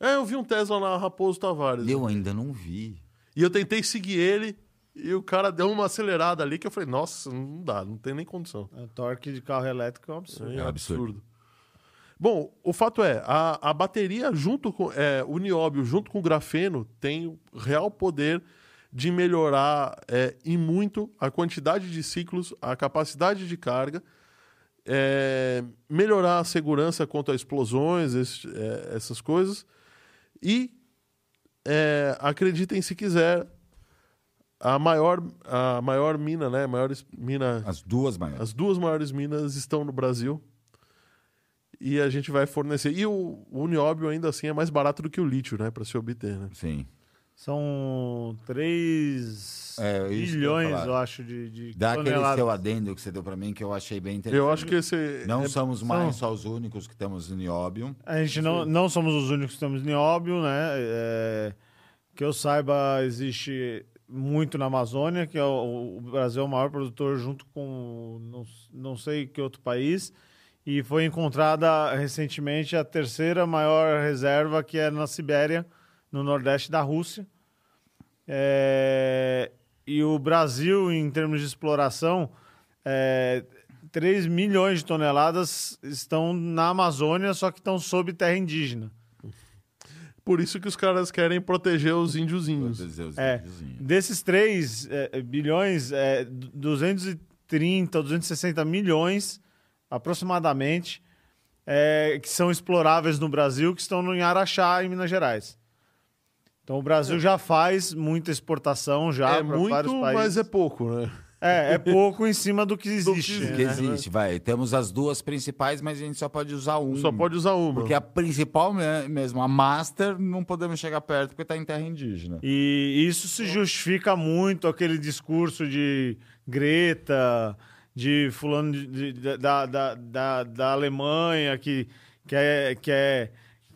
S1: É, eu vi um Tesla na Raposo Tavares.
S4: Eu ainda não vi.
S1: E eu tentei seguir ele e o cara deu uma acelerada ali que eu falei, nossa, não dá, não tem nem condição.
S3: O torque de carro elétrico é um absurdo.
S1: É,
S4: É um absurdo.
S1: absurdo. Bom, o fato é, a, a bateria junto com é, o nióbio, junto com o grafeno, tem o real poder de melhorar é, e muito a quantidade de ciclos, a capacidade de carga, é, melhorar a segurança quanto a explosões, esse- é, essas coisas. E é, acreditem se quiser, a maior, a maior mina, né? Maior es- mina
S4: As duas maiores.
S1: as duas maiores minas estão no Brasil. E a gente vai fornecer. E o, o nióbio, ainda assim, é mais barato do que o lítio, né? Pra se obter, né?
S4: Sim.
S3: São 3
S4: É, isso que eu ia
S3: bilhões,
S4: falar.
S3: eu acho, de, de
S4: Dá aquele
S3: toneladas.
S4: seu adendo que você deu pra mim que eu achei bem interessante.
S1: Eu acho que esse.
S4: Não
S1: é-
S4: somos mais só os únicos que temos nióbio.
S3: A gente não, não somos os únicos que estamos em óbvio, né? É, que eu saiba, existe muito na Amazônia, que é o, o Brasil é o maior produtor junto com não, não sei que outro país. E foi encontrada recentemente a terceira maior reserva, que é na Sibéria, no nordeste da Rússia. É, e o Brasil, em termos de exploração, é, 3 milhões de toneladas estão na Amazônia, só que estão sob terra indígena.
S1: Por isso que os caras querem proteger os
S4: Vou
S1: índiozinhos.
S4: dizer os
S3: É.
S4: índiozinhos.
S3: Desses 3 é, bilhões, é, du- 230 ou 260 milhões, aproximadamente, é, que são exploráveis no Brasil, que estão no em Araxá, em Minas Gerais. Então o Brasil já faz muita exportação já
S1: é
S3: pra vários
S1: muito,
S3: países.
S1: mas é pouco, né?
S3: É, é pouco em cima do que existe.
S1: É,
S4: O
S3: né?
S4: que existe, vai. Temos as duas principais, mas a gente só pode usar uma.
S1: Um
S3: Hum.
S1: Só pode usar uma.
S3: é
S4: Porque a principal me- mesmo, a master, não podemos chegar perto porque está em terra indígena.
S3: E isso se justifica muito aquele discurso de Greta, de fulano de- de- da, da, da, da Alemanha, que, que é. Que é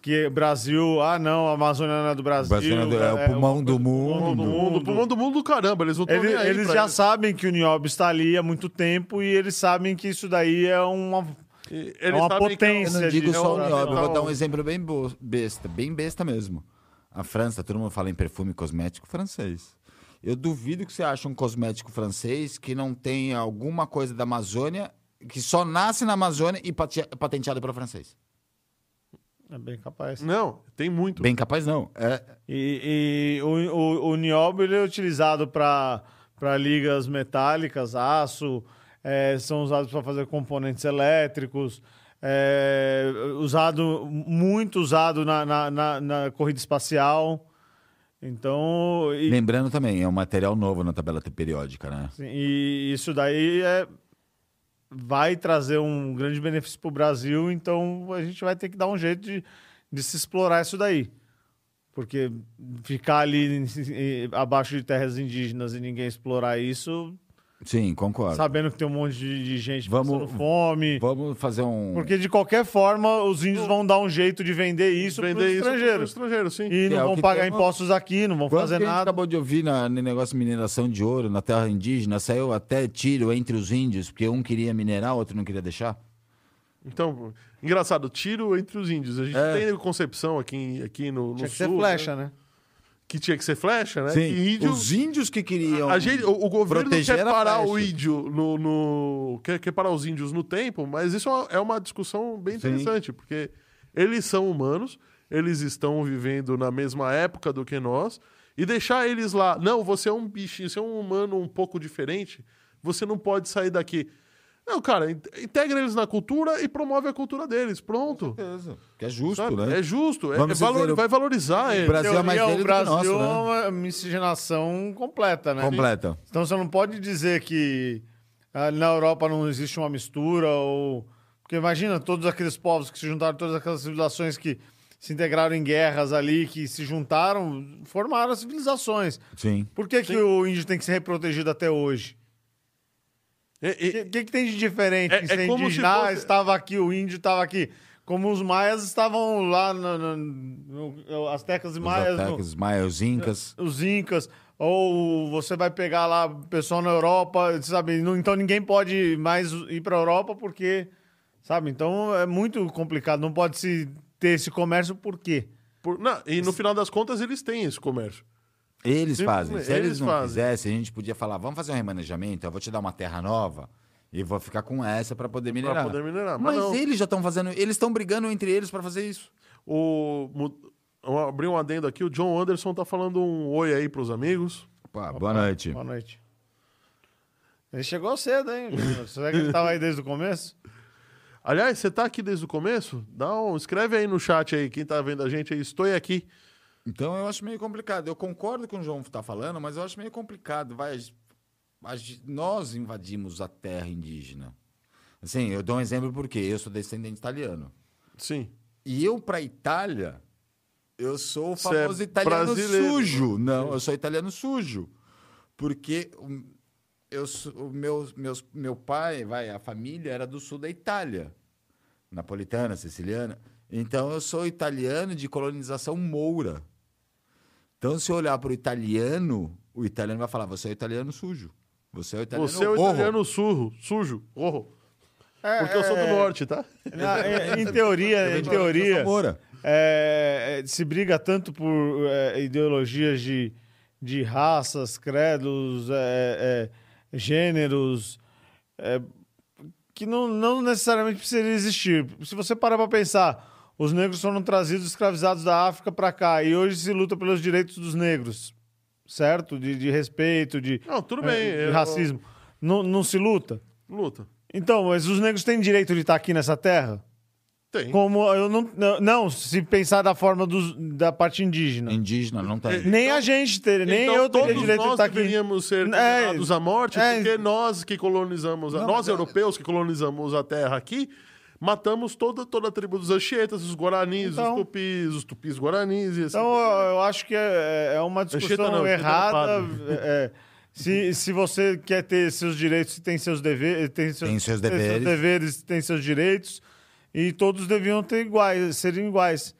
S3: que Brasil, ah não, a Amazônia não é do Brasil.
S4: Brasil é do- é o pulmão
S3: uma
S4: do
S3: coisa
S1: Pulmão do
S4: mundo.
S1: mundo, pulmão do mundo, caramba, eles não estão
S3: Ele-
S1: nem aí
S3: eles
S1: pra
S3: já
S1: isso.
S3: sabem que o Niobe está ali há muito tempo e eles sabem que isso daí é uma.
S1: E Eles
S3: uma
S1: sabem que
S4: Eu
S3: potência.
S4: não
S3: é
S4: digo
S3: de-
S1: é
S4: só o
S1: um-
S4: nióbio, eu
S1: não.
S4: vou dar um exemplo bem bo- besta, bem besta mesmo. A França, todo mundo fala em perfume cosmético francês. Eu duvido que você ache um cosmético francês que não tenha alguma coisa da Amazônia, que só nasce na Amazônia e pate- patenteado para francês.
S3: É bem capaz.
S1: Não, tem muito.
S4: Bem capaz não. É,
S3: E, e o, o, o nióbio ele é utilizado para ligas metálicas, aço, eh, são usados para fazer componentes elétricos, eh, usado muito usado na, na, na- na corrida espacial. Então, e,
S4: lembrando também, é um material novo na tabela periódica, né?
S3: assim, e isso daí é, vai trazer um grande benefício para o Brasil, então a gente vai ter que dar um jeito de, de se explorar isso daí. Porque ficar ali em- em- abaixo de terras indígenas e ninguém explorar isso,
S4: Sim, concordo.
S3: sabendo que tem um monte de, de gente
S4: Vamos-
S3: passando fome.
S4: Vamos fazer um.
S3: Porque de qualquer forma, os índios vão dar um jeito de vender isso para os
S1: Vender isso pro
S3: estrangeiros.
S1: estrangeiro, sim.
S3: E
S4: Que é
S3: não
S4: o
S3: vão
S4: que
S3: pagar
S4: tem-
S3: impostos aqui, não vão
S4: Quanto
S3: fazer
S4: que a gente tá-
S3: nada.
S4: acabou de ouvir na, no negócio de mineração de ouro na terra indígena, saiu até tiro entre os índios, porque um queria minerar, outro não queria deixar.
S1: Então, engraçado, tiro entre os índios. A gente
S4: É.
S1: tem concepção aqui, aqui no, no
S3: Tinha que
S1: sul.
S3: ser flecha, né?
S1: que tinha que ser flecha, né? E índio,
S4: Os índios que queriam.
S1: a gente, o, o governo
S4: proteger
S1: quer
S4: a
S1: parar
S4: flecha.
S1: o índio no, no- quer, quer parar os índios no tempo, mas isso é uma, é uma discussão bem
S4: Sim.
S1: interessante, porque eles são humanos, eles estão vivendo na mesma época do que nós, e deixar eles lá, não, você é um bichinho, você é um humano um pouco diferente, você não pode sair daqui. Não, cara, in- integra eles na cultura e promove a cultura deles, pronto.
S4: Que é justo,
S1: Sabe?
S4: né?
S1: É justo, é,
S4: Vamos
S1: é valor-
S4: dizer, o-
S1: vai valorizar
S4: O
S1: eles.
S4: Brasil é mais
S3: Teoria,
S4: dele
S3: o
S4: do
S3: Brasil
S4: que
S3: é
S4: nosso, né?
S3: uma miscigenação completa, né?
S4: Completa.
S3: Então você não pode dizer que ah, na Europa não existe uma mistura ou porque imagina todos aqueles povos que se juntaram, todas aquelas civilizações que se integraram em guerras ali, que se juntaram, formaram as civilizações.
S4: Sim.
S3: Por que, que o índio tem que ser reprotegido até hoje?
S1: E-
S3: O
S1: e-
S3: que, que, que tem de diferente?
S1: É-
S3: que se
S1: é como se
S3: indígena
S1: fosse-
S3: estava aqui, o índio estava aqui. Como os maias estavam lá, no, no, no- as tecas e
S4: Os
S3: maias, no-
S4: aztecas, maias, incas.
S3: os incas, ou você vai pegar lá o pessoal na Europa, sabe? Não- Então ninguém pode mais ir para a Europa porque, sabe? Então é muito complicado, não pode se ter esse comércio por quê?
S1: por- não, e no final das contas, eles têm esse comércio.
S4: Eles
S1: Sim,
S4: fazem. Se eles,
S1: eles
S4: não
S1: fazem.
S4: fizessem, a gente podia falar, vamos fazer um remanejamento, eu vou te dar uma terra nova e vou ficar com essa pra poder minerar.
S1: Pra poder minerar. Mas,
S4: Mas
S1: não.
S4: eles já estão fazendo, eles estão brigando entre eles pra fazer isso.
S1: O, mu- eu abri um adendo aqui, o John Anderson tá falando um oi aí pros amigos.
S4: Opa, boa noite.
S3: Boa noite. Ele chegou cedo, hein? Júnior? Será que ele estava aí desde o começo?
S1: Aliás, você tá aqui desde o começo? Dá um, escreve aí no chat aí, quem tá vendo a gente aí, estou aqui.
S4: Então eu acho meio complicado. Eu concordo com o João tá falando, mas eu acho meio complicado. Vai, a gen- nós invadimos a terra indígena. Assim, eu dou um exemplo porque eu sou descendente italiano.
S1: Sim.
S4: E eu pra Itália, eu sou o
S1: Você é
S4: famoso italiano
S1: brasileiro.
S4: sujo. Não, eu sou italiano sujo. Porque o- eu, sou- o meu, meus, meu pai, vai, a família era do sul da Itália. Napolitana, siciliana. Então eu sou italiano de colonização moura. Então se eu olhar para o italiano, o italiano vai falar: você é o italiano sujo. Você é
S3: Tá
S4: o italiano
S1: Você é o
S4: horror."
S1: italiano surro, sujo, horro.
S3: É,
S1: Porque eu sou do
S3: é,
S1: norte, tá?
S3: na- é, em teoria, em
S4: Eu sou
S3: teoria,
S4: moura.
S3: é, é, se briga tanto por é, ideologias de, de raças, credos, é, é, gêneros, é, que não, não necessariamente precisaria existir. Se você parar para pensar, os negros foram trazidos escravizados da África para cá e hoje se luta pelos direitos dos negros, certo? De, de respeito, de,
S1: Não, tudo bem.
S3: é, de
S1: eu-
S3: racismo. Não, não se luta?
S1: Luta.
S3: Então, mas os negros têm direito de estar aqui nessa terra?
S1: Tem.
S3: Como eu não. não- Não, se pensar da forma dos, da parte indígena.
S4: Indígena, não tá
S1: É,
S4: tem.
S3: Nem a gente teria, nem eu teria
S1: Então todos
S3: direito de
S1: nós
S3: estar aqui.
S1: deveríamos ser
S3: É,
S1: condenados à morte,
S3: é.
S1: porque nós que colonizamos, a- nós europeus que colonizamos a terra aqui, matamos toda, toda a tribo dos Anchietas, os Guaranis,
S3: Então.
S1: os Tupis, os Tupis Guaranis e assim.
S3: Então, eu, eu acho que é, é uma discussão
S1: Anchieta não, Anchieta é
S3: errada.
S1: padre.
S3: é, se, se você quer ter seus direitos, tem seus deveres. Tem seus,
S4: Tem seus
S3: tem
S4: deveres.
S3: deveres, tem seus direitos. E todos deviam ter iguais, serem iguais.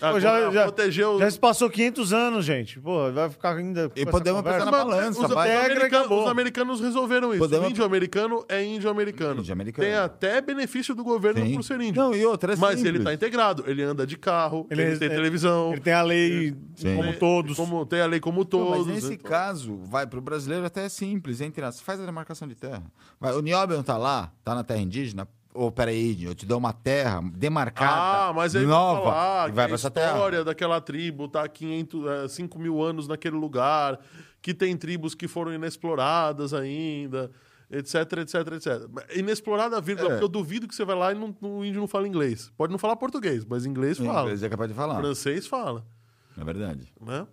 S1: Agora,
S3: Pô, já, já,
S1: proteger é? os-
S3: já se passou 500 anos, gente. Pô, vai ficar ainda. com
S4: E
S3: essa
S4: podemos
S3: conversa?
S4: pensar na
S1: Mas
S4: balança,
S1: os, os
S4: vai.
S1: americanos,
S3: Acabou.
S1: os americanos resolveram isso.
S4: Podemos-
S1: Índio americano é índio americano.
S4: Índio americano.
S1: Tem até benefício do governo
S4: Sim.
S1: por ser índio.
S4: Não, e outra, é
S1: Mas ele
S4: simples.
S1: está integrado, ele anda de carro, ele,
S3: Ele é-
S1: tem
S3: é-
S1: televisão,
S3: Ele tem a lei
S4: Sim.
S3: como todos.
S1: como- tem a lei como
S4: Não,
S1: todos.
S4: mas nesse
S1: então.
S4: caso, vai para o brasileiro até é simples, entre aspas, faz a demarcação de terra. Vai, o Nióbio tá lá, tá na terra indígena. Ô, peraí, eu te dou uma terra demarcada,
S1: Ah, mas aí
S4: nova,
S1: vou falar
S4: e
S1: que
S4: vai
S1: a
S4: pra essa terra.
S1: história daquela tribo tá 500, eh, 5 mil anos naquele lugar, que tem tribos que foram inexploradas ainda, etc, etc, etc. Mas Inexplorada, vírgula,
S4: É.
S1: porque eu duvido que você vai lá e não- o índio não fala inglês. Pode não falar português, mas inglês
S4: O
S1: fala.
S4: inglês é capaz de falar,
S1: Francês fala,
S4: na verdade.
S1: né?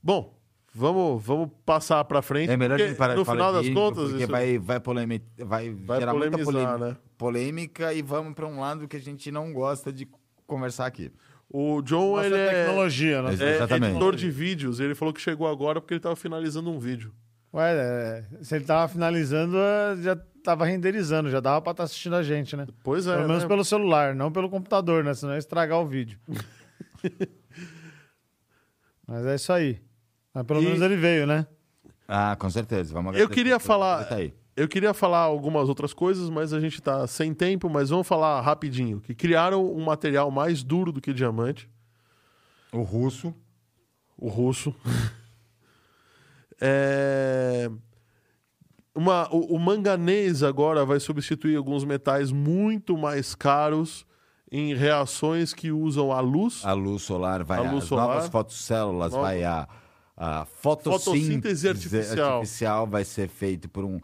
S1: Bom, vamos, vamos passar pra frente,
S4: É melhor
S1: porque
S4: de parar de
S1: no
S4: falar
S1: final
S4: de
S1: das
S4: índio,
S1: contas...
S4: porque
S1: isso-
S4: vai, vai, polemi- vai,
S1: Vai
S4: gerar muita
S1: polemizar,
S4: polêmica,
S1: né?
S4: polêmica e vamos para um lado que a gente não gosta de conversar aqui.
S1: O John,
S3: Nossa
S1: ele é...
S3: tecnologia, né?
S4: Mas-
S1: É,
S4: Exatamente.
S1: editor de vídeos, ele falou que chegou agora porque ele tava finalizando um vídeo.
S3: Ué, é, se ele tava finalizando, é, já tava renderizando, já dava pra estar assistindo a gente, né?
S1: Pois é,
S3: Pelo menos
S1: né?
S3: pelo celular, não pelo computador, né? Senão ia estragar o vídeo.
S1: *laughs*
S3: Mas é isso aí. Mas pelo
S1: E-
S3: menos ele veio, né?
S4: Ah, com certeza. Vamos
S1: Eu
S4: agradecer
S1: queria
S4: por-
S1: falar-
S4: Tá aí.
S1: Eu queria falar algumas outras coisas, mas a gente tá sem tempo, mas vamos falar rapidinho. Que criaram um material mais duro do que diamante,
S4: O russo.
S1: o russo. *laughs* É, Uma, o, o manganês agora vai substituir alguns metais muito mais caros em reações que usam a luz.
S4: A luz solar vai
S1: A
S4: a
S1: luz
S4: as
S1: solar.
S4: novas fotocélulas,
S1: Nova.
S4: vai a, a fotossíntese
S1: Fotossíntese artificial.
S4: artificial vai ser feito por um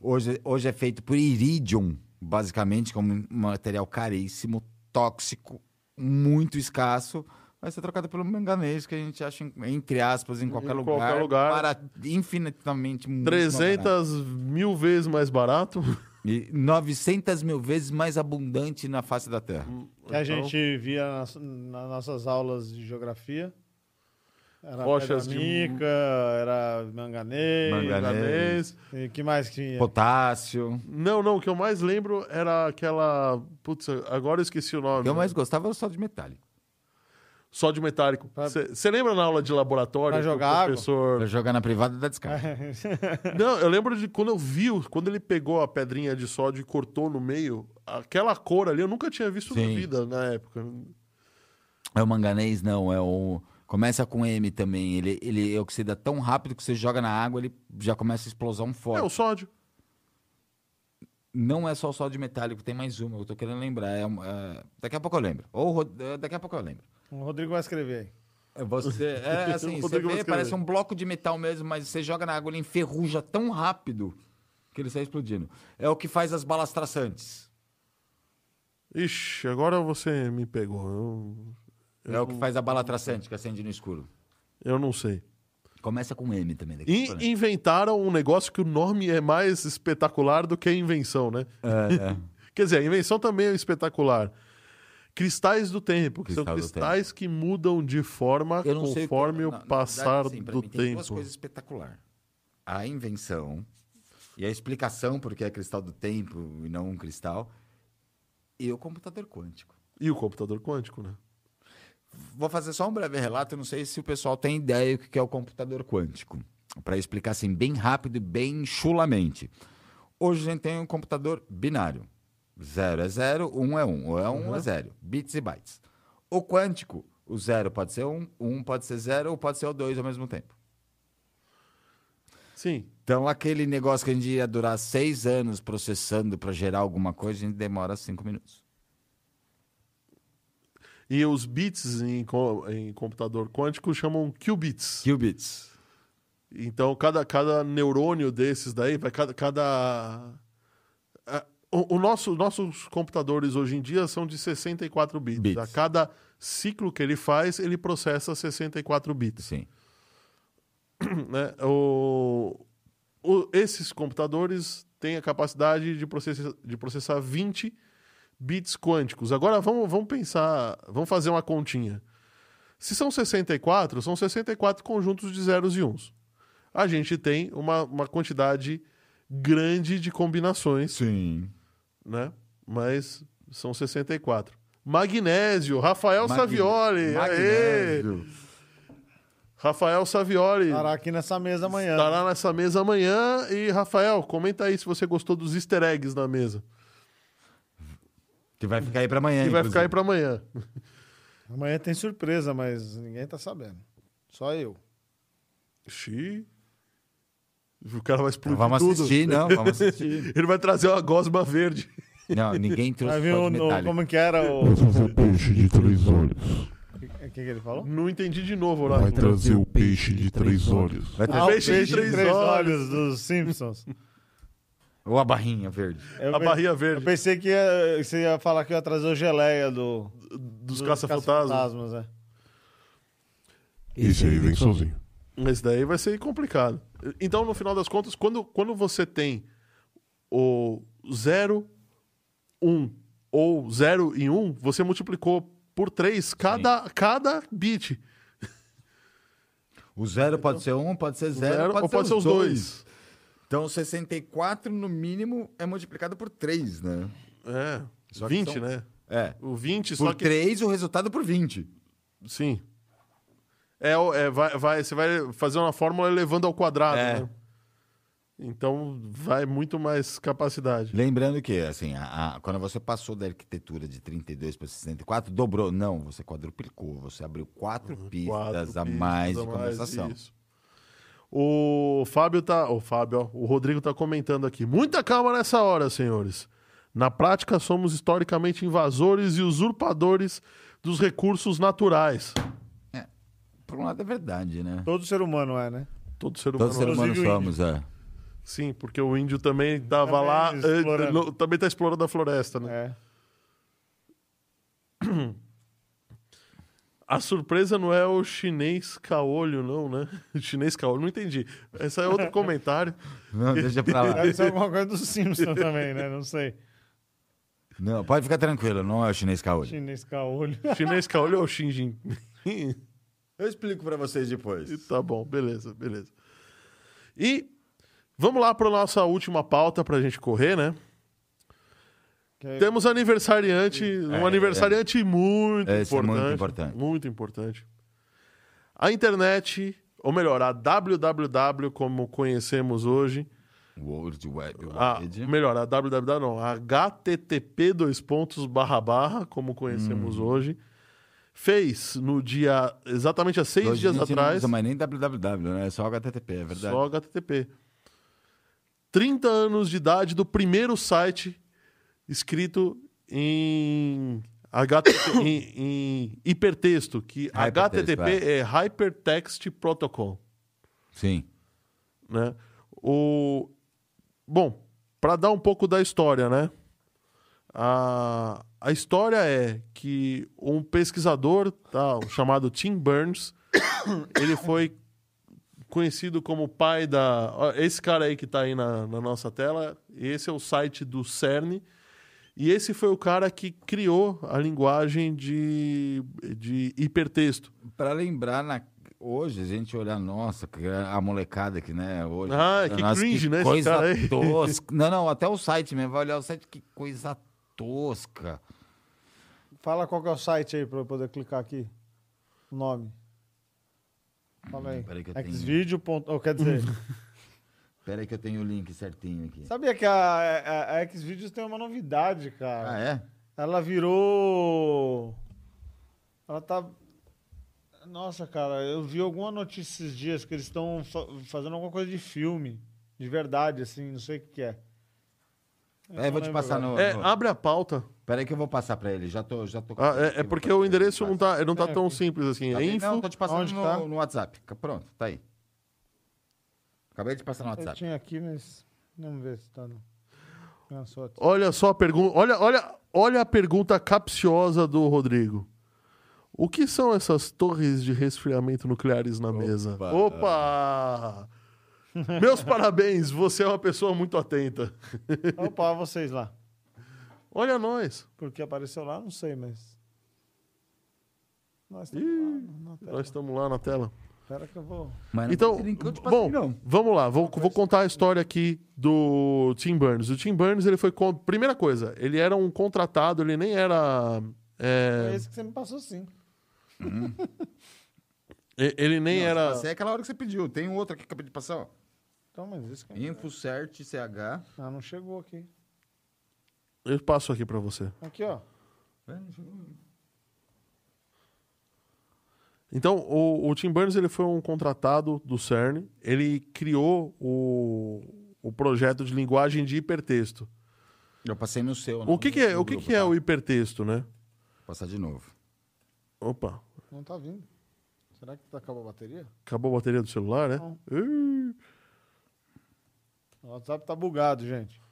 S4: hoje, hoje é feito por iridium, basicamente como um material caríssimo, tóxico, muito escasso. Vai ser trocado pelo manganês, que a gente acha, em- entre aspas, em qualquer, lugar,
S1: qualquer lugar.
S4: para infinitamente muito mais barato.
S1: 300 mil vezes mais barato.
S4: E 900 mil vezes mais abundante na face da Terra.
S1: Hum.
S3: Que a
S1: Então?
S3: gente via nas, nas nossas aulas de geografia. Era
S1: Rochas de-
S3: mica, era manganês.
S4: Manganês.
S1: Milanês.
S3: E que mais que tinha?
S4: Potássio.
S1: Não, não, o que eu mais lembro era aquela. Putz, agora eu esqueci o
S4: O
S1: nome.
S4: que eu mais gostava era só de metálico.
S1: Sódio metálico.
S3: Pra-
S1: Você lembra na aula de laboratório?
S3: Pra
S1: que
S3: jogar água?
S1: o
S4: *laughs*
S1: professor.
S4: Pra jogar na privada da descarga.
S1: Não, eu lembro de quando eu vi, o- quando ele pegou a pedrinha de sódio e cortou no meio, aquela cor ali eu nunca tinha visto na
S4: Sim.
S1: vida na época.
S4: É o manganês, não. É o. Começa com M também. Ele, ele oxida tão rápido que você joga na água, ele já começa a explosão
S1: É o
S4: forte.
S1: sódio.
S4: Não é só o sódio metálico, tem mais uma. Eu tô querendo lembrar. É uma- é- Daqui a pouco eu lembro. Ou ro- é, daqui a pouco eu lembro.
S3: *laughs* O Rodrigo vai escrever aí.
S4: É Você, *laughs* é assim,
S1: Eu vou
S4: você
S1: ter que
S4: vê,
S1: buscar
S4: parece
S1: ele.
S4: um bloco de metal mesmo, mas você joga na água, ele enferruja tão rápido que ele sai explodindo. É o que faz as balas traçantes.
S1: Ixi, agora você me pegou. Eu,
S4: É o que faz a bala traçante que acende no escuro.
S1: eu não sei.
S4: Começa com M também. Daqui
S1: E
S4: a pouco, né?
S1: inventaram um negócio que o nome é mais espetacular do que a invenção, né?
S4: É, é.
S1: Quer dizer, a invenção também é espetacular. Cristais do tempo, que são
S4: Cristal do
S1: cristais que mudam de forma
S4: Eu não sei o que-
S1: conforme
S4: na- na
S1: o
S4: verdade,
S1: passar
S4: assim, pra
S1: do
S4: mim, Tem duas
S1: tempo.
S4: coisas espetaculares. A invenção e a explicação porque é cristal do tempo e não um cristal. E o computador quântico.
S1: E o computador quântico, né?
S4: Vou fazer só um breve relato, eu não sei se o pessoal tem ideia do que é o computador quântico. Para explicar assim, bem rápido e bem chulamente. Hoje a gente tem um computador binário. Zero é zero, um é um, ou é um
S1: Uhum.
S4: é zero. Bits e bytes. O quântico, o zero pode ser um, o um pode ser zero, ou pode ser o dois ao mesmo tempo.
S1: Sim.
S4: Então, aquele negócio que a gente ia durar seis anos processando para gerar alguma coisa, a gente demora cinco minutos.
S1: E os bits em, co- em computador quântico chamam qubits.
S4: Qubits.
S1: Então, cada, cada neurônio desses daí, vai cada. cada... a- O, o nosso, nossos computadores hoje em dia são de 64 bits.
S4: Bits.
S1: A cada ciclo que ele faz, ele processa 64 bits.
S4: Sim.
S1: né? O- o- esses computadores têm a capacidade de processar, de processar 20 bits quânticos. Agora vamos, vamos pensar, vamos fazer uma continha. Se são 64, são 64 conjuntos de zeros e uns. A gente tem uma, uma quantidade grande de combinações,
S4: Sim.
S1: né? Mas são 64. Magnésio, Rafael É Savioli. aê! Rafael Savioli.
S3: Estará aqui nessa mesa amanhã.
S1: Estará Tá nessa mesa amanhã. E, Rafael, comenta aí se você gostou dos easter eggs na mesa.
S4: Que vai ficar aí para amanhã.
S1: E vai ficar aí
S4: É, inclusive.
S1: pra amanhã.
S3: Amanhã tem surpresa, mas ninguém tá sabendo. Só eu.
S1: Xi. O cara vai explodir
S4: Vamos
S1: tudo.
S4: assistir, não, vamos
S1: *laughs*
S4: assistir.
S1: Ele vai trazer uma gosma verde.
S4: Não, ninguém trouxe
S3: Vai ver o,
S4: só de
S3: o-
S4: metálico.
S3: como que era o...
S2: Vai trazer o peixe de três olhos.
S3: *laughs* O que, que ele falou?
S1: Não entendi de novo,
S2: Vai
S1: Horácio.
S2: trazer o peixe de três olhos.
S4: Vai ter-
S3: Ah, o
S1: peixe de três olhos.
S3: dos Simpsons.
S1: *laughs*
S4: Ou a barrinha verde.
S3: Eu
S1: A
S3: pe-
S1: barriga
S3: Eu
S1: verde
S3: pensei que ia- que você ia falar que ia trazer o geleia do...
S1: dos caça-fantasmas.
S3: caça-fantasmas, é.
S2: Esse aí vem sozinho.
S1: Esse daí vai ser complicado. Então, no final das contas, quando, quando você tem o 0, 1 um, ou 0 e 1, um, você multiplicou por 3 cada, cada bit.
S4: O zero pode ser um, pode ser zero,
S1: Zero,
S4: pode,
S1: ou pode ser os dois.
S4: Então 64 no mínimo é multiplicado por 3, né?
S1: É.
S4: Só que
S1: 20,
S4: são-
S1: né?
S4: É.
S1: O 20, só
S4: Por
S1: que.
S4: 3, o resultado é por 20.
S1: Sim. É, o- é, vai, vai- você vai fazer uma fórmula elevando ao quadrado,
S4: É.
S1: né? Então vai muito mais capacidade.
S4: Lembrando que, assim, a- a- quando você passou da arquitetura de 32 para 64, dobrou. Não, você quadruplicou. Você abriu quatro pistas
S1: Uhum. Quatro
S4: a
S1: pistas
S4: mais
S1: a
S4: de conversação.
S1: isso. O Fábio tá. O Fábio, ó, o Rodrigo tá comentando aqui. Muita calma nessa hora, senhores. Na prática, somos historicamente invasores e usurpadores dos recursos naturais.
S4: Por um lado é verdade, né?
S3: Todo ser humano é, né?
S1: Todo assim, ser humano.
S4: Todo ser humano
S3: Inclusive o
S4: somos, é.
S1: Sim, porque o índio também tava
S3: Também tá
S1: lá. eh,
S3: explorando. É.
S1: no- também tá *laughs* explorando a floresta, né?
S3: É.
S1: A surpresa não é o chinês caolho, não, né? *laughs* chinês caolho, não entendi. Esse é
S3: *laughs*
S1: outro comentário.
S4: Não, deixa pra
S1: *laughs*
S4: lá.
S3: Deve ser alguma coisa do Simpson também, né? Não sei.
S4: Não, pode ficar tranquilo, não é o chinês caolho.
S3: Chinês
S1: *laughs*
S3: caolho.
S1: Chinês caolho é o Xi Jinping.
S5: Eu explico pra vocês depois.
S1: *laughs* E Tá bom, beleza, beleza. E vamos lá para nossa última pauta para a gente correr, né?
S3: Que-
S1: Temos aniversariante, um
S4: É,
S1: aniversariante muito
S4: Esse é
S1: importante.
S4: muito importante.
S1: muito importante. A internet, ou melhor, a www, como conhecemos hoje,
S4: World Wide
S1: a,
S4: Wide.
S1: melhor, a www não, a http dois pontos barra barra, como conhecemos
S4: Uhum.
S1: hoje, fez no dia, exatamente há seis
S4: Hoje a
S1: dias
S4: gente Não
S1: atrás...
S4: usa é mais nem www, né? É só HTTP, é verdade.
S1: Só HTTP. 30 anos de idade do primeiro site escrito em,
S4: *coughs*
S1: HTT em, em hipertexto, que
S4: Hypertexto,
S1: HTTP é. Hypertext Protocol.
S4: Sim.
S1: Né? O... Bom, para dar um pouco da história, né? A, a história é que um pesquisador tá, chamado Tim Burns, *coughs* ele foi conhecido como pai da... ó, Esse cara aí que tá aí na, na nossa tela, esse é o site do CERN, e esse foi o cara que criou a linguagem de, de hipertexto.
S4: Pra lembrar, na... hoje a gente olhar, nossa, que é a molecada que, né, hoje.
S1: Ah, que
S4: nossa,
S1: cringe, né, esse
S4: Coisa
S1: cara aí.
S4: *laughs* tosca. Não, não, até o site mesmo, vai olhar o site, que coisa tosca.
S1: um-
S3: Fala qual que é o site aí pra eu poder clicar aqui. O nome. Fala aí.
S4: Peraí que eu tenho.
S3: Xvideo. ponto- Ou quer dizer,
S4: Pera aí que eu tenho o link certinho aqui.
S3: sabia que a, a, a Xvideos tem uma novidade, cara.
S4: Ah, é?
S3: Ela virou. Ela tá. Nossa, cara, eu vi alguma notícia esses dias que eles estão fa- fazendo alguma coisa de filme. De verdade, assim, não sei o que, que é.
S4: É, eu vou te passar no.
S1: É,
S4: no-
S1: abre a pauta.
S4: Pera aí que eu vou passar pra ele, já tô. Já tô
S1: Ah, é, é porque o endereço não tá, não tá
S3: É,
S1: tão simples assim.
S4: Tá
S1: É
S4: bem? Não,
S1: info...
S4: tô te passando
S3: Onde
S4: no,
S3: tá?
S4: no WhatsApp. Pronto, tá aí. Acabei de passar no
S3: Eu
S4: WhatsApp.
S3: tinha aqui, mas. Vamos ver se tá no. Não, só aqui.
S1: Olha só a pergunta. Olha, olha, olha a pergunta capciosa do Rodrigo. O que são essas torres de resfriamento nucleares na mesa? Opa! Meus parabéns, você é uma pessoa muito atenta.
S3: Opa, vocês lá.
S1: Olha nós.
S3: Porque apareceu lá, não sei, mas. Nós estamos
S1: Ih,
S3: lá. na tela.
S1: Nós estamos lá na tela.
S3: Espera que eu vou.
S4: Mas não
S1: Então,
S4: tem link que eu te passei,
S1: bom,
S4: não.
S1: vamos lá. Vou, vou contar a história aqui do Tim Burns. O Tim Burns, ele foi... con- Primeira coisa, ele era um contratado, ele nem era...
S3: É.
S1: é,
S3: esse que você me passou sim.
S1: e- ele nem
S5: Não,
S1: era...
S5: Essa é aquela hora que você pediu. Tem
S4: um
S5: outra que eu acabei de passar, ó.
S3: Então, mas isso que eu-
S5: InfoCert CH.
S3: Ah, não chegou aqui.
S1: Eu passo aqui para você.
S3: Aqui, ó.
S1: Então, o, o Tim Burns ele foi um contratado do CERN. Ele criou o, o projeto de linguagem de hipertexto.
S4: Eu passei no seu.
S1: O que, que é, o, que, que é o hipertexto, né?
S4: Passar de novo.
S1: Opa,
S3: Não tá vindo. Será que acabou a bateria?
S1: acabou a bateria do celular, né?
S3: Não.
S1: Ih,
S3: O WhatsApp tá bugado, gente.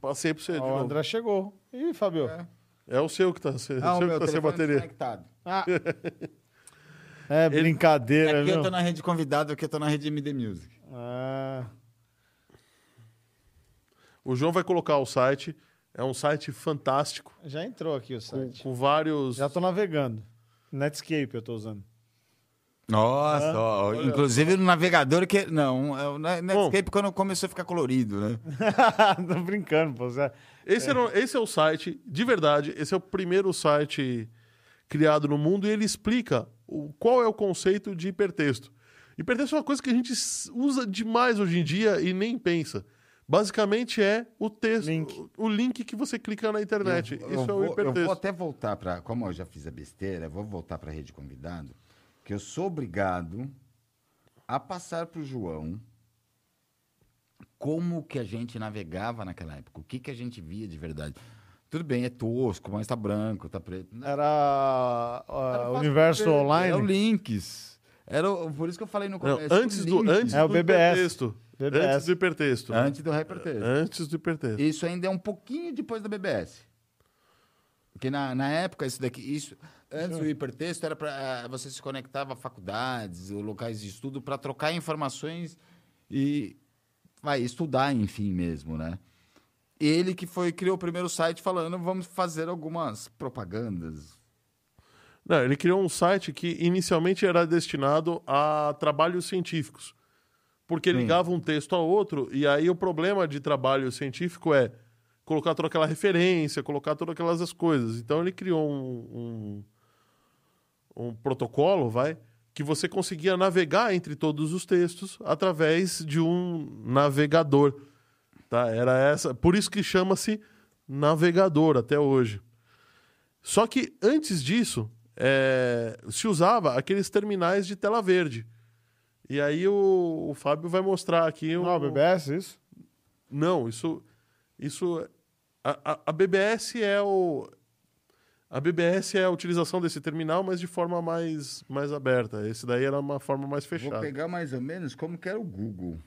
S1: passei para você de
S3: Ó, o
S1: novo.
S3: André chegou. Ih, Fábio. É,
S1: É o seu que tá, se-
S4: Ah, o
S1: seu
S4: meu
S1: que tá sem
S4: telefone
S1: bateria.
S4: desconectado.
S3: Ah.
S1: *laughs*
S3: É brincadeira,
S1: É
S4: Aqui
S3: viu?
S4: É
S1: né?
S4: eu tô na rede convidado, aqui eu tô na rede MD Music.
S3: Ah,
S1: O João vai colocar o site. É um site fantástico,
S3: já entrou aqui o
S1: com,
S3: site.
S1: com vários.
S3: Já tô navegando. Netscape eu tô usando. *laughs*
S4: Nossa, ó, inclusive no navegador que. Não, é o Ne- Netscape quando começou a ficar colorido, né?
S3: tô brincando, pô. Zé.
S1: Esse, era o- esse é o site, de verdade, esse é o primeiro site criado no mundo e ele explica o- qual é o conceito de hipertexto. Hipertexto é uma coisa que a gente s- usa demais hoje em dia e nem pensa. Basicamente é o texto,
S3: Link.
S1: o- o link que você clica na internet.
S4: Eu- eu
S1: Isso é
S4: vou-
S1: o
S4: Eu vou
S1: hipertexto.
S4: até voltar pra. Como eu já fiz a besteira, eu vou voltar pra rede convidado, que eu sou obrigado a passar pro João como que a gente navegava naquela época, o que que a gente via de verdade. Tudo bem, é tosco, mas tá branco, tá preto.
S1: Né?
S4: Não,
S3: Era ah,
S4: era fácil
S3: Universo
S4: de ver. Era É o
S3: Online.
S4: links. Era o- por isso que eu falei no
S1: Não,
S4: começo.
S1: antes do,
S4: links. É,
S1: antes
S3: É o
S1: do
S3: BBS.
S1: hipertexto.
S3: BBS.
S1: Antes do hipertexto.
S4: Antes do hypertexto.
S1: Antes do hipertexto.
S4: Isso ainda é um pouquinho depois da BBS. Porque na, na época, isso daqui. Isso, antes o hipertexto era para. Você se conectava a faculdades, ou locais de estudo, para trocar informações e vai, estudar, enfim, mesmo, né? Ele que foi criou o primeiro site falando, vamos fazer algumas propagandas.
S1: Não, ele criou um site que inicialmente era destinado a trabalhos científicos. Porque ligava um texto a outro, e aí o problema de trabalho científico é colocar toda aquela referência, colocar todas aquelas as coisas. Então ele criou um, um, um protocolo, vai, que você conseguia navegar entre todos os textos através de um navegador. Tá? Era essa. Por isso que chama-se navegador até hoje. Só que antes disso, é, se usava aqueles terminais de tela verde. E aí o, o Fábio vai mostrar aqui. um-
S3: Não, BBS, isso?
S1: Não, isso. isso a, a- a BBS é o. A BBS é a utilização desse terminal, mas de forma mais, mais aberta. Esse daí era uma forma mais fechada.
S4: Vou pegar mais ou menos como que era o Google.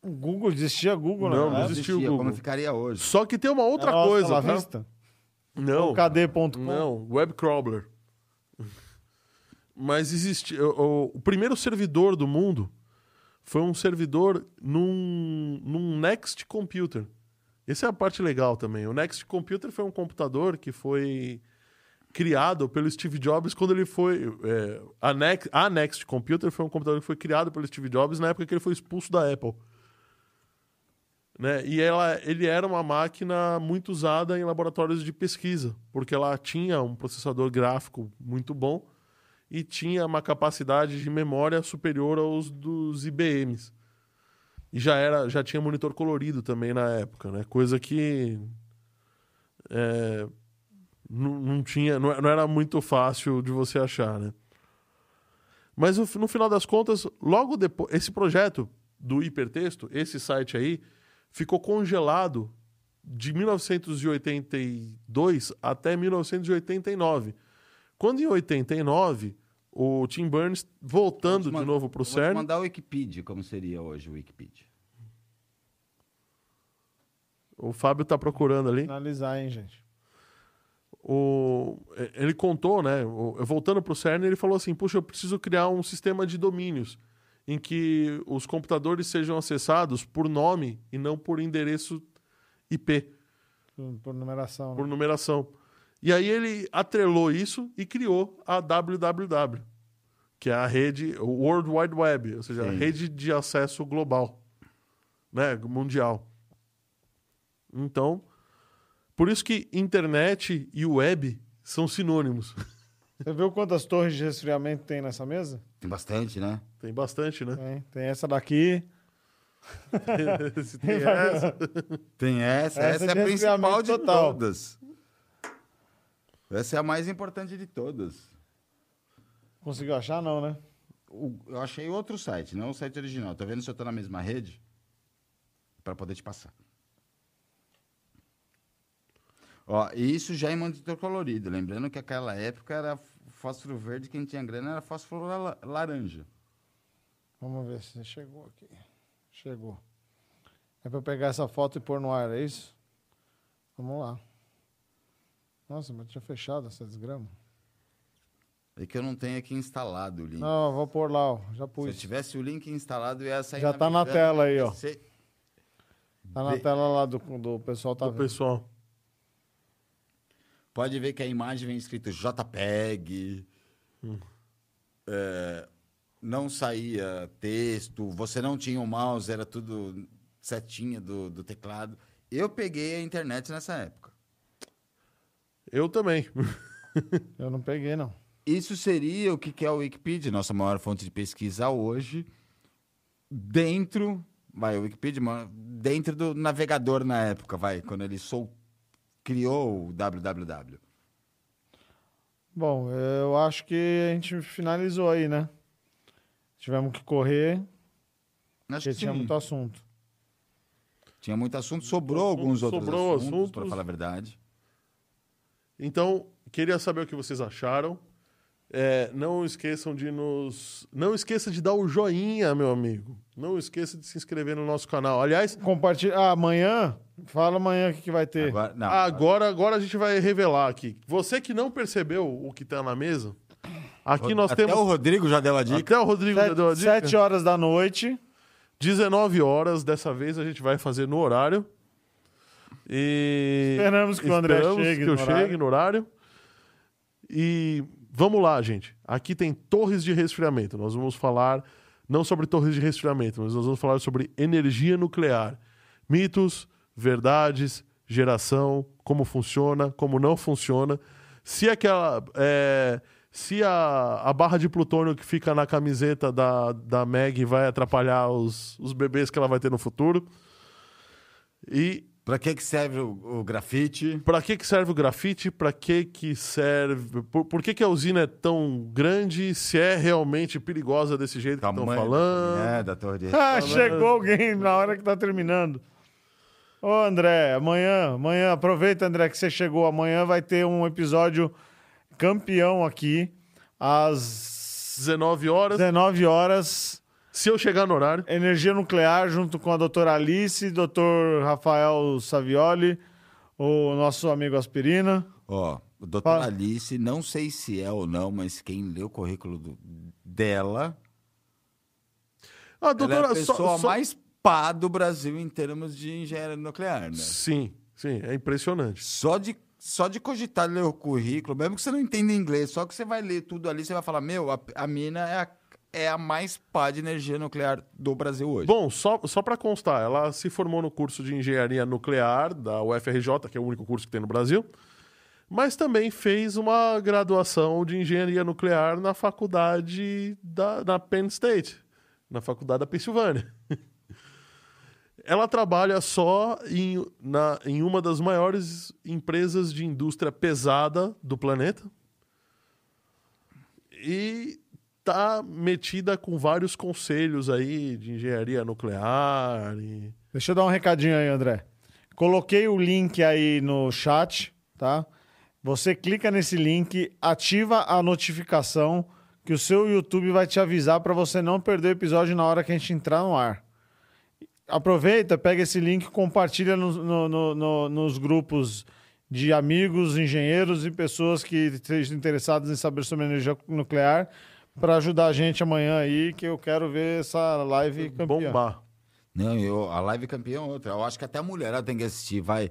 S3: O Google, existia Google,
S1: Não,
S3: né?
S1: não existia. o Google.
S4: como ficaria hoje.
S1: Só que tem uma outra
S3: Era
S1: coisa.
S3: Alta
S1: tá?
S3: Vista?
S1: Não.
S3: Ou KD.com?
S1: Não, web crawler. Mas existe. O, o- o primeiro servidor do mundo foi um servidor num, num Next Computer. Essa é a parte legal também. O Next Computer foi um computador que foi criado pelo Steve Jobs quando ele foi. é, a, Next, a Next Computer foi um computador que foi criado pelo Steve Jobs na época que ele foi expulso da Apple. Né? E ela, ele era uma máquina muito usada em laboratórios de pesquisa, porque ela tinha um processador gráfico muito bom e tinha uma capacidade de memória superior aos dos IBMs. E já era, já tinha monitor colorido também na época, né? Coisa que é, não, não tinha, não, não era muito fácil de você achar, né? Mas no, fi- no final das contas, logo depois, esse projeto do hipertexto, esse site aí, ficou congelado de 1982 até 1989. Quando em 89, o Tim Burns
S6: Vou
S1: voltando
S6: te
S1: de
S6: man-
S1: novo para o
S6: vou te
S1: CERN,
S6: mandar o Wikipedia, como seria hoje o Wikipedia.
S1: O Fábio tá procurando ali.
S3: Analisar, hein, gente?
S1: O, eh, ele contou, né? o- Voltando pro CERN, ele falou assim: puxa, eu preciso criar um sistema de domínios em que os computadores sejam acessados por nome e não por endereço IP,
S3: Por, por numeração. né?
S1: por numeração. E aí ele atrelou isso e criou a www, que é a rede o World Wide Web, ou seja, a
S6: Sim.
S1: rede de acesso global, né, mundial. Então, por isso que internet e web são sinônimos. *laughs*
S3: Você viu quantas torres de resfriamento tem nessa mesa?
S6: Tem bastante, né?
S1: Tem bastante,
S3: *laughs*
S1: né?
S3: Tem, tem essa daqui.
S1: Se
S3: *laughs*
S1: tem essa.
S6: Tem essa, essa,
S3: Essa
S6: é
S3: de
S6: a principal
S3: resfriamento
S6: de
S3: total.
S6: todas. Essa é a mais importante de todas.
S3: Conseguiu achar, não, né?
S6: O- eu achei outro site, não o site original. Tá vendo se eu tô na mesma rede?
S4: Para poder te passar. Ó, e isso já em monitor colorido. Lembrando que aquela época era fósforo verde, quem tinha grana era fósforo la- laranja.
S3: Vamos ver se chegou aqui. Chegou. É pra eu pegar essa foto e pôr no ar, é isso? Vamos lá. Nossa, mas tinha fechado essa desgrama.
S4: É que eu não tenho aqui instalado o link.
S3: Não, eu vou pôr lá, ó. Já
S4: Se eu
S3: pus.
S4: tivesse o link instalado, eu ia sair
S3: Já tá na
S4: navegando,
S3: tela aí, ó.
S4: você-
S3: Tá na tela lá do, do pessoal, tá
S1: O
S3: vendo?
S1: pessoal.
S4: Pode ver que a imagem vem escrito JPEG. É, não saía texto, você não tinha o mouse, era tudo setinha do, do teclado. Eu peguei a internet nessa época.
S1: Eu também.
S3: Eu não peguei, não.
S4: Isso seria o que que é o Wikipedia, nossa maior fonte de pesquisa hoje, dentro, vai, o Wikipedia, ma- dentro do navegador na época, vai, quando ele sol, criou o www.
S3: Bom, eu acho que a gente finalizou aí, né? Tivemos que correr,
S4: Acho
S3: porque
S4: que
S3: tinha
S4: sim.
S3: é muito assunto.
S4: Tinha muito assunto, sobrou alguns outros
S1: Sobrou
S4: assuntos,
S1: assuntos.
S4: para falar a verdade.
S1: Então, queria saber o que vocês acharam. É, não esqueçam de nos. Não esqueça de dar o joinha, meu amigo. Não esqueça de se inscrever no nosso canal. Aliás,
S3: Compartilha. Ah, amanhã? Fala amanhã o que, que vai ter.
S4: Agora, não,
S1: É. Ah, agora, agora a gente vai revelar aqui. Você que não percebeu o que tá na mesa, aqui nós
S4: até
S1: temos.
S4: o Rodrigo já deu a dica.
S1: Até o Rodrigo já deu a
S3: Sete,
S1: dica.
S3: sete horas da noite. *laughs*
S1: 19 horas, dessa vez a gente vai fazer no horário. E
S3: Esperamos que o André
S1: esperamos
S3: chegue
S1: que eu
S3: no horário.
S1: chegue no horário. E vamos lá, gente. Aqui tem torres de resfriamento. Nós vamos falar não sobre torres de resfriamento, mas nós vamos falar sobre energia nuclear. Mitos, verdades, geração, como funciona, como não funciona. Se aquela. é, se a, a barra de plutônio que fica na camiseta da, da Meg vai atrapalhar os, os bebês que ela vai ter no futuro. E
S4: Pra que, que serve o, o grafite?
S1: Pra que, que serve o grafite? Pra que, que serve. Por, por que, que a usina é tão grande se é realmente perigosa desse jeito que estão
S4: Tamanho da-
S1: falando?
S4: É, da torre de...
S3: Ah, chegou alguém na hora que tá terminando. Ô, André, amanhã, amanhã, aproveita, André, que você chegou. Amanhã vai ter um episódio campeão aqui, às
S1: 19 horas.
S3: 19 horas.
S1: Se eu chegar no horário, Ah,
S3: Energia Nuclear, junto com a doutora Alice, doutor Rafael Savioli, o nosso amigo Aspirina.
S4: Ó, o doutor
S3: Fala.
S4: Alice, não sei se é ou não, mas quem lê o currículo do- dela,
S1: a
S4: ela é
S1: doutora
S4: a
S1: só-
S4: pessoa
S1: só-
S4: mais pá do Brasil em termos de engenharia nuclear, né?
S1: Sim, sim, é impressionante.
S4: Só de, só de cogitar ler o currículo, mesmo que você não entenda inglês, só que você vai ler tudo ali, você vai falar, meu, a, a mina é a, é a mais pá de energia nuclear do Brasil hoje.
S1: Bom, só, só para constar, ela se formou no curso de engenharia nuclear da UFRJ, que é o único curso que tem no Brasil, mas também fez uma graduação de engenharia nuclear na faculdade da na Penn State, na faculdade da Pensilvânia. *laughs* Ela trabalha só em, na, em uma das maiores empresas de indústria pesada do planeta e tá metida com vários conselhos aí de engenharia nuclear e
S3: Deixa eu dar um recadinho aí, André. Coloquei o link aí no chat, tá? Você clica nesse link, ativa a notificação que o seu YouTube vai te avisar para você não perder o episódio na hora que a gente entrar no ar. Aproveita, pega esse link, compartilha nos- no- no- no- nos grupos de amigos, engenheiros e pessoas que estejam interessadas em saber sobre energia nuclear para ajudar a gente amanhã aí, que eu quero ver essa live campeã.
S1: bombar.
S4: Não, eu, a live campeão é outra. Eu acho que até a mulherada tem que assistir, vai.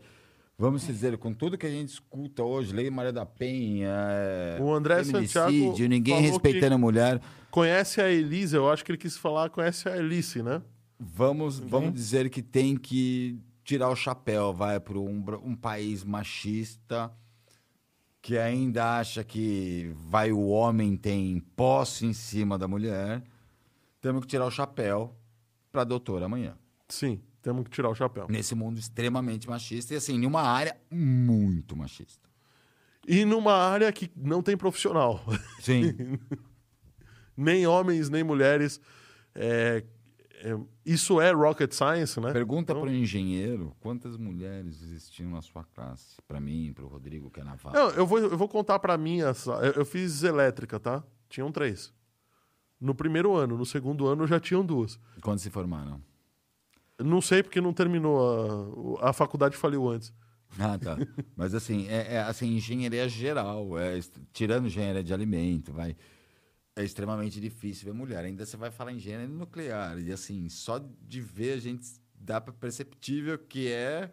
S4: Vamos dizer, com tudo que a gente escuta hoje, Lei Maria da Penha, é,
S1: O André
S4: feminicídio,
S1: Santiago
S4: ninguém
S1: falou
S4: respeitando a mulher.
S1: Conhece a Elisa, eu acho que ele quis falar, conhece a Elice, né?
S4: Vamos, vamos dizer que tem que tirar o chapéu, vai, para um, bra- um país machista que ainda acha que vai o homem tem posse em cima da mulher. Temos que tirar o chapéu para a doutora amanhã.
S1: Sim, temos que tirar o chapéu.
S4: nesse mundo extremamente machista e assim, em uma área muito machista.
S1: E numa área que não tem profissional. *laughs*
S4: Sim. Né?
S1: nem homens, nem mulheres. É, é, isso é rocket science, né?
S4: Pergunta para o engenheiro quantas mulheres existiam na sua classe. Para mim, para o Rodrigo, que é naval.
S1: Não, eu vou, eu vou contar pra mim essa. Eu, eu fiz elétrica, tá? Tinham três. No primeiro ano, no segundo ano já tinham duas.
S4: Quando se formaram?
S1: Não sei porque não terminou. A, a faculdade faliu antes.
S4: *laughs* Ah, tá. Mas assim, é, é, assim, engenharia geral, é, est- tirando engenharia de alimento, vai. É extremamente difícil ver mulher. Ainda você vai falar em engenharia nuclear. E assim, só de ver a gente dá pra perceptível que é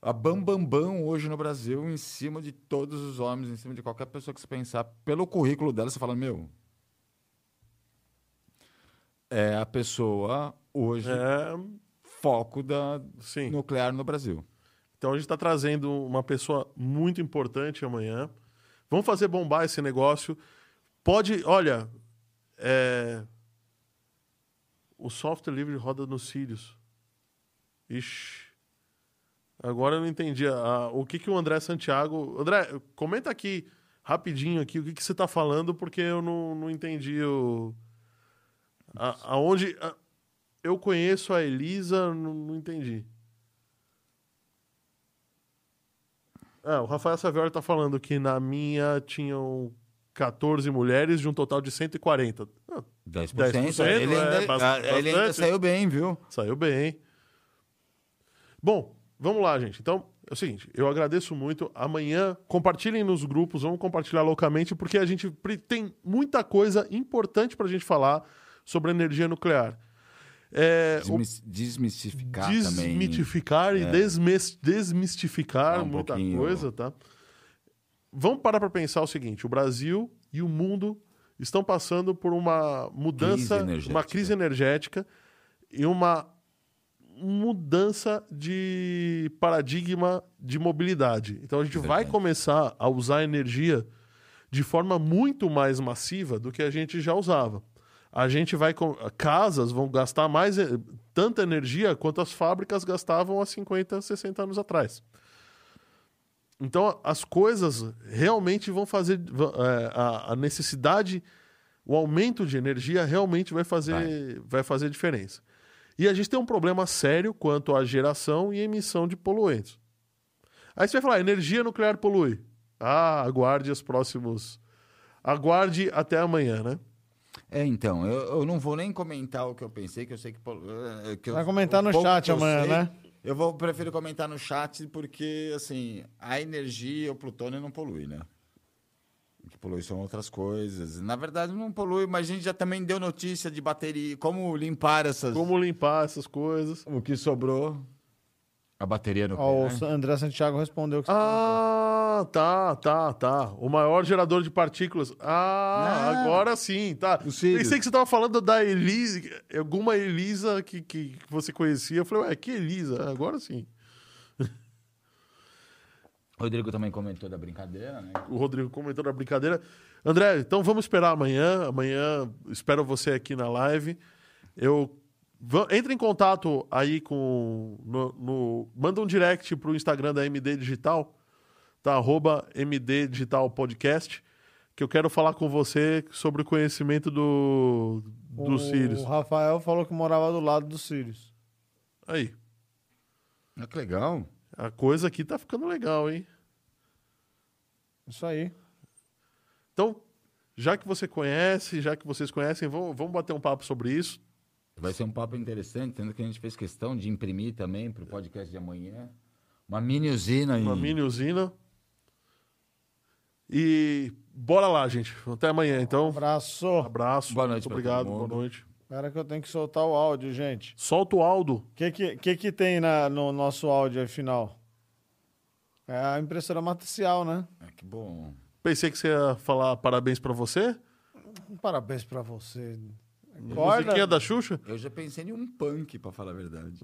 S4: a bambambam bam, bam hoje no Brasil em cima de todos os homens, em cima de qualquer pessoa que você pensar. Pelo currículo dela, você fala, meu. É a pessoa hoje
S1: É,
S4: foco da
S1: sim.
S4: nuclear no Brasil.
S1: Então a gente está trazendo uma pessoa muito importante amanhã. Vamos fazer bombar esse negócio. Pode, olha, é, o software livre roda nos cílios. Ixi. Agora eu não entendi a- o que, que o André Santiago. André, comenta aqui rapidinho aqui o que, que você está falando, porque eu não, não entendi o. a- aonde. a- eu conheço a Elisa, não- não entendi. É, o Rafael Savioli tá falando que na minha tinham 14 mulheres de um total de 140. Ah,
S4: 10%.
S1: 10%,
S4: ele,
S1: é
S4: ainda,
S1: bas-
S4: ah, ele ainda
S1: bastante.
S4: saiu bem, viu?
S1: Saiu bem. Bom, vamos lá, gente. Então, é o seguinte, eu agradeço muito. Amanhã, compartilhem nos grupos, vamos compartilhar loucamente, porque a gente pre- tem muita coisa importante pra gente falar sobre energia nuclear. É, o
S4: Desmis- desmistificar também.
S1: desmitificar e desmes- desmistificar
S4: Ah, um
S1: muita
S4: pouquinho.
S1: coisa, tá? Vamos parar pra pensar o seguinte: o Brasil e o mundo estão passando por uma mudança,
S4: Crise
S1: uma crise energética e uma mudança de paradigma de mobilidade. Então a gente vai começar a usar energia de forma muito mais massiva do que a gente já usava. A gente vai com casas vão gastar mais eh, tanta energia quanto as fábricas gastavam há 50, 60 anos atrás. Então as coisas realmente vão fazer va- eh, a, a necessidade, o aumento de energia realmente vai fazer vai. fazer diferença. E a gente tem um problema sério quanto à geração e emissão de poluentes. Aí você vai falar, energia nuclear polui. Ah, aguarde os próximos. Aguarde até amanhã, né?
S4: É, então, eu, eu não vou nem comentar o que eu pensei, que eu sei que. pô, eh, que eu-
S3: Vai comentar
S4: o
S3: no
S4: pouco
S3: chat
S4: que eu
S3: amanhã,
S4: sei,
S3: né?
S4: Eu vou, prefiro comentar no chat porque, assim, a energia, o plutônio não polui, né? O que polui são outras coisas. Na verdade, não polui, mas a gente já também deu notícia de bateria, como limpar essas.
S1: Como limpar essas coisas.
S4: O que sobrou. A bateria nuclear.
S3: Ó, o André Santiago respondeu que
S1: Ah, tá, tá, tá. O maior gerador de partículas. Ah,
S4: Ah.
S1: agora sim, tá.
S4: O Sirius.
S1: Pensei que você tava falando da Elisa, alguma Elisa que, que que você conhecia. Eu falei, ué, que Elisa? Ah, Agora sim.
S4: O Rodrigo também comentou da brincadeira, né?
S1: O Rodrigo comentou na brincadeira. André, então vamos esperar amanhã. Amanhã espero você aqui na live. Eu va- entre em contato aí com no, no- manda um direct pro Instagram da MD Digital, tá arroba MD Digital Podcast, que eu quero falar com você sobre o conhecimento do do
S3: o
S1: Sirius.
S3: Rafael falou que morava do lado do Sirius.
S1: Aí,
S4: Ah, que legal.
S1: a coisa aqui tá ficando legal, hein?
S3: Isso aí.
S1: Então, já que você conhece, já que vocês conhecem, vamos, vamos bater um papo sobre isso.
S4: Vai ser um papo interessante, tendo que a gente fez questão de imprimir também para o podcast de amanhã. Uma mini usina aí.
S1: Uma mini usina. E bora lá, gente. Até amanhã, então.
S3: Abraço.
S1: Abraço.
S4: Boa
S1: Muito
S4: noite pra
S1: obrigado.
S4: todo
S1: Boa
S4: mundo.
S1: noite.
S3: Espera que eu tenho que soltar o áudio, gente.
S1: Solta o Aldo.
S3: O que, que, que que tem na, no nosso áudio aí final? É a impressora matricial, né?
S4: Ah, que bom.
S1: Pensei que você ia falar parabéns pra você.
S3: Um parabéns pra você.
S4: Hum.
S1: Musiquinha
S3: Acorda.
S1: da Xuxa.
S4: Eu já pensei em um punk, para falar a verdade.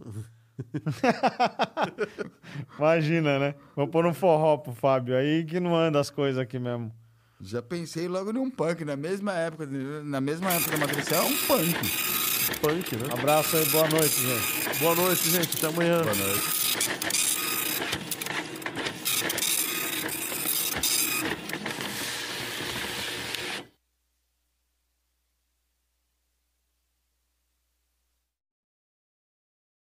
S3: Imagina, né? Vou pôr um forró pro Fábio aí que não anda as coisas aqui mesmo.
S4: Já pensei logo num punk, na mesma época, na mesma época da matricial, um punk.
S1: Punk, né?
S3: Abraço e boa noite, gente.
S1: Boa noite, gente. Até amanhã.
S4: Boa noite.